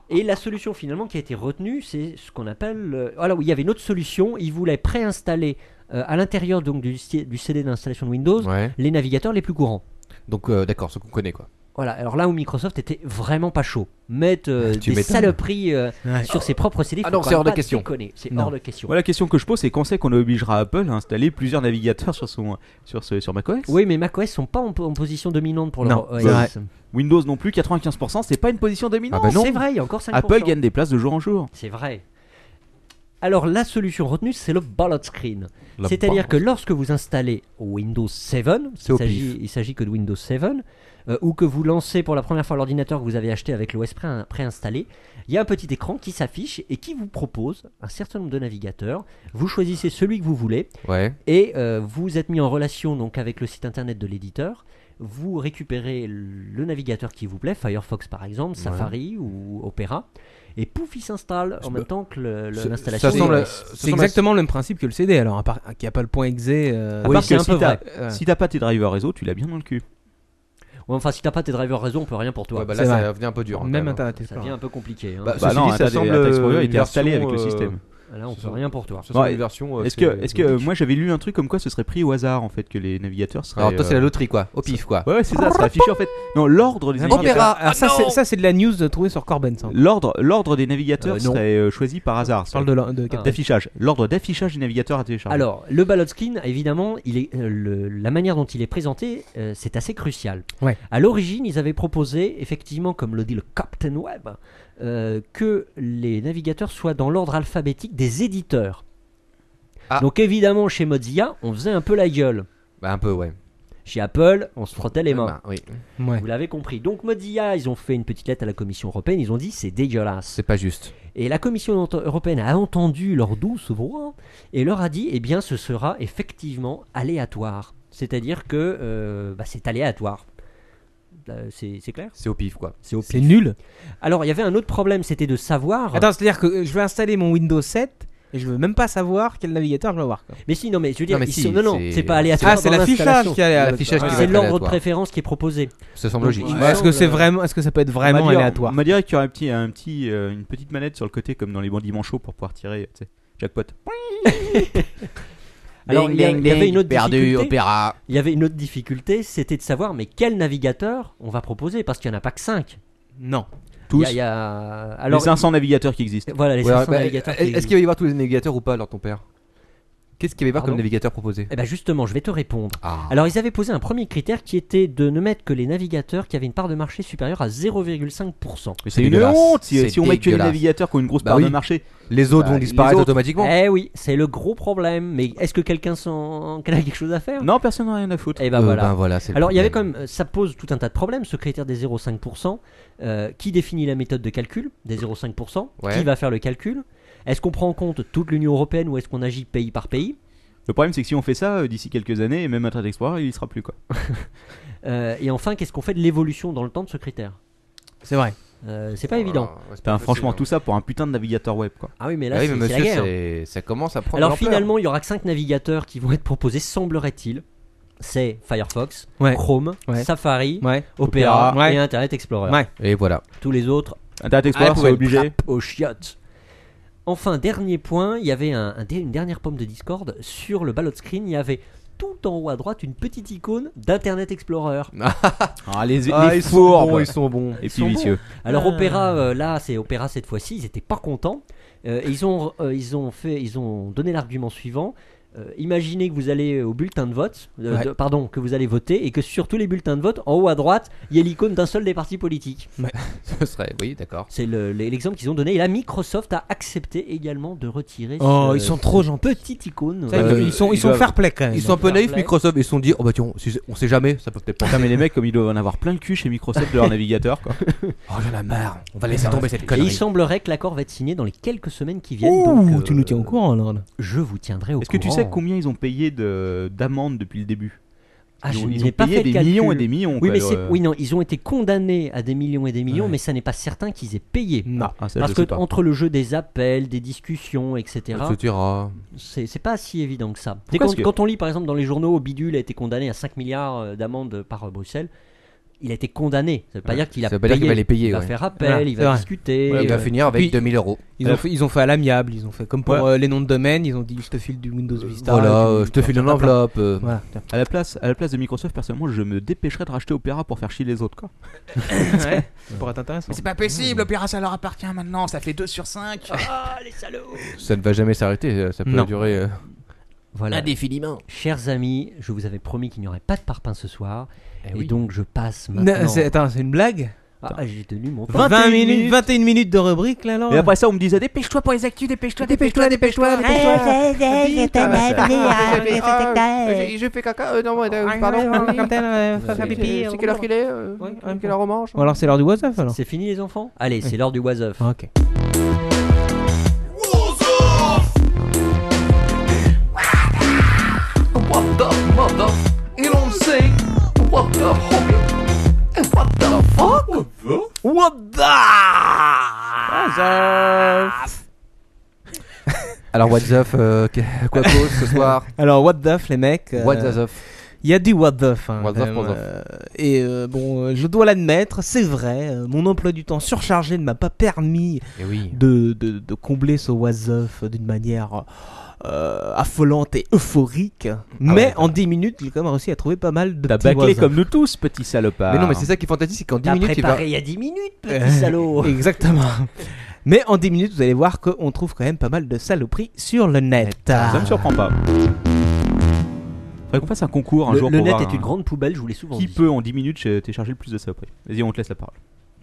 E: Et la solution finalement qui a été retenue, c'est ce qu'on appelle. euh, voilà, où il y avait une autre solution. Ils voulaient préinstaller euh, à l'intérieur donc du, C- du CD d'installation de Windows
D: Ouais.
E: les navigateurs les plus courants.
D: Donc, euh, d'accord, ce qu'on connaît, quoi.
E: Voilà. Alors là où Microsoft était vraiment pas chaud, mettre euh,
D: Tu
E: des
D: m'étonnes.
E: saloperies euh,
F: Ouais.
E: sur ses propres CD.
D: Ah
E: faut
D: non,
E: quand
D: c'est hors
E: même
D: de
E: pas
D: question.
E: déconner, C'est
F: Non.
E: hors de question.
C: Voilà la question que je pose, c'est quand c'est qu'on obligera Apple à installer plusieurs navigateurs sur son sur ce sur macOS
E: Oui, mais macOS sont pas en, en position dominante pour leur
F: Non,
E: OS.
F: c'est vrai.
C: Windows non plus, 95%, c'est pas une position dominante.
D: Ah bah non.
E: C'est vrai, il y a encore 5%.
C: Apple gagne des places de jour en jour.
E: C'est vrai. Alors la solution retenue, c'est le ballot screen.
D: La
E: C'est-à-dire
D: barre.
E: que lorsque vous installez Windows 7,
D: au
E: il s'agit- il s'agit que de Windows 7, euh, ou que vous lancez pour la première fois l'ordinateur que vous avez acheté avec l'OS pré- préinstallé, il y a un petit écran qui s'affiche et qui vous propose un certain nombre de navigateurs. Vous choisissez celui que vous voulez
D: Ouais.
E: et euh, vous êtes mis en relation donc avec le site internet de l'éditeur. Vous récupérez le navigateur qui vous plaît, Firefox par exemple, Safari ou Opera, et pouf, il s'installe en même temps que le- le-
D: Ça-
E: l'installation.
D: ça
E: de
F: semble-
E: l'OS.
F: C'est exactement le même principe que le CD, alors à part qu'il n'y a pas le point exe. euh,
E: Oui,
C: Parce
E: c'est
C: que
E: un
C: si
E: peu
C: t'as-
E: vrai.
F: euh,
C: Si t'as pas tes drivers réseau, tu l'as bien dans le cul.
E: Ouais, enfin, si t'as pas tes drivers réseau, on peut rien pour toi.
D: Ouais, bah
F: c'est
D: là, ça
F: vrai.
D: devient un peu dur. hein,
F: Même
D: quand
F: Internet
E: ça devient
F: Explorer.
E: un peu compliqué. hein.
D: Bah,
C: Bah
D: ceci
C: non,
D: dit, ça
C: Internet-
D: semble
C: Internet Explorer
D: euh, une
C: était installé
D: version,
C: avec le
D: euh,
C: système.
E: là, on
D: c'est
E: peut
D: ça.
E: rien pour toi.
D: Ce sont
C: Ouais.
D: des versions, euh,
C: Est-ce
D: c'est-
C: que, est-ce que
D: euh,
C: moi j'avais lu un truc comme quoi ce serait pris au hasard en fait que les navigateurs seraient.
D: Alors toi, c'est la
C: euh,
D: loterie quoi, au pif quoi.
C: Ouais, ouais, c'est ça, c'est affiché en fait. Non, l'ordre des navigateurs.
F: Alors Ah, ça, c'est- ça, c'est de la news trouvée sur Corben. Ça.
C: L'ordre, l'ordre des navigateurs
E: Euh, non.
C: serait euh, choisi par hasard.
F: Je parle de, la- de
E: Ah.
C: D'affichage. L'ordre d'affichage des navigateurs à télécharger.
E: Alors, le ballot screen, évidemment, il est, euh, le- la manière dont il est présenté, euh, c'est assez crucial.
F: Ouais.
E: À l'origine, ils avaient proposé, effectivement, comme le dit le Captain Web, euh, que les navigateurs soient dans l'ordre alphabétique des éditeurs.
D: Ah.
E: Donc, évidemment, chez Mozilla, on faisait un peu la gueule.
D: Bah un peu ouais.
E: Chez Apple, on se frottait les mains.
D: Bah, oui.
F: Ouais.
E: Vous l'avez compris. Donc, Mozilla, ils ont fait une petite lettre à la Commission européenne. Ils ont dit c'est dégueulasse.
D: C'est pas juste.
E: Et la Commission ento- européenne a entendu leur douce voix et leur a dit eh bien, ce sera effectivement aléatoire. C'est-à-dire que euh, bah, c'est aléatoire. Euh, c'est c'est clair
D: C'est au pif quoi.
E: C'est au
F: C'est nul.
E: Alors, il y avait un autre problème, c'était de savoir.
F: Attends, c'est-à-dire que euh, je vais installer mon Windows 7 et je veux même pas savoir quel navigateur je vais avoir. quoi.
E: Mais si, non, mais je veux dire,
D: Non, mais
E: ils
D: si,
E: sont- non, non,
D: c'est-
E: c'est pas aléatoire.
F: Ah, c'est
E: dans
F: l'affichage
E: l'installation.
F: qui a
D: L'affichage qui va
E: C'est
D: être
E: l'ordre de
D: aléatoire.
E: préférence qui est proposé.
D: Ça semble
E: Donc,
D: logique.
E: il
F: Ouais, Est-ce que c'est
E: semble-
F: vraiment, est-ce que ça peut être
C: On m'a
F: vraiment
C: dit- hein,
F: aléatoire
C: On m'a dit qu'il y aurait un petit, un petit, euh, une petite manette sur le côté comme dans les bandits manchots pour pouvoir tirer, tu sais, jackpot.
E: Alors, il y, a- il y avait une autre
D: perdu
E: difficulté.
D: opéra.
E: Il y avait une autre difficulté, c'était de savoir mais quel navigateur on va proposer parce qu'il n'y en a pas que 5.
F: Non.
E: Il
C: Tous
E: y a- il y a- Alors,
C: les 500 navigateurs qui existent.
E: voilà les
D: Ouais,
E: 500
D: bah,
E: navigateurs. qui
D: Est-ce qu'il va y avoir tous les navigateurs ou pas alors ton père Qu'est-ce qu'il va y avoir comme
E: Pardon
D: navigateur proposé
E: Eh ben justement, je vais te répondre.
D: Ah.
E: Alors ils avaient posé un premier critère qui était de ne mettre que les navigateurs qui avaient une part de marché supérieure à 0,5%.
C: Mais c'est une
D: dégueulasse.
C: honte si,
D: C'est
C: si on met que les
D: dégueulasse.
C: navigateurs qui ont une grosse
D: Bah
C: part de
D: oui.
C: marché.
D: Les autres
C: Bah,
D: vont
C: les
D: disparaître
C: autres-
D: automatiquement.
E: Eh oui, c'est le gros problème. Mais est-ce que quelqu'un s'en... qu'elle a quelque chose à faire
C: Non, personne n'a rien à foutre.
E: Eh ben
D: Euh,
E: voilà.
D: ben voilà, c'est le
E: Alors il y avait quand
D: problème.
E: même, euh, ça pose tout un tas de problèmes, ce critère des 0,5%. euh, qui définit la méthode de calcul des 0,5%
D: Ouais.
E: Qui va faire le calcul Est-ce qu'on prend en compte toute l'Union Européenne ou est-ce qu'on agit pays par pays
C: Le problème, c'est que si on fait ça, euh, d'ici quelques années, même Internet Explorer, il y sera plus quoi.
E: Euh, Et enfin, qu'est-ce qu'on fait de l'évolution dans le temps de ce critère
F: C'est vrai.
E: Euh,
D: Oh
E: C'est pas évident.
D: Ouais, c'est
C: Putain,
D: pas
C: franchement,
D: facile,
C: tout ça pour un putain de navigateur web quoi.
E: Ah oui, mais
D: hein.
E: là,
D: Ah oui,
E: c'est,
D: mais
E: c'est la
D: monsieur,
E: guerre.
D: c'est- hein. ça commence à prendre
E: Alors
D: de l'ampleur.
E: finalement, il y aura que 5 navigateurs qui vont être proposés, semblerait-il. C'est Firefox,
F: Ouais.
E: Chrome,
F: Ouais.
E: Safari,
F: Ouais.
E: Opera,
F: Opera. Ouais.
E: et Internet Explorer.
F: Ouais.
D: Et voilà.
E: Tous les autres
C: Internet Explorer,
D: Ah,
C: c'est
D: poubelle.
C: obligé.
E: aux chiottes. Enfin, dernier point, il y avait un- un dé- une dernière pomme de Discord. Sur le ballot screen, il y avait tout en haut à droite une petite icône d'Internet Explorer.
C: Ah, les, les
D: ils sont
C: fourbes.
D: bons, ils sont bons.
C: Et
E: ils
C: puis
E: sont
C: vicieux.
E: Alors
F: Ah.
E: Opéra, euh, là c'est Opéra cette fois-ci, ils étaient pas contents. Euh, et ils ont euh, ils ont fait ils ont donné l'argument suivant. Euh, imaginez que vous allez au bulletin de vote, euh,
F: Ouais.
E: de- pardon, que vous allez voter et que sur tous les bulletins de vote, en haut à droite, il y a l'icône d'un seul des partis politiques.
D: Ce serait, oui, d'accord.
E: C'est le- le- l'exemple qu'ils ont donné. Et là, Microsoft a accepté également de retirer.
F: Oh,
E: ce
F: ils sont trop gentils.
E: petite icône.
F: Ça, ils-
D: Euh,
F: ils sont, ils
D: ils
F: sont
D: doivent-
F: fair play quand même.
D: Ils sont un peu
E: Fair
D: naïfs,
E: play.
D: Microsoft. Ils se sont dit, oh bah tiens, on sait- on sait jamais, ça peut peut-être pas.
C: Putain, mais les mecs, comme ils doivent en avoir plein le cul chez Microsoft de leur navigateur quoi.
D: Oh, j'en ai marre, on va laisser tomber cette
E: Et il
D: connerie.
E: semblerait que l'accord va être signé dans les quelques semaines qui viennent.
F: Ouh,
E: donc, euh,
F: tu nous tiens au courant, alors.
E: Je vous tiendrai au
C: Est-ce que
E: courant.
C: tu sais combien ils ont payé de- d'amendes depuis le début
E: Ah, je
C: Ils ont, ils
E: n'ai
C: ont
E: pas
C: payé
E: fait le
C: des millions et
E: calcul.
C: des millions.
E: Oui,
C: quoi, euh,
E: mais
C: de-
E: c'est... oui, non, ils ont été condamnés à des millions et des millions,
F: Ouais.
E: mais ça n'est pas certain qu'ils aient payé.
F: Non.
C: Ah, ça, je
E: Parce
C: sais
E: que
C: pas.
E: entre le jeu des appels, des discussions, etc.,
D: On se ah. dira.
E: c'est c'est pas si évident que ça.
C: Pourquoi
E: Quand,
C: est-ce que-
E: quand on lit par exemple dans les journaux, Bidule a été condamné à 5 milliards euh, d'amende par euh, Bruxelles, il a été condamné. Ça veut pas
D: Ouais.
E: dire qu'il a
D: Ça veut pas
E: payé.
D: dire qu'il va les payer,
E: Il va
D: ouais.
E: faire appel,
F: Voilà,
E: il
F: c'est
E: va
F: vrai.
E: discuter.
D: Il va
E: euh,
D: finir
F: Puis-
D: avec 2000 euros.
F: Ils ont,
C: Alors-
F: fait, ils ont fait à l'amiable, ils ont fait comme pour
C: Ouais.
F: euh, les noms de domaine, ils ont dit je te file du Windows Vista.
D: Voilà,
F: et tu-
D: euh, je te
F: tu
D: file
F: en
D: une
F: as plein.
D: enveloppe. euh,
F: Voilà. tiens.
C: À la place, à la place de Microsoft, personnellement, je me dépêcherais de racheter Opera pour faire chier les autres. Quoi.
F: Ouais, ça pourrait être intéressant.
G: C'est pas possible, l'opéra ça leur appartient maintenant, ça fait 2 sur 5.
D: Ah, Ça ne va jamais s'arrêter, euh, ça peut
F: Non.
D: durer. euh,
E: voilà.
G: Indéfiniment.
E: Chers amis, je vous avais promis qu'il n'y aurait pas de parpaing ce soir, et
D: oui.
E: donc je passe
F: Non,
E: maintenant.
F: c'est- Attends, c'est une blague
E: Ah, ah, j'ai tenu mon temps.
F: 20
C: 21
F: minutes,
C: minutes.
F: 21 minutes de rubrique là,
E: Ah.
F: alors
C: Et après ça, on me disait dépêche.
G: Dépêche-toi pour les actus, dépêche-toi, dépêche-toi,
B: Ah,
G: dépêche-toi.
B: Ah, J'ai j'ai fait caca, euh, non, ouais, euh, pardon.
F: Ah, euh,
B: C'est c'est quelle heure qu'il est euh,
F: Ouais,
B: Quelle quelle heure on mange
F: Ou alors c'est l'heure du WhatsApp alors
E: C'est fini les enfants Allez, c'est l'heure du was Up.
F: Ah, Ok.
H: What the mother? Et l'on sait. What the hell? And What the fuck? What the?
D: Alors, what's up, euh, que- quoi cause ce soir
F: Alors, what the f, les mecs euh,
D: What's up
F: Il Il y a du what the f. hein,
D: What the
F: quand même,
D: what the f.
F: euh, et euh, bon, euh, je dois l'admettre, c'est vrai, euh, mon emploi du temps surchargé ne m'a pas permis
D: Et Eh oui.
F: de, de- de combler ce what the f d'une manière euh, affolante et euphorique. mais
D: ouais,
F: en 10 minutes, j'ai quand même réussi à trouver pas mal de
C: T'as
F: petits
C: bâclé
F: what the
C: comme nous tous, petit salopard.
D: Mais non, mais c'est ça qui est fantastique, c'est qu'en 10
E: T'as
D: minutes, il va.
E: préparé il y a 10 minutes,
F: Euh,
E: petit salaud.
F: Exactement. Mais en 10 minutes, vous allez voir qu'on trouve quand même pas mal de saloperies sur le net.
C: Ah, Ça me surprend pas. Faudrait qu'on fasse un concours un
E: Le,
C: jour
E: le
C: pour
E: net
C: voir
E: est
C: un-
E: une grande poubelle, je vous l'ai souvent
C: Qui
E: dit.
C: peut en 10 minutes ch- télécharger le plus de saloperies Vas-y, on te laisse la parole.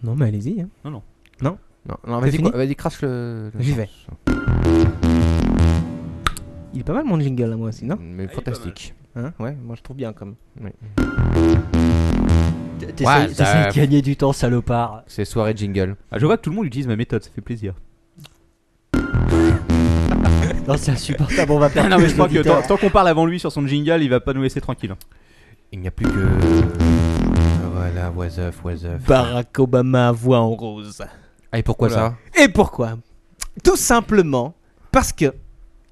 F: Non, mais allez-y. hein.
D: Non, non,
F: C'est
D: vas-y,
F: fini
D: quoi, vas-y, crache le. le-
F: J'y vais. Il est pas mal mon jingle à moi aussi, non
D: Mais fantastique.
F: Hein Ouais, moi je trouve bien comme.
E: T- T'essayes
D: Ouais,
E: t'essayes
D: ça-
E: de gagner du temps, salopard.
D: C'est soirée jingle.
C: Ah, je vois que tout le monde utilise ma méthode, ça fait plaisir.
E: Non, c'est insupportable, on va perdre.
C: non, mais je
E: les
C: crois que tant,
E: auditeurs.
C: tant qu'on parle avant lui sur son jingle, il va pas nous laisser tranquille.
D: Il n'y a plus que. Voilà, was off, was off.
F: Barack Obama voix en rose.
D: Ah, et pourquoi
C: Oula.
D: ça
F: Et pourquoi Tout simplement parce que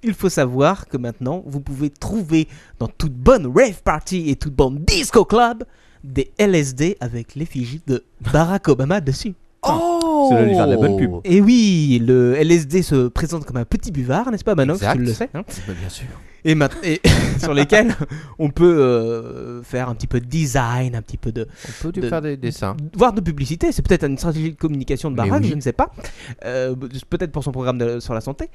F: il faut savoir que maintenant vous pouvez trouver dans toute bonne rave party et toute bonne disco club des LSD avec l'effigie de Barack Obama dessus.
D: Oh
C: C'est l'univers de la bonne pub.
F: Et oui, le LSD se présente comme un petit buvard, n'est-ce pas, Manox
D: Exact.
F: Tu le sais. hein
D: Bah, bien sûr.
F: et, mat- et sur lesquels on peut euh, faire un petit peu de design, un petit peu de,
D: On peut
F: De-
D: tu faire des dessins.
F: voire de publicité. C'est peut-être une stratégie de communication de
D: Mais
F: Barack,
D: oui.
F: je ne sais pas. Euh, peut-être pour son programme de- sur la santé.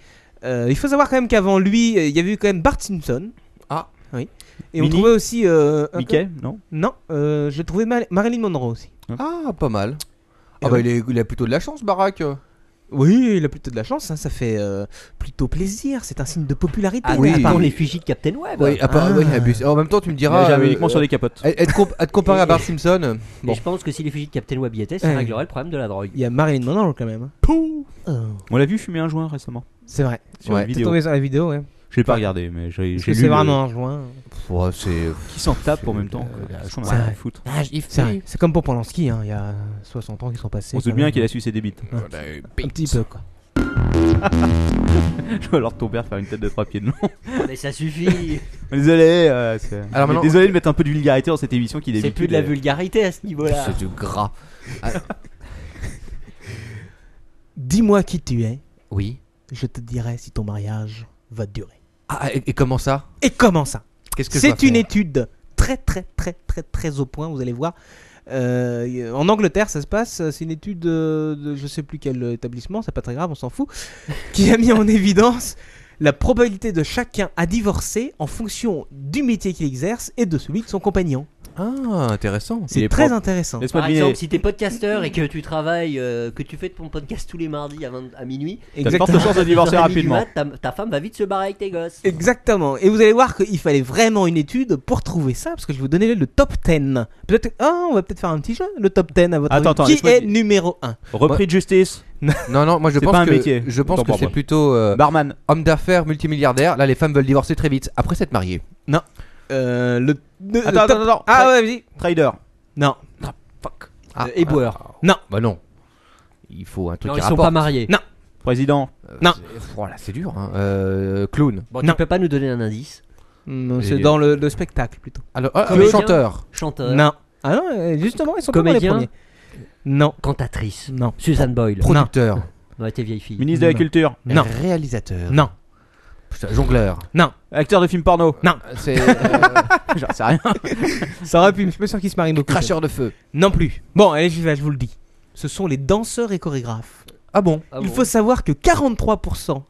F: Euh, il faut savoir quand même qu'avant lui, euh, il y avait eu quand même Bart Simpson.
D: Ah.
F: oui. Et on
C: Minnie.
F: trouvait aussi. euh, un-
C: Mickey, non
F: Non, euh, je trouvais Mar- Marilyn Monroe aussi.
D: Ah, pas mal.
F: Eh
D: Ah, bah,
F: oui.
D: il, est- il a plutôt de la chance, Barack.
F: Oui, il a plutôt de la chance, hein, ça fait euh, plutôt plaisir, c'est un signe de popularité.
E: Ah,
F: n'est-ce
E: oui,
F: pas
E: attends, l'effigie de Captain Web.
D: Oui, à part-
F: Ah.
D: oui, il abuse. En même temps, tu me
C: Il
D: diras.
C: jamais
D: euh,
C: uniquement sur des capotes.
D: euh, Être, comp- être comparé à Bart Simpson.
E: Et
D: Bon.
E: je pense que si l'effigie de Captain Web y était, ça
F: Ouais.
E: réglerait le problème de la drogue.
F: Il y a Marilyn Monroe quand même. hein. Oh,
C: On l'a vu fumer un joint récemment.
F: c'est vrai.
C: Sur
D: Ouais.
C: une
F: T'es
C: vidéo.
F: tombé sur la vidéo, ouais.
C: Je l'ai pas regardé, mais j'ai
F: Parce
C: j'ai
F: que
C: lu. le-
F: c'est vraiment en juin.
D: Ouais, c'est.
C: Qui s'en tape en même temps
D: Euh,
C: quoi.
D: la-
C: Qu'est-ce qu'on en
F: ça-
C: a rien à foutre.
G: Ah,
F: C'est vrai. C'est comme pour Polanski, hein, il y a 60 ans qui sont passés.
C: On se doute
F: quand
C: bien
F: même.
C: qu'il a su ses débites.
F: Un petit peu, quoi.
C: Je vois alors ton père faire une tête de trois pieds de long.
E: Mais ça suffit.
C: Désolé. euh, c'est-
D: Alors
C: Mais
D: maintenant-
C: désolé de mettre un peu de vulgarité dans cette émission qui
E: c'est
C: d'habitude,
E: plus de la
C: euh,
E: vulgarité à ce niveau-là.
D: C'est du gras.
F: Dis-moi qui tu es,
D: Oui.
F: je te dirai si ton mariage va durer.
D: Ah, et, et comment ça
F: Et comment ça
D: Qu'est-ce que je dois
F: C'est une
D: faire
F: étude très très très très très au point, vous allez voir. Euh, y- en Angleterre, ça se passe. C'est une étude euh, de je sais plus quel établissement, c'est pas très grave, on s'en fout, qui a mis en évidence la probabilité de chacun à divorcer en fonction du métier qu'il exerce et de celui de son compagnon.
D: Ah, intéressant.
C: Il
F: C'est
C: est
F: très
C: propre.
F: intéressant.
C: Laisse-moi
E: Par
C: deviner.
E: exemple, si t'es podcasteur et que tu travailles, euh, que tu fais ton podcast tous les mardis à, 20 à minuit,
C: T'as de
F: Exactement.
C: fortes chances de divorcer
E: dans la nuit du
C: rapidement.
E: mat, ta, ta femme va vite se barrer avec tes gosses.
F: Exactement. Et vous allez voir qu'il fallait vraiment une étude pour trouver ça, parce que je vais vous donner le top 10. Peut-être, ah, on va peut-être faire un petit jeu, le top 10 à votre
C: Attends,
F: avis.
C: attends,
F: Qui
C: laisse-moi
F: est
C: dire.
F: numéro 1
C: Repris de justice.
D: Non, non, moi je
C: C'est
D: pense
C: pas un
D: que
C: métier.
D: je pense
C: Bon,
D: que
C: bon,
D: c'est
C: bon.
D: plutôt euh,
C: Barman.
D: homme d'affaires multimilliardaire. Là, les femmes veulent divorcer très vite après s'être mariées.
F: euh, le, le- le
C: Attends,
F: top-
C: attends, attends.
F: Ah ouais, vas-y.
C: Trader.
F: Non,
D: Ah,
E: et boire.
F: Non.
D: Bah non. Il faut un truc
E: Non,
D: qui
E: ils sont
D: rapporte.
E: pas mariés.
C: Président.
D: Euh,
F: Non.
D: c'est- Voilà, c'est dur. hein. Euh, clown.
E: Bon,
F: Non.
E: tu peux pas nous donner un indice.
F: Non, c'est
D: Et-
F: dans le, le spectacle plutôt.
D: Alors, ah,
E: Comédien.
D: chanteur.
E: Chanteur.
F: Non. Ah non, euh, justement, ils sont pas dans les
E: Comédien.
F: premiers. Non,
E: Cantatrice.
F: non,
E: Suzanne Boyle.
F: Non.
D: Producteur.
E: Ouais, t'es vieille fille.
C: Ministre de la
F: Non.
C: Culture.
F: non,
D: Réalisateur.
F: non,
D: Putain, jongleur.
C: Acteur de films porno.
D: C'est euh,
C: J'en sais rien.
F: Ça aurait pu, mais je suis pas sûr qu'ils se marient beaucoup.
D: cracheur de feu.
F: Non plus. Bon, allez, j'y vais, je vous le dis. Ce sont les danseurs et chorégraphes.
D: Ah bon
E: Ah
F: Il
E: bon.
F: faut savoir que 43%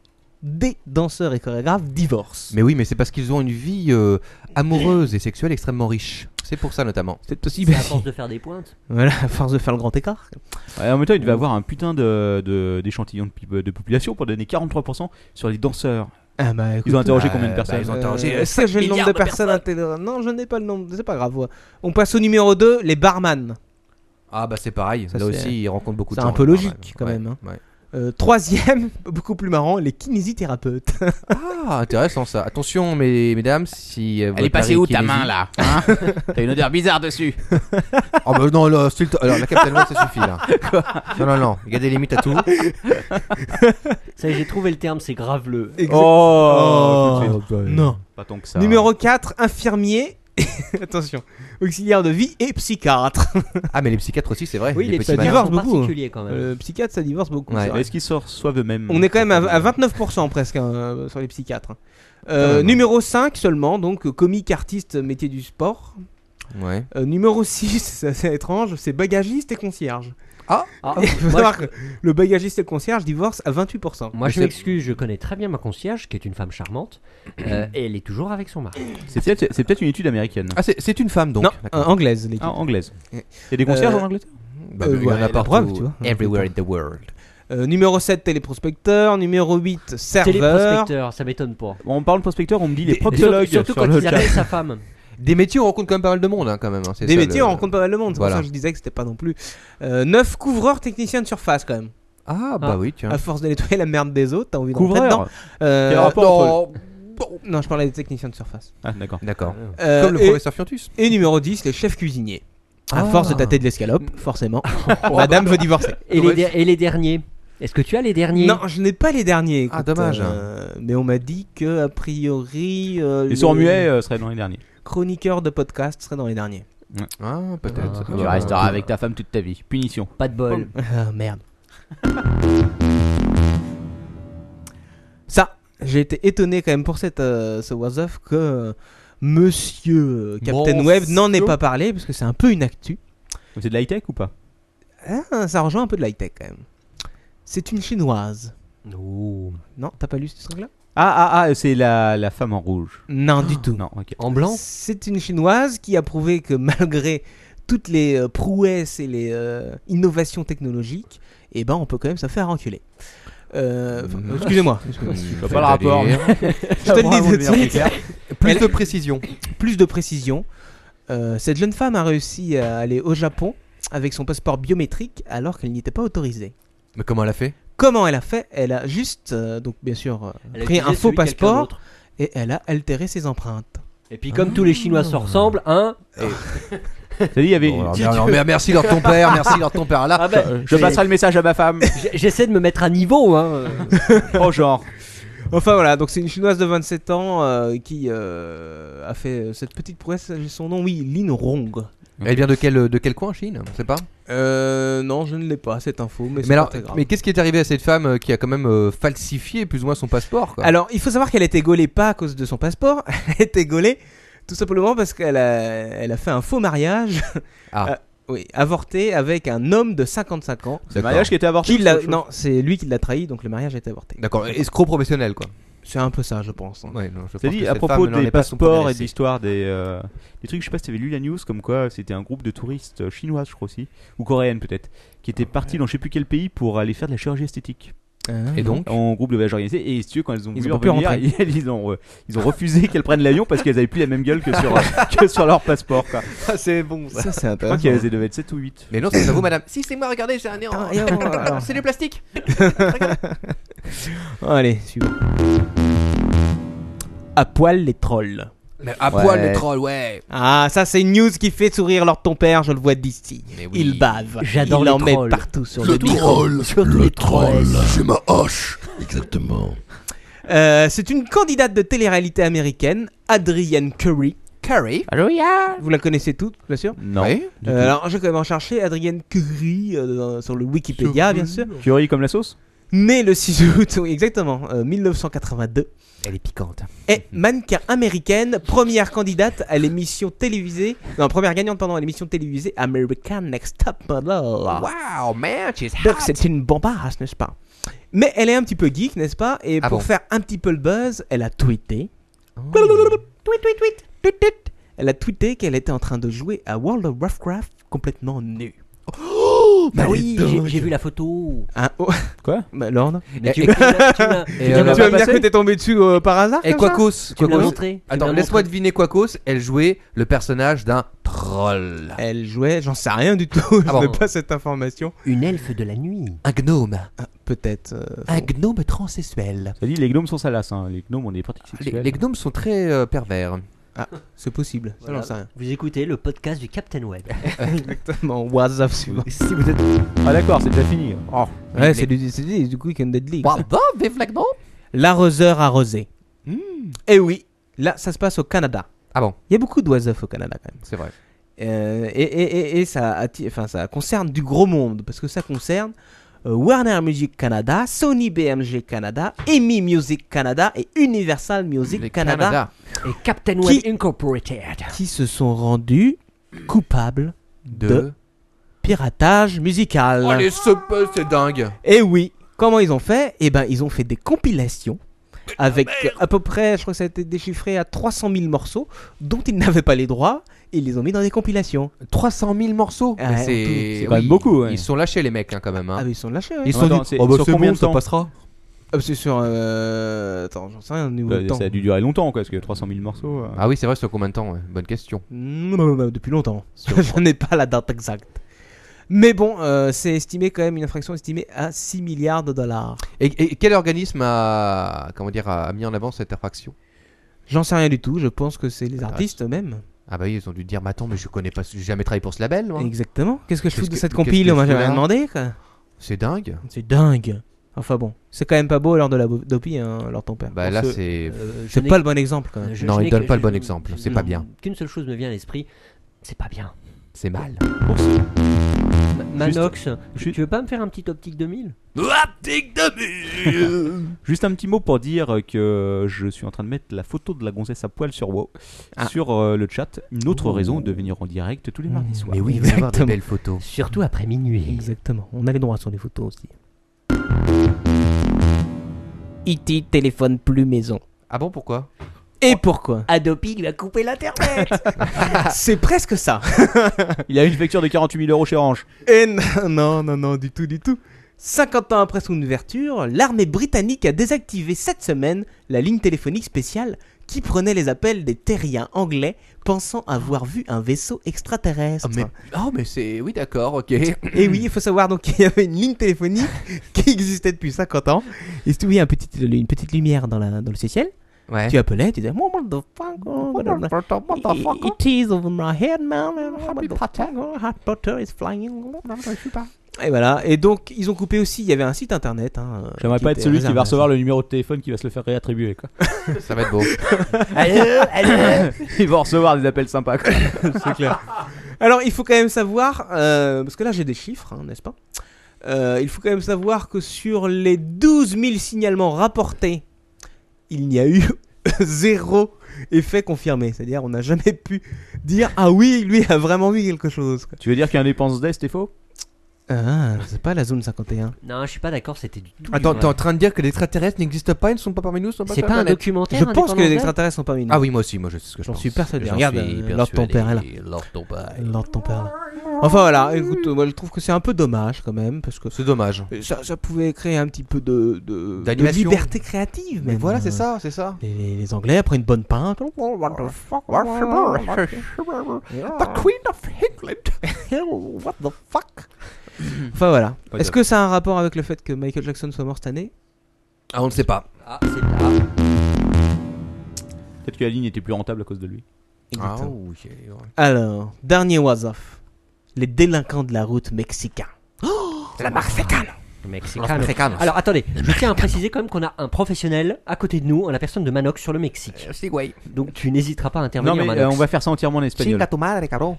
F: des danseurs et chorégraphes divorcent.
D: Mais oui, mais c'est parce qu'ils ont une vie euh, amoureuse et sexuelle extrêmement riche. C'est pour ça notamment.
F: C'est possible.
E: C'est à force de faire des pointes.
F: Voilà, à force de faire le grand écart.
C: Ouais, en même temps, il devait avoir un putain d'échantillon de, d'échantillon de, pi- de population pour donner 43% sur les danseurs.
F: Ah bah, écoute,
C: Ils ont interrogé
D: bah,
C: combien de
D: bah,
C: personnes
D: ils ont
F: euh,
D: interrogé, euh,
F: Est-ce que j'ai le nombre de personnes, intégrées Non, je n'ai pas le nombre, c'est pas grave. ouais. On passe au numéro 2, les barman.
D: Ah bah c'est pareil.
F: Ça,
D: Là
F: c'est-
D: aussi, ils rencontrent beaucoup de
F: c'est un
D: gens,
F: peu
D: hein,
F: logique,
D: ouais.
F: quand
D: Ouais,
F: même, hein.
D: ouais.
F: Euh, troisième, beaucoup plus marrant, les kinésithérapeutes.
D: Ah, intéressant ça. Attention, mes- mesdames, si. euh,
G: Elle
D: votre
G: est passée
D: mari
G: où ta
D: kinésiste-
G: main là hein T'as une odeur bizarre dessus.
D: Oh bah non, là, style to- alors la Captain Web ça suffit là. Non, non, non, il y a des limites à tout.
E: Ça y est, j'ai trouvé le terme, c'est graveleux.
C: Oh, tout de suite.
F: non.
C: Pas tant que ça.
F: Numéro 4, infirmier Attention. Auxiliaire de vie et psychiatre.
D: Ah, mais les psychiatres aussi, c'est vrai.
E: Oui, les
D: petits
E: psychiatres
D: malins.
F: divorcent
E: sont
F: beaucoup.
E: particuliers quand même.
F: Le Euh, psychiatre, ça divorce beaucoup.
D: Ouais.
F: c'est vrai.
C: Est-ce qu'ils sortent soit eux-mêmes
F: On est quand même à, à 29% presque hein, euh, sur les psychiatres.
D: Quand
F: Euh,
D: même, hein.
F: numéro 5 seulement, donc euh, comique, artiste, métier du sport.
D: Ouais.
F: Euh, numéro 6, c'est assez étrange, c'est bagagiste et concierge.
E: Ah,
F: Il Euh, faut
E: moi,
F: savoir
E: je-
F: que le bagagiste et le concierge divorcent à 28%.
E: Moi,
D: Mais
E: je
D: c'est-
E: m'excuse, je connais très bien ma concierge, qui est une femme charmante, euh, et elle est toujours avec son mari.
C: C'est peut-être c'est peut-être une étude américaine.
D: Ah, c'est c'est une femme donc.
F: non,
D: D'accord.
F: euh, anglaise, les
C: Ah, anglaise. Il
D: Ouais.
C: y a des concierges
F: Euh,
C: en Angleterre
D: Bah,
F: euh,
D: bah, il y en
F: ouais,
D: a
F: la
D: partout.
F: preuve, tu vois.
D: Everywhere in the world.
F: Euh, numéro 7, téléprospecteur. Numéro 8, serveur.
E: Téléprospecteur, ça m'étonne pas.
C: On parle de prospecteur, on me dit les
D: Des-
C: proctologues.
E: Surtout
C: sur
E: quand
C: le
E: il appelle
C: chat.
E: sa femme.
D: Des métiers, on rencontre quand même pas mal de monde hein, quand même. hein, c'est
F: Des
D: ça,
F: métiers,
D: le-
F: on rencontre pas mal le monde. C'est
D: Voilà.
F: pour ça que je disais que c'était pas non plus. Euh, 9, couvreur, technicien de surface quand même.
D: Ah, bah
E: Ah.
D: oui, tiens.
F: À force de nettoyer la merde des autres, t'as envie d'entrer dedans.
C: Couvreur
F: Euh,
C: Quel rapport entre
F: non, je parlais des techniciens de surface.
C: Ah, d'accord.
D: D'accord.
F: Euh,
D: Comme le
F: et-
D: professeur Fiontus.
F: Et numéro 10, les chefs cuisiniers. À
D: Ah.
F: force de tâter de l'escalope, forcément. Madame veut divorcer.
E: Et les,
D: Ouais.
E: der- et les derniers Est-ce que tu as les derniers
F: Non, je n'ai pas les derniers.
D: Ah,
F: écoute,
D: dommage.
F: euh, mais on m'a dit que, a priori, euh,
C: Les
F: le
C: sourds muets euh, seraient dans les derniers.
F: chroniqueur de podcast serait dans les derniers.
D: Ah, peut-être.
E: Tu
D: Ah, bah, bah,
C: avec ta femme toute ta vie. Punition.
E: Pas de bol.
F: Ah, merde. Ça, j'ai été étonné quand même pour cette, euh, ce was-off que euh, Monsieur euh, Captain
D: Bon,
F: Web n'en ait
D: c'est-
F: pas parlé, parce que c'est un peu une actu.
C: C'est de l'high-tech ou pas
F: Ah, ça rejoint un peu de l'high-tech quand même. C'est une chinoise.
E: Oh.
F: Non, t'as pas lu ce truc-là Ah.
C: Ah, ah, ah, c'est la, la femme en rouge.
F: Non, du tout.
C: Non, ok.
E: En blanc
F: C'est une chinoise qui a prouvé que malgré toutes les euh, prouesses et les euh, innovations technologiques, eh ben on peut quand même se faire enculer. Euh, enfin,
D: Mmh.
F: Excusez-moi,
D: bah,
C: Je
D: bah,
C: vois pas le rapport.
D: d'aller- Ah,
F: je te
C: Bravo,
F: le dis tout de
C: Olivier
F: suite.
D: Plus de précision.
F: Plus de précision. Euh, cette jeune femme a réussi à aller au Japon avec son passeport biométrique alors qu'elle n'y était pas autorisée.
D: Mais comment elle a fait
F: Comment elle a fait Elle a juste, euh, donc bien sûr, euh,
E: Elle a
F: pris
E: utilisé
F: un faux
E: celui de quelqu'un
F: passeport
E: d'autre.
F: et elle a altéré ses empreintes.
E: Et puis, comme tous les Chinois se ressemblent, hein
C: T'as dit, il y avait.
D: Bon, alors,
C: Dis-
D: mais- alors, mais merci leur ton père, merci leur ton père. Là,
E: Ah ben,
C: Je
E: j'ai-
C: passerai le message à ma femme.
E: j'ai- J'essaie de me mettre à niveau, hein
C: Oh, genre.
F: Enfin voilà, donc c'est une chinoise de 27 ans euh, qui euh, a fait euh, cette petite prouesse. J'ai son nom, oui, Lin Rong.
D: elle vient de quel, de quel coin, Chine Je sais pas.
F: Euh, non, je ne l'ai pas cette info, mais, c'est
D: Mais alors,
F: pas très grave.
D: mais qu'est-ce qui est arrivé à cette femme euh, qui a quand même euh, falsifié plus ou moins son passeport quoi
F: Alors, il faut savoir qu'elle a été gaulée pas à cause de son passeport, elle a été gaulée tout simplement parce qu'elle a, elle a fait un faux mariage,
D: Ah,
F: euh, oui, avorté avec un homme de 55 ans.
C: Le
D: d'accord.
C: mariage qui était avorté.
F: Qui l'a-
C: c'est autre chose.
F: non, c'est lui qui l'a trahi, donc le mariage a été avorté.
D: D'accord, escroc professionnel quoi.
F: C'est un peu ça, je pense. hein.
D: Ouais, non, je
C: T'as
D: pense
C: dit,
D: que
C: à
D: cette
C: propos
D: femme n'en
C: des
D: est pas à son
C: passeports
D: premier
C: et de
D: essai.
C: l'histoire des, euh, des trucs, je sais pas si t'avais lu la news comme quoi c'était un groupe de touristes euh, chinoises, je crois aussi, ou coréennes peut-être, qui étaient partis dans je sais plus quel pays pour aller faire de la chirurgie esthétique
D: Et donc
C: en groupe de voyage organisé. Et si tu veux, quand elles ont
F: Ils
C: voulu
F: ont pas pu
C: revenir,
F: rentrer.
C: ils, ils ont, euh, ils ont refusé qu'elles prennent l'avion parce qu'elles avaient plus la même gueule que sur, euh, que sur leur passeport. Quoi. Je
D: c'est bon
F: Ça, c'est
C: crois
D: Euh,
F: intéressant.
C: qu'elles devaient être 7 ou 8.
D: Mais non, c'est à vous madame.
G: Si, c'est moi, regardez, j'ai un nez en.
F: Ah, et on- alors.
G: C'est du plastique
F: Allez, suivant. À poil les trolls.
D: Mais à poil le troll, ouais.
F: Ah, ça c'est une news qui fait sourire Lord ton père, je le vois d'ici.
D: Mais oui.
F: Il bave.
E: J'adore
F: Il
E: les
F: en met
E: trolls.
F: partout sur le,
A: Le
F: micro.
A: troll
E: Surtout
A: Le troll C'est ma hache Exactement.
F: Euh, c'est une candidate de télé-réalité américaine, Adrienne Curry.
D: Curry
F: Vous la connaissez toutes, bien sûr.
C: Non.
D: Ah Oui.
C: du
F: Euh,
C: tout.
F: alors, j'ai quand même en cherché Adrienne Curry euh, sur le Wikipédia, bien sûr.
C: Curry comme la sauce
F: Née le 6 août, oui, exactement, euh, 1982.
D: Elle est piquante.
F: est mannequin américaine, première candidate à l'émission télévisée, non, première gagnante pendant l'émission télévisée American Next Top Model.
D: Wow, man, she's
F: Donc c'est une bombasse, n'est-ce pas Mais elle est un petit peu geek, n'est-ce pas Et
D: Ah
F: pour
D: bon
F: faire un petit peu le buzz, elle a tweeté. Tweet, tweet, tweet, tweet, tweet. Elle a tweeté qu'elle était en train de jouer à World of Warcraft complètement nue.
E: Bah oui, j'ai- j'ai vu la photo
F: Hein oh.
C: Quoi
F: bah, Lord.
E: Mais tu
D: et-
E: tu me l'as- tu me l'as- tu me
D: Et,
E: l'as
D: euh,
E: pas-
D: tu vas
F: me dire que t'es tombé dessus euh, par hasard
D: Et
F: comme ça
D: Quacos,
E: tu me l'as
D: Quacos.
E: montré tu me
D: Attends,
E: l'as
D: laisse-moi
E: montré.
D: deviner Quacos, elle jouait le personnage d'un troll.
F: Elle jouait, j'en sais rien du tout, je
D: Ah bon.
F: n'ai pas cette information.
E: Une elfe de la nuit.
D: Un gnome.
F: Ah, Peut-être. euh,
D: Un gnome transsexuel.
C: Ça dit, les gnomes sont salaces. Hein. Les gnomes ont des pratiques
D: Ah, Les,
C: sexuelles.
D: les gnomes sont très euh, pervers.
F: C'est possible, ça,
E: Voilà.
F: j'en sais rien.
E: Vous écoutez le podcast du Captain Web.
F: Exactement, WhatsApp suivant.
D: Si vous êtes.
C: Ah, d'accord, c'est déjà fini.
D: Oh,
F: Ouais, c'est du, c'est du, du Quick and Deadly.
D: Pardon, vive la gnome
F: L'arroseur arrosé. Eh oui, là, ça se passe au Canada.
D: Ah bon,
F: Il y a beaucoup d'oiseaux au Canada quand même.
D: c'est vrai.
F: Euh, et et, et, et ça, atti- enfin, ça concerne du gros monde, parce que ça concerne euh, Warner Music Canada, Sony BMG Canada, EMI Music Canada et Universal Music
D: Les
F: Canada,
E: Et Captain
F: Qui-
E: Web Incorporated.
F: qui se sont rendus coupables
D: de...
F: De- piratage musical.
D: Oh les sopes, c'est dingue
F: Et Eh oui, comment ils ont fait Eh ben, ils ont fait des compilations
D: Ah,
F: avec euh, à peu près, je crois que ça a été déchiffré à 300 000 morceaux dont ils n'avaient pas les droits. Ils les ont mis dans des compilations.
D: 300 000 morceaux
F: Ouais,
D: Mais
F: en tout,
D: C'est
C: c'est quand même beaucoup, ouais.
D: Ils sont lâchés les mecs hein, quand même. hein.
F: Ah, mais ils sont lâchés. ouais.
D: Ils se
C: Attends,
D: dit,
C: c'est-
D: oh, bah,
C: sur
D: c'est
C: combien
D: bon,
C: de
D: ça
C: temps
D: passera.
F: Ah, C'est sur. euh, Attends, j'en sais rien au niveau
C: Bah,
F: du temps.
C: ça a dû durer longtemps, quoi, parce que 300 000 morceaux. euh.
D: Ah oui, c'est vrai, sur combien de temps ouais. Bonne question.
F: Non, non, non, depuis longtemps. Je n'ai pas la date exacte. Mais bon, euh, c'est estimé quand même, une infraction estimée à 6 milliards de dollars.
D: Et, et quel organisme a, comment dire, a mis en avant cette infraction
F: J'en sais rien du tout, je pense que c'est les
D: Intéressant.
F: artistes eux-mêmes.
D: Ah bah oui, ils ont dû dire, mais attends, mais je connais pas, j'ai jamais travaillé pour ce label. moi.
F: Exactement. Qu'est-ce que je
D: Hein. Qu'est-ce
F: fous de
D: que-
F: cette
D: qu'est-ce que
F: compile
D: je
F: On m'a
D: fais
F: jamais
D: là
F: demandé, quoi.
D: C'est dingue.
F: C'est dingue. Enfin bon, c'est quand même pas beau l'heure de la bo- dopie, hein, l'heure de ton père.
D: Bah
C: Pour
D: là,
C: ce-
D: c'est.
E: Euh, je
F: C'est
E: n'ai-
F: pas le bon exemple quand
E: euh,
F: même.
E: je-
D: Non,
E: je
D: il
E: n'ai
D: donne
E: que-
D: pas le
E: je-
D: bon exemple,
E: je-
D: c'est
E: je-
D: pas bien.
E: Qu'une seule chose me vient à l'esprit, c'est pas bien.
D: C'est mal.
E: Ma- Manox,
C: juste-
E: tu veux pas me faire un petit optique 2000
C: Juste un petit mot pour dire que je suis en train de mettre la photo de la gonzesse à poil sur WoW
F: Ah.
C: sur euh, le chat. Une autre raison de venir en direct tous les mardis soirs.
D: Mais oui, il va y avoir des
F: Exactement.
D: belles photos.
E: Surtout après minuit.
F: Exactement, on a les droits sur les photos aussi. E.T. E téléphone plus maison.
D: Ah bon, pourquoi
F: Et pourquoi
E: Adopi va couper l'internet
F: C'est presque ça.
C: Il a une facture de 48 000 euros chez Orange.
F: Et non, non, non, non, du tout, du tout. 50 ans après son ouverture, l'armée britannique a désactivé cette semaine la ligne téléphonique spéciale qui prenait les appels des terriens anglais pensant avoir vu un vaisseau extraterrestre.
D: Ah, mais, oh, mais c'est. Oui, d'accord, ok.
F: Et oui, il faut savoir donc qu'il y avait une ligne téléphonique qui existait depuis 50 ans. Il se trouvait un petit- une petite lumière dans, la, dans le ciel.
D: Ouais.
F: Tu appelais, tu disais What the fuck, oh, Eh? what the- It is over my head, man. Harry Potter, Harry Potter Oh, is flying. Et voilà. Et donc, ils ont coupé aussi. Il y avait un site internet. hein, euh,
C: J'aimerais
F: qui
C: pas être
F: était
C: celui qui
F: réservé
C: va
F: à
C: recevoir
F: ça.
C: le numéro de téléphone qui va se le faire réattribuer. Quoi.
D: Ça va être beau.
C: Il va recevoir des appels sympas. Quoi.
F: Alors, il faut quand même savoir, euh, parce que là, j'ai des chiffres, hein, n'est-ce pas Euh, Il faut quand même savoir que sur les 12 000 signalements rapportés, il n'y a eu zéro effet confirmé. C'est-à-dire, on n'a jamais pu dire ah oui, lui a vraiment vu quelque chose. quoi.
C: Tu veux dire qu'un dépense d'Est est faux
F: Ah, c'est pas la zone 51.
E: Non, je suis pas d'accord, c'était du tout.
D: Attends,
E: du
D: t'es
E: vrai.
D: en train de dire que les extraterrestres n'existent pas, ils ne sont pas parmi nous, ils sont pas
E: C'est
D: sur
E: pas
D: la
E: un
D: planète.
E: documentaire
F: Je pense que les
E: indépendant
F: extraterrestres sont parmi nous.
D: Ah oui, moi aussi, moi je sais ce que je
F: J'en
D: pense.
F: suis persuadé.
D: J'en
F: Regarde,
D: suis
F: euh, Lord ton père est là.
D: persuadé, Lord ton père.
F: Lord ton père, là. Enfin voilà, écoute, moi je trouve que c'est un peu dommage quand même, parce que
D: C'est dommage.
F: ça, ça pouvait créer un petit peu de, de, de
D: D'animation.
F: Euh, liberté créative.
D: Mais
F: même.
D: voilà, c'est ça, c'est ça.
F: Les, les- les Anglais après une bonne pinte.
D: oh.
F: Oh,
D: Hmm.
F: Enfin voilà.
C: Pas
F: Est-ce
C: de-
F: que ça a un rapport avec le fait que Michael Jackson soit mort cette année
D: Ah, on ne sait pas.
E: Ah, c'est ah,
C: Peut-être que la ligne était plus rentable à cause de lui.
D: Ah,
F: Exactement.
D: ok.
F: Alors, dernier was-off. Les délinquants de la route mexicains.
D: La Marfecane.
E: Mexicano. Alors attendez, je tiens à préciser quand même qu'on a un professionnel à côté de nous, en la personne de Manox sur le Mexique.
D: c'est ouais.
E: Donc tu n'hésiteras pas à intervenir,
C: Non, mais
E: Manox.
C: euh, on va faire ça entièrement en espagnol.
D: tu madre, caro.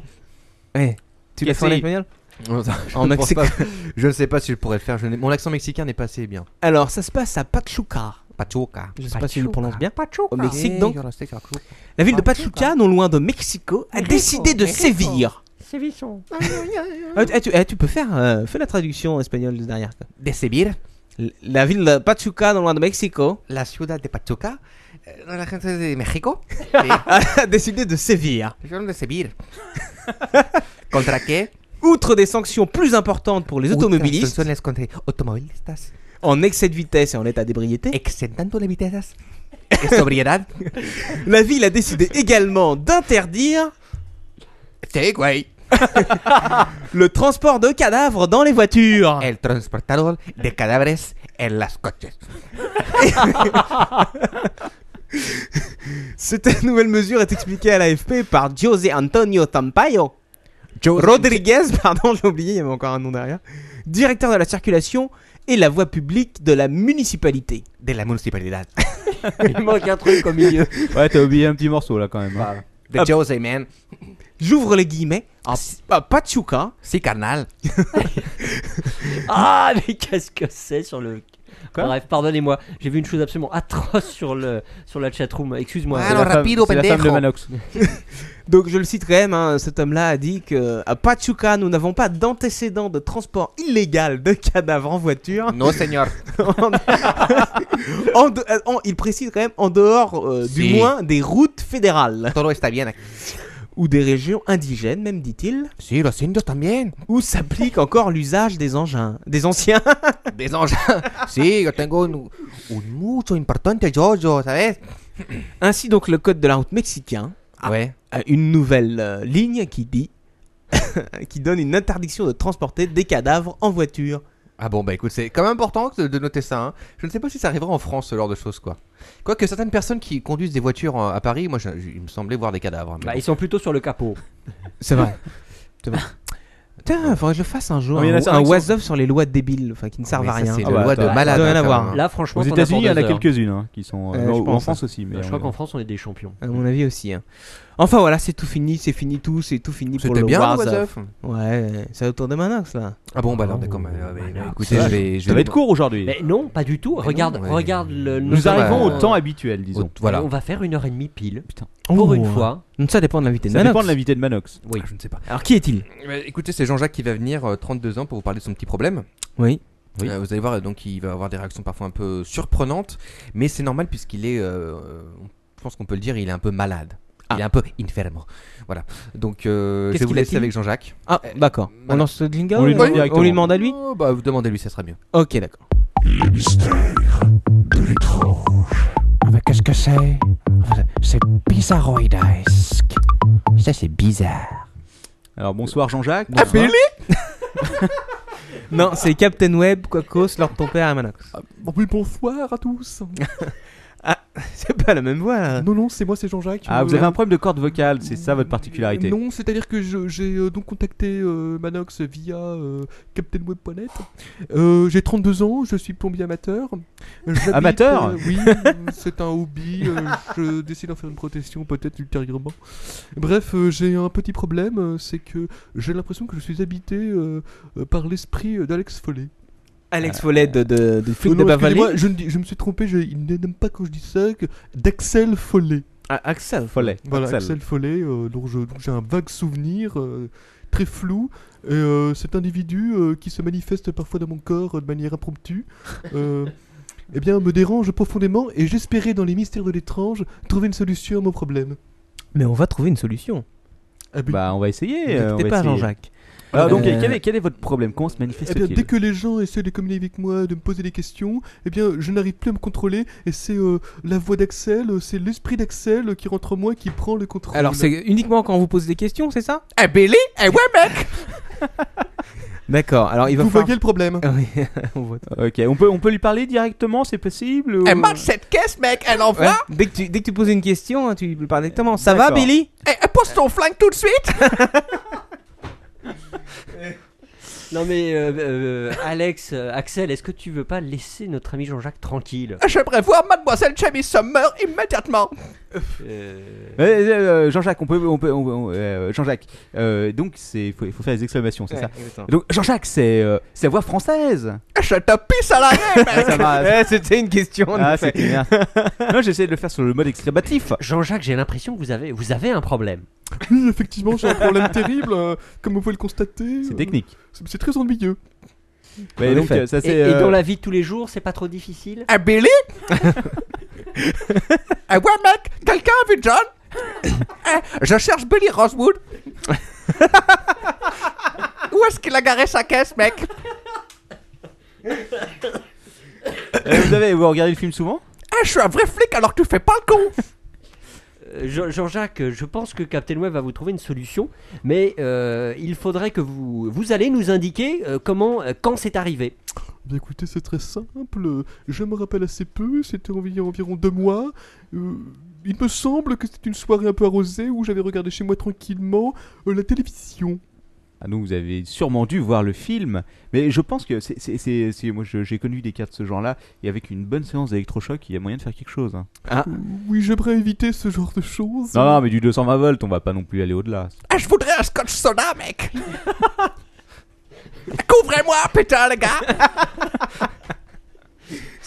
F: Ouais. Tu l'as fait en
C: Essaye.
F: espagnol
D: En
F: En Mexique.
D: Mexique. Je ne sais pas si je pourrais le faire. je n'ai- Mon accent mexicain n'est pas assez bien.
F: Alors, ça se passe à Pachuca. Ah. Eh,
D: Pachuca.
F: Je sais Bah, pas si je le prononce bien.
D: Pachuca.
F: Au Mexique, donc. La ville de Pachuca, non loin de Mexico, a décidé de sévir. Ah, tu- ah, tu, ah, tu peux faire euh, fais la traduction espagnole de derrière. quoi.
D: De Sevilla,
F: L- La ville de Pachuca, non loin de Mexico,
D: la ciudad de Pachuca, euh, la gente de México.
F: a décidé de sévir.
D: Yo de Sevilla. Contra qué?
F: Outre des sanctions plus importantes pour les automobilistes,
D: Son les contra automovilistas.
F: en excès de vitesse et en état d'ébriété,
D: Exentando las vitezas. Sobriedad.
F: la ville a décidé également d'interdire
D: Sí, güey.
F: le transport de cadavres dans les voitures.
D: El transportador de cadáveres en las coches.
F: Cette nouvelle mesure est expliquée à l'AFP par José Antonio Tampayo. Rodriguez, pardon, j'ai oublié, il y avait encore un nom derrière. Directeur de la circulation et la voie publique de la municipalité.
D: De la municipalidad.
E: Il manque un truc au milieu.
C: Ouais, t'as oublié un petit morceau là quand même. hein.
D: Ah.
I: The Jose, man.
F: J'ouvre les guillemets. Ah, ah, Pachuca.
I: C'est carnal.
E: Ah, mais qu'est-ce que c'est sur le. Bref, pardonnez-moi, j'ai vu une chose absolument atroce sur, le, sur la chatroom. Excuse-moi.
C: C'est la
J: Alors,
C: femme-
J: rapido,
C: c'est la femme de
J: pendejo.
C: Manox.
F: Donc je le cite quand même, hein, cet homme-là a dit que à Pachuca, nous n'avons pas d'antécédent de transport illégal de cadavres en voiture.
I: Non, seigneur.
F: En- en de- euh, en- il précise quand même en dehors, euh, du
I: Si.
F: moins, des routes fédérales
I: Todo está bien. aquí.
F: ou des régions indigènes, même dit-il,
I: Si, los indios también.
F: où s'applique encore l'usage des engins, des anciens.
I: Des anges. si, yo tengo un, un mucho importante Jojo, ¿sabes?
F: Ainsi donc le code de la route mexicain Ah.
I: Ouais.
F: a une nouvelle euh, ligne qui dit, qui donne une interdiction de transporter des cadavres en voiture.
I: Ah bon, bah écoute, c'est quand même important de, de noter ça. hein. Je ne sais pas si ça arrivera en France, ce genre de choses, quoi. Quoique certaines personnes qui conduisent des voitures euh, à Paris, moi, je- je- il me semblait voir des cadavres. mais
E: Bah,
I: bon.
E: ils sont plutôt sur le capot.
F: C'est vrai. C'est vrai. Putain, faudrait que je fasse un jour
C: Non, mais il y en a
F: un,
C: certains
F: un
C: qui
F: was-of sur les lois débiles, enfin qui ne servent
I: Mais
F: à
I: ça,
F: rien.
I: C'est
C: Ah
I: une
C: bah,
I: loi
C: attends,
I: de
C: ça
I: malade.
F: doit
I: hein,
F: rien
I: quand
F: avoir.
I: même, hein.
E: Là, franchement,
C: Ah. Aux
E: t'en as
C: États-Unis,
E: pour
C: il y en
E: deux
C: a
E: heures.
C: quelques-unes hein, qui sont.
F: Euh,
C: non,
F: je
C: en
F: pense.
C: France aussi, mais.
E: Je crois qu'en France, on est des champions.
F: À mon avis aussi. hein. Enfin voilà, c'est tout fini, c'est fini tout, c'est tout fini pour
I: C'était
F: le
I: bien,
F: Wars
I: le
F: of.
I: What's Up
F: Ouais, c'est autour de Manox là.
I: Ah bon, bah alors, mais quand même, euh, mais- mais écoutez, je vais. je
C: Ça va
I: vais-
C: être court aujourd'hui.
E: Mais non, pas du tout.
I: Mais
E: regarde,
I: non, ouais.
E: regarde le.
C: Nous
E: notre-
C: arrivons
I: euh,
C: au temps habituel,
I: Oh,
C: disons.
I: Voilà.
E: On va faire une heure et demie pile.
C: Putain.
E: Pour
F: Oh.
E: une fois.
F: Donc ça dépend de l'invité de
C: Ça dépend
F: Manox.
C: de l'invité de Manox.
I: Oui, Ah, je ne sais pas.
F: Alors qui est-il
I: Mais écoutez, c'est Jean-Jacques qui va venir, euh, 32 ans, pour vous parler de son petit problème.
F: Oui.
C: Oui.
I: Euh, vous allez voir, euh, donc il va avoir des réactions parfois un peu surprenantes, mais c'est normal puisqu'il est, euh, je pense qu'on peut le dire, il est un peu malade. Il est un peu infermo. Voilà. Donc euh, je
F: Ah. Qu'est-ce
I: vais vous
F: qu'il a
I: laisser
F: dit
I: avec Jean-Jacques.
F: Ah, d'accord.
I: euh,
F: On lance le jingle
C: On lui
F: ou-
C: demande directement.
F: on lui demande à lui
I: Oh, bah, vous demandez-lui, ça sera mieux.
F: Ok, d'accord.
K: Les mystères de l'étrange.
L: Mais qu'est-ce que c'est C'est bizarroidesque. Ça, c'est bizarre.
C: Alors bonsoir Jean-Jacques.
F: Bonsoir. Non, c'est Captain Web, Quacos, Lord ton père et Manox.
I: bonsoir à tous.
F: C'est pas la même voix là.
I: non, non, c'est moi, c'est Jean-Jacques.
C: Ah, vous avez un problème de corde vocale, c'est ça votre particularité.
I: Non, c'est-à-dire que je- j'ai euh, donc contacté euh, Manox via euh, CaptainWeb.net. Euh, j'ai 32 ans, je suis plombier amateur. J'habite,
C: Amateur
I: euh, Oui, c'est un hobby. euh, je décide d'en faire une protection peut-être ultérieurement. Bref, euh, j'ai un petit problème, euh, c'est que j'ai l'impression que je suis habité euh, euh, par l'esprit euh, d'Alex Follet.
F: Alex Follet de, de, de Flic
I: Euh,
F: de
I: non,
F: Bavalie.
I: excusez-moi, je, ne dis- je me suis trompé, je- il n'aime pas quand je dis ça, que- d'Axel Follet.
F: Ah, Axel.
C: Follet.
I: Voilà,
C: Axel.
I: Axel, Follet, euh, dont je- dont j'ai un vague souvenir, euh, très flou. Et euh, cet individu euh, qui se manifeste parfois dans mon corps euh, de manière impromptue, euh, eh bien, me dérange profondément et j'espérais dans les mystères de l'étrange trouver une solution à mon problème.
F: Mais on va trouver une solution.
I: Ah oui.
C: Bah, on va essayer.
F: Ne
C: euh, on
F: t'inquiète
C: va
F: pas
C: essayer.
F: Jean-Jacques.
C: Alors, donc,
F: Euh,
C: quel est, quel est votre problème Comment se
I: Eh bien,
C: manifeste-t-il
I: dès que les gens essaient de communiquer avec moi, de me poser des questions, eh bien, je n'arrive plus à me contrôler et c'est euh, la voix d'Axel, euh, c'est l'esprit d'Axel euh, qui rentre en moi qui prend le contrôle.
F: Alors c'est uniquement quand on vous pose des questions, c'est ça
D: Eh Billy, eh ouais mec
F: D'accord. Alors il va
I: Vous
F: falloir
I: voyez le problème
F: Ah oui, on voit.
C: Ok, on peut, on peut lui parler directement, c'est possible ou-
D: Eh mange cette caisse mec, elle en
F: Ouais,
D: voit
F: Dès, que tu, dès que tu poses une question, hein, tu lui parles directement. Ça va,
C: D'accord.
F: Billy
D: Eh eh, pose ton flingue tout de suite
E: Non, mais euh, euh, Alex, euh, Axel, est-ce que tu veux pas laisser notre ami Jean-Jacques tranquille
D: J'aimerais voir Mademoiselle Jamie Summer immédiatement
E: Euh,
C: Eh, eh, euh, Jean-Jacques, on peut, on peut, on peut- on- euh, Jean-Jacques. euh, donc, c'est, faut, faut faire des exclamations, c'est ça. Donc, Jean-Jacques, c'est, euh, c'est la voix française.
D: Ah, Je te pisse à l'arrêt
C: Ah, ça va.
F: Eh, C'était une question. en
C: Ah,
F: effet.
C: c'était bien. Non, j'essaie de le faire sur le mode exclamatif.
E: Jean-Jacques, j'ai l'impression que vous avez, vous avez un problème.
I: Oui, effectivement, j'ai un problème terrible, euh, comme vous pouvez le constater.
C: C'est
I: euh,
C: technique.
I: c'est- c'est très ennuyeux.
C: Mais
F: en
C: donc,
F: effet.
C: euh, ça,
E: Et,
C: c'est.
E: et
C: euh,
E: dans la vie de tous les jours, c'est pas trop difficile
D: Eh Billy Eh ouais mec, quelqu'un a vu John Eh, Je cherche Billy Rosewood Où est-ce qu'il a garé sa caisse mec
C: euh, vous avez, vous regardez le film souvent
D: Eh je suis un vrai flic alors tu fais pas le con
E: Euh, Jean- Jean-Jacques, euh, je pense que Captain Web va vous trouver une solution, mais euh, il faudrait que vous, vous allez nous indiquer euh, comment, euh, quand c'est arrivé.
I: Bien écoutez, c'est très simple. Je me rappelle assez peu, c'était envi- il y a environ deux mois. Euh, il me semble que c'était une soirée un peu arrosée où j'avais regardé chez moi tranquillement euh, la télévision.
C: Ah, donc vous avez sûrement dû voir le film, mais je pense que c'est, c'est, c'est, c'est- moi je- j'ai connu des cas de ce genre-là, et avec une bonne séance d'électrochoc, il y a moyen de faire quelque chose. hein.
I: Euh, Oui, j'aimerais éviter ce genre de choses.
C: Non, non, mais du 220 volts, on va pas non plus aller au-delà.
D: Ah, je voudrais un scotch soda, mec Couvrez-moi, putain, les gars
C: Ça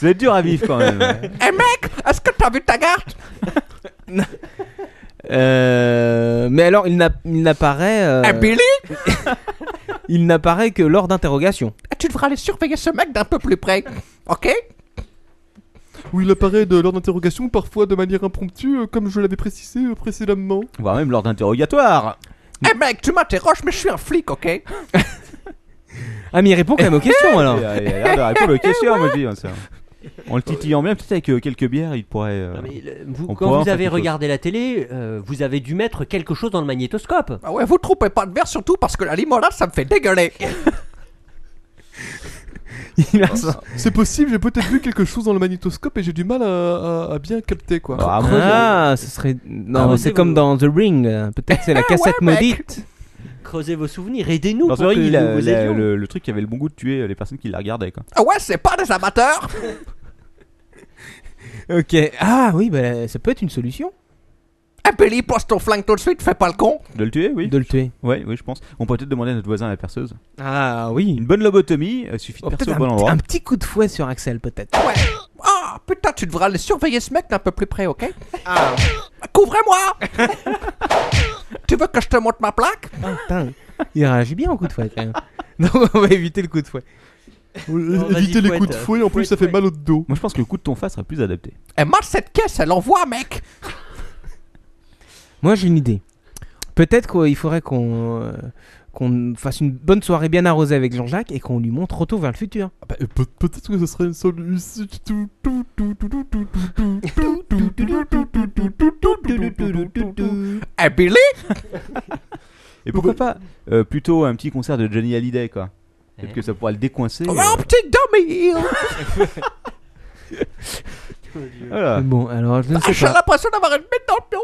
C: va être dur à vivre quand même.
D: Eh mec, est-ce que t'as vu ta garde
F: Euh, mais alors, il n'a- il n'apparaît. euh,
D: Eh Billy,
F: il n'apparaît que lors d'interrogations.
D: tu devras aller surveiller ce mec d'un peu plus près, ok Eh,
I: Oui, il apparaît de lors d'interrogation, parfois de manière impromptue, euh, comme je l'avais précisé euh, précédemment.
C: Voire même lors d'interrogatoires.
D: Eh mec, tu m'interroges, mais je suis un flic, ok
F: Ah, mais il répond quand même aux questions
C: Il
F: alors.
C: a il a l'air de répondre aux questions, moi je dis. hein, ça. En le titillant bien, peut-être avec euh, quelques bières, il pourrait. euh,
E: Non, Ah, mais le- vous-
C: On pourrait
E: quand
C: en
E: vous
C: faire
E: avez
C: quelque chose.
E: regardé la télé, euh, vous avez dû mettre quelque chose dans le magnétoscope.
D: Ah ouais, vous trompez pas de verre, surtout parce que la limonade, ça me fait dégueuler
F: Il a
C: Ah.
F: ça.
I: C'est possible, j'ai peut-être vu quelque chose dans le magnétoscope et j'ai du mal à, à- à bien capter quoi.
C: Ah, moi,
F: Ah, ce serait.
E: Ah,
F: Non,
E: vous
F: c'est
E: dites,
F: comme
E: vous-
F: dans The Ring. euh, Peut-être c'est la cassette
D: mec.
F: maudite.
E: Creusez vos souvenirs, aidez-nous
C: dans
E: pour
C: ce ring,
E: que
C: il a-
E: nous vous
C: la-
E: aidions.
C: le, le truc qui avait le bon goût de tuer euh, les personnes qui la regardaient. Quoi.
D: Ah ouais, c'est pas des amateurs
F: Ok. Ah oui, bah, ça peut être une solution
D: Eh Billy, pose ton flingue tout de suite, fais pas le con
C: De le tuer, oui.
F: de le tuer.
C: Ouais, oui, je pense. On pourrait peut-être demander à notre voisin à la perceuse.
F: Ah oui.
C: Une bonne lobotomie, euh, suffit de
F: Oh,
C: percer
F: peut-être
C: au bon
F: un,
C: endroit.
F: un petit coup de fouet sur Axel, peut-être.
D: Ouais Ah, putain, tu devras aller surveiller ce mec d'un peu plus près, ok Ah Couvrez-moi Tu veux que je te montre ma plaque
F: Ah, putain. Il réagit bien au coup de fouet quand même. Donc on va éviter le coup de fouet.
E: vas-y,
I: éviter les
E: fouette,
I: coups de
E: euh,
I: fouet, en plus
E: fouette,
I: ça fait
E: fouette.
I: mal au dos.
C: Moi je pense que le coup de ton face serait plus adapté.
D: Eh moi cette caisse, elle envoie, mec
F: Moi j'ai une idée. Peut-être qu'il faudrait qu'on euh, qu'on fasse une bonne soirée bien arrosée avec Jean-Jacques et qu'on lui montre retour vers le futur.
I: Ah bah, euh, peut- peut-être que ce serait une solution.
D: Eh Billy
C: Et pourquoi pas euh, plutôt un petit concert de Johnny Hallyday quoi. Peut-être
E: Eh.
C: que ça pourra le décoincer.
D: Oh,
C: euh,
D: un petit dummy
C: voilà.
F: Bon, alors je ne sais
D: J'ai
F: pas.
D: l'impression d'avoir une bête dans le pion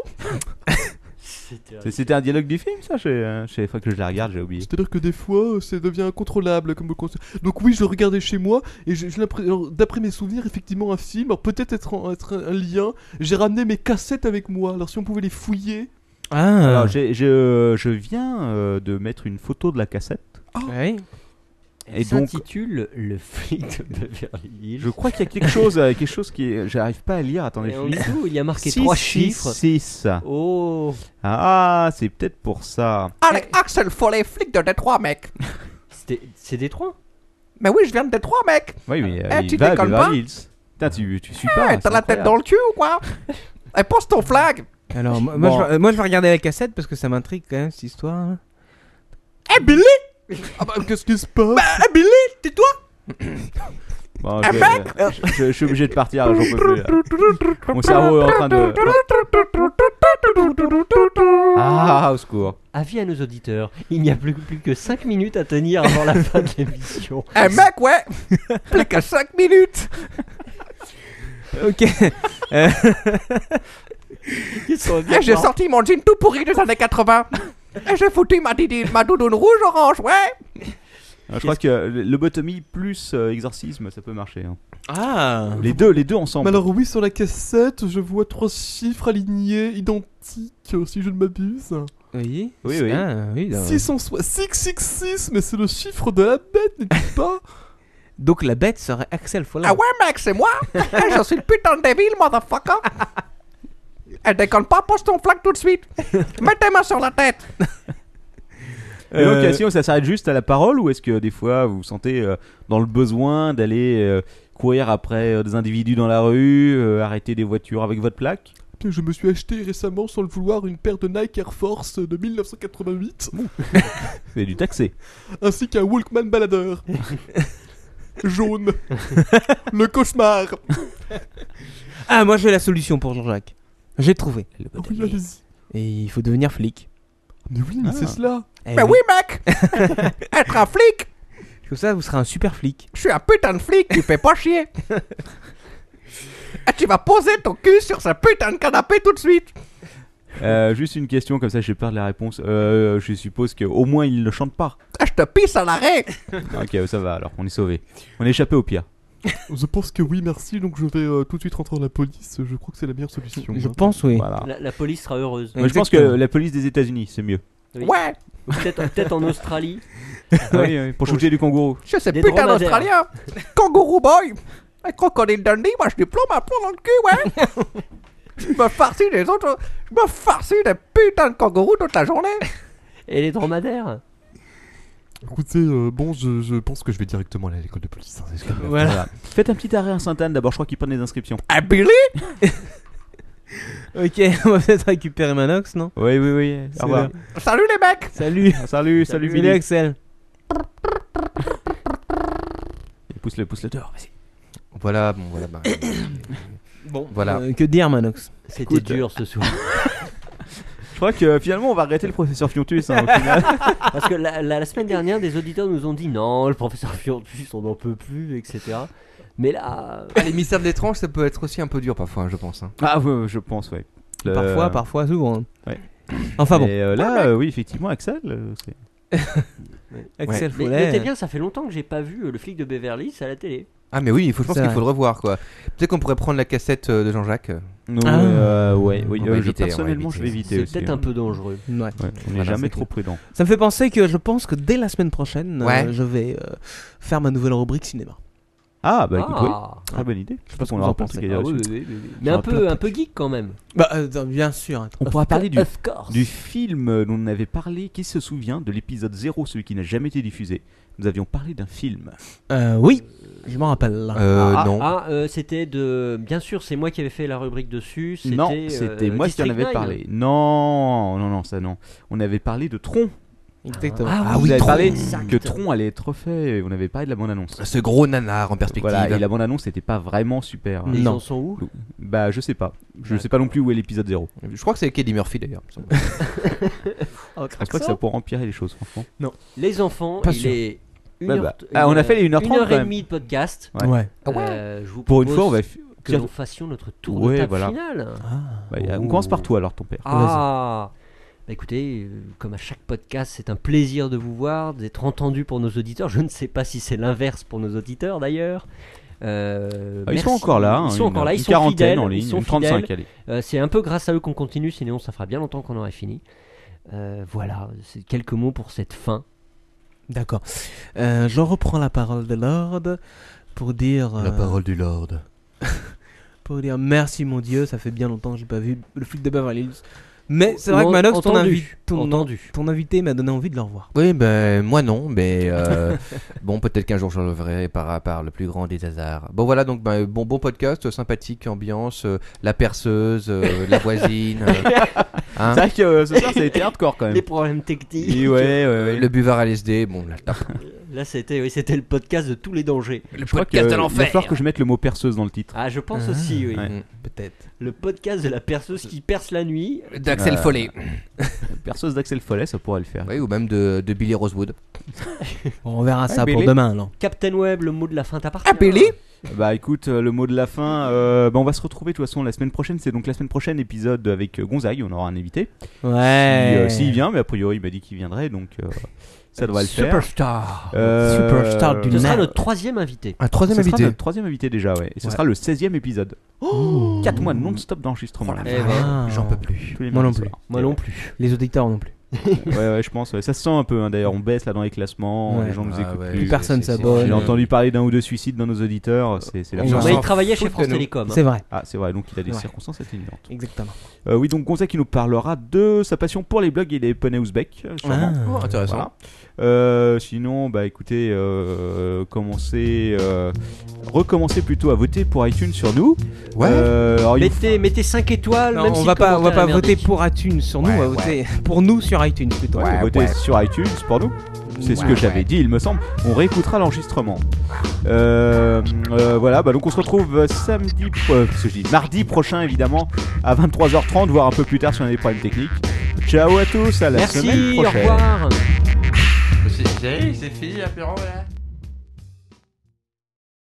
C: C'est- C'était un dialogue du film ça. Je euh, je sais pas que je la regarde, j'ai oublié.
I: C'est-à-dire que des fois, euh, ça devient incontrôlable comme concept. Donc oui, je le regardais chez moi et j'ai- j'ai l'impression- alors, d'après mes souvenirs, effectivement, un film, alors peut-être être, en- être un, un lien. J'ai ramené mes cassettes avec moi. Alors si on pouvait les fouiller.
F: Ah,
C: Alors j'ai- j'ai, euh, je viens euh, de mettre une photo de la cassette.
F: oui.
C: Et donc
E: s'intitule Le flic de Beverly Hills.
C: je crois qu'il y a quelque chose, euh, quelque chose qui, est- j'arrive pas à lire. Attendez,
E: Et
C: je
E: en
C: lis.
E: dessous, il y a marqué
C: Six,
E: trois
C: six,
E: chiffres.
C: six.
E: Oh,
C: Ah, c'est peut-être pour ça.
D: Avec Axel Follet, flic de Détroit, mec
E: c'était- c'est des trois.
D: Mais oui, je viens de Détroit, mec
C: Oui, mais euh,
D: Eh,
C: il
D: tu
C: va à
D: décolles
C: Beverly Hills. Putain, tu, tu suis pas.
D: Eh, T'as
C: Ah, c'est
D: la tête
C: incroyable.
D: dans le cul ou quoi Eh, pose ton flag
F: Alors moi, moi,
C: Bon.
F: je, vais- moi, je vais regarder la cassette parce que ça m'intrigue quand même cette histoire. hein.
D: Eh Billy
I: Ah bah qu'est-ce qui se passe
D: Eh Billy Tais-toi
C: Bon, je, je- je- je suis obligé de partir, j'en peux plus. là. Mon cerveau est en train de. Ah, au secours.
E: Avis à nos auditeurs, il n'y a plus, plus que 5 minutes à tenir avant la fin de l'émission.
C: Ah,
D: Eh mec, ouais Plus que 5 minutes
F: Ok.
E: Ils sont
D: Eh, J'ai sorti mon jean tout pourri des années 80 Et j'ai foutu ma, didi, ma doudoune rouge-orange, ouais
C: Je crois que lobotomie plus euh, exorcisme, ça peut marcher. hein.
F: Ah.
C: Les deux, les deux
I: Mais
C: ensemble.
I: alors oui, sur la cassette, je vois trois chiffres alignés identiques, euh, si je ne m'abuse.
F: Oui.
C: Oui, oui.
F: Ah, oui, d'accord.
I: 600 666, mais c'est le chiffre de la bête, n'est-ce pas
F: Donc la bête serait Axel Follet.
D: Ah ouais, mec, c'est moi Eh, Je suis le putain de débile, motherfucker Eh, déconne pas, pose ton flag tout de suite Mets tes mains sur la tête
C: Et donc,
F: Euh,
C: Cassio, ça s'arrête juste à la parole ou est-ce que des fois vous vous sentez euh, dans le besoin d'aller euh, courir après euh, des individus dans la rue, euh, arrêter des voitures avec votre plaque
I: Putain, Je me suis acheté récemment, sans le vouloir, une paire de Nike Air Force de 1988,
C: C'est du taxé.
I: ainsi qu'un Walkman baladeur. Jaune. le cauchemar.
F: Ah, moi j'ai la solution pour Jean-Jacques. J'ai trouvé.
I: Ah oui, allez-y.
F: Et il faut devenir flic.
I: Mais oui, mais c'est
C: Ah.
I: cela.
F: Eh
D: Mais oui, mec Être un flic
F: Comme ça, vous serez un super flic.
D: Je suis un putain de flic, tu fais pas chier Eh, Et tu vas poser ton cul sur ce putain de canapé tout de suite
C: Euh, juste une question, comme ça j'ai peur de la réponse. Euh, je suppose qu'au moins il ne chante pas.
G: Ah,
D: Eh,
G: je te pisse à l'arrêt
C: Ok, ça va alors, on est sauvé. On est échappé au pire.
I: Je pense que oui, merci. Donc je vais euh, tout de suite rentrer dans la police. Je crois que c'est la meilleure solution.
C: Mmh.
F: Je
I: hein.
F: pense, oui.
C: Voilà.
E: La, la police sera heureuse.
C: Moi, je pense que la police des États-Unis, c'est mieux.
E: Oui.
G: Ouais
E: Ou Peut-être peut-être en Australie.
C: Ah oui, oui, pour shooter du kangourou.
G: Je sais
E: Des
G: putain
E: dromadaires.
G: d'Australien Kangourou boy Un crocodile Dundee, moi je diplôme un plomb dans le cul, ouais Je me farcis des autres... Je me farcis des putains de kangourous toute la journée
E: Et les dromadaires
I: Écoutez, euh, bon, je, je pense que je vais directement aller à l'école de police. hein, c'est ce que-
F: Voilà.
C: Faites un petit arrêt à Sainte-Anne d'abord, je crois qu'ils prennent des inscriptions.
G: Ah Billy
F: Ok, on va peut-être récupérer Manox, non
C: Oui, oui, oui. Au revoir.
G: Salut les mecs
F: Salut
C: Salut, salut,
F: Salut
C: Milex.
F: Axel
C: Pousse-le, pousse-le dehors, vas-y.
D: Voilà, bon, voilà. bah,
F: Bon,
D: Voilà.
F: Euh, que dire, Manox
E: C'était dur ce soir.
C: Je crois que finalement on va arrêter le professeur Fiontus hein, au final.
E: Parce que la, la- la semaine dernière, des auditeurs nous ont dit non, le professeur Fiontus, on n'en peut plus, etc. Mais là,
D: les mystères de l'étrange, ça peut être aussi un peu dur parfois, hein, je pense. hein.
C: ah ouais, ouais, je pense, ouais. Le-
F: Parfois, parfois, souvent. hein.
C: ouais.
F: Enfin bon,
C: Et euh, là, euh, oui, effectivement, Axel. euh, c'est-
F: Axel
E: mais notez
F: Follet.
E: bien, ça fait longtemps que j'ai pas vu euh, le flic de Beverly Hills à la télé.
D: Ah, mais oui, il faut, je pense
F: C'est
D: qu'il
F: vrai.
D: faut le revoir, quoi. Peut-être qu'on pourrait prendre la cassette euh, de Jean-Jacques. euh,
C: Nous,
F: Ah.
C: euh, ouais, oui,
D: On va
C: euh, je-
D: éviter, on va
C: personnellement, je vais
D: éviter.
C: éviter
E: C'est
C: aussi. hein.
E: peut-être un peu dangereux.
F: euh, Ouais.
C: Ouais, on n'est
D: Voilà,
C: jamais
D: c'est
C: trop prudent.
F: Ça me fait penser que je pense que dès la semaine prochaine, euh,
D: Ouais.
F: je vais euh, faire ma nouvelle rubrique cinéma.
C: Ah, bah écoute, oui,
E: Ah.
C: très bonne idée. Je pense
F: qu'on
C: qu'on
F: va
C: aura
F: en
C: pensé
F: penser.
C: qu'il y a
E: Ah
C: dessus.
E: oui, oui, oui, oui. Mais un peu, un peu geek quand même.
F: Bah, euh, attends, bien sûr. attends.
C: On pourra parler du,
E: Of course.
C: du film dont on avait parlé, qui se souvient de l'épisode 0, celui qui n'a jamais été diffusé. Nous avions parlé d'un film.
F: Euh, oui, je m'en rappelle.
D: euh,
E: ah,
D: non.
E: ah, euh, c'était de. Bien sûr, c'est moi qui avais fait la rubrique dessus. C'était,
C: Non,
E: euh,
C: c'était moi qui en
E: District
C: avais
E: 9.
C: parlé. Non, non, non, ça non. On avait parlé de Tron.
F: Exactement.
E: Ah,
C: vous
E: oui,
C: avez
E: Tron,
C: parlé
E: exact.
C: que Tron allait être fait. On avait parlé de la bande-annonce.
D: Ce gros nanar en perspective.
C: Voilà, et la bande-annonce n'était pas vraiment super.
E: Les
F: Non.
E: gens sont où
C: Bah, je sais pas. Je sais pas non plus où est l'épisode 0.
E: Oh,
D: Je crois que c'est Kelly Murphy d'ailleurs. il me semble.
F: Oh,
C: Je pense pas que ça pourrait empirer les choses, franchement.
E: Les enfants,
F: Pas
E: il
F: sûr.
E: est. une
C: Bah,
E: heure-
C: bah.
E: une
C: Ah, on a fait les 1h30
E: Une heure
C: quand
E: et
C: même. Ah
E: demie de podcast.
C: Ouais.
F: Ouais.
E: Euh, je vous
C: Pour une
E: propose
C: fois, on va. fi-
E: que
C: Tiens.
E: nous fassions notre tour
C: Ouais,
E: de table
C: voilà.
E: finale.
F: Ah,
C: Bah, y a- on commence par toi alors, ton père.
E: Ah Bah écoutez, euh, comme à chaque podcast, c'est un plaisir de vous voir, d'être entendu pour nos auditeurs. Je ne sais pas si c'est l'inverse pour nos auditeurs d'ailleurs. Euh,
C: Ah, ils sont
E: merci.
C: encore là. hein,
E: Ils sont
C: une-
E: encore là. Ils
C: une
E: sont
C: quarantaine
E: fidèles.
C: en ligne.
E: Ils sont
C: une 35,
E: fidèles.
C: allez.
E: Euh, c'est un peu grâce à eux qu'on continue, sinon ça fera bien longtemps qu'on aurait fini. Euh, voilà, c'est quelques mots pour cette fin.
F: D'accord. Euh, je reprends la parole de l'ordre pour dire. euh,
D: du Lord.
F: Pour dire merci, mon Dieu, ça fait bien longtemps que j'ai pas vu le flic de Beverly Hills. Mais Eh, c'est
E: On-
F: vrai que Manox, ton,
E: entendu.
F: invi- ton-
E: Entendu.
F: ton invité m'a donné envie de le revoir.
D: Oui, ben moi non, mais euh, bon, peut-être qu'un jour je le verrai par, par le plus grand des hasards. Bon, voilà donc, ben, bon, bon podcast, euh, sympathique, ambiance, euh, la perceuse, euh, la voisine, euh, hein,
C: C'est vrai que euh, ce soir, ça a été hardcore quand
E: Les
C: même.
E: problèmes techniques.
C: Et ouais, ouais, ouais.
D: euh, le buvard LSD. Bon, là, là,
E: Là, c'était oui, c'était le podcast de tous les dangers.
C: Je crois que, euh, Il va falloir que je mette le mot perceuse dans le titre.
E: Ah, je pense aussi, oui.
C: ouais.
F: Peut-être.
E: Le podcast de la perceuse qui perce la nuit.
D: d'Axel
C: Euh,
D: Follet.
C: Perceuse d'Axel Follet, ça pourrait le faire.
D: Oui, ou même de, de Billy Rosewood.
F: on verra ça
C: mais
F: pour
C: les-
F: demain, alors.
E: Captain Web, le mot de la fin t'appartient.
D: Eh,
G: Ah Billy
C: Bah écoute, euh, le mot de la fin, euh, bah, on va se retrouver de toute façon la semaine prochaine. C'est donc la semaine prochaine épisode avec euh, Gonzague, on aura un invité. Qui,
F: Ouais.
C: euh, S'il vient, mais a priori il m'a dit qu'il viendrait, donc euh, ça doit le faire.
D: Superstar.
C: Euh,
F: Superstar du
E: Ce
C: ce
E: sera
F: Merde.
E: notre troisième invité.
D: Un troisième
C: sera
D: invité.
C: notre troisième invité déjà, ouais. Et ce
F: Ouais. Oh.
C: sera le 16e épisode. 4 mois non-stop d'enregistrement.
E: Eh ben,
F: Ah.
D: J'en peux plus.
C: Tous les
F: Moi
C: mardis
F: non plus.
C: soirs.
E: moi non plus.
F: Les auditeurs non plus.
C: Ouais, ouais, je pense. ouais. Ça se sent un peu, hein, d'ailleurs. On baisse là dans les classements,
F: Ouais.
D: Ah
C: les gens
E: Ah,
C: nous écoutent
F: Plus
C: plus.
F: personne s'abonne.
C: J'ai
F: Ouais.
C: entendu parler d'un ou deux suicides dans nos auditeurs. C'est c'est la
F: On
E: Mais
F: s'en
C: fin.
E: il
D: fout
E: travaillait chez
D: de
E: France
D: nous.
E: Télécom. hein.
F: C'est vrai.
C: Ah, c'est vrai, donc il a des
F: Ouais.
C: circonstances atténuantes.
F: Exactement.
C: Euh, oui, donc Gonzac qui nous parlera de sa passion pour les blogs et les poneys ouzbeks. euh, sûrement.
E: Ah,
D: Oh, intéressant.
C: Voilà. Euh, sinon, bah écoutez, euh, commencez, euh, recommencez plutôt à voter pour iTunes sur nous.
D: Ouais.
C: Euh, alors, il nous
E: Mettez, mettez 5 étoiles,
F: hein. Non,
E: même
F: on
E: si
F: va
E: le
F: pas, on va
E: commentaire
F: pas
E: est
F: voter
E: merdique.
F: pour iTunes sur nous, on va
D: Ouais,
F: voter pour nous sur iTunes plutôt.
C: faut voter sur iTunes pour nous. C'est ce que j'avais dit, il me semble. On réécoutera l'enregistrement. Euh, euh, voilà, bah donc on se retrouve samedi, euh, ce que je dis, mardi prochain évidemment, à 23h30, voire un peu plus tard si on a des problèmes techniques. Ciao à tous, à la semaine
E: Merci, au
C: prochaine.
E: revoir.
H: C'est c'est fini l'apéro là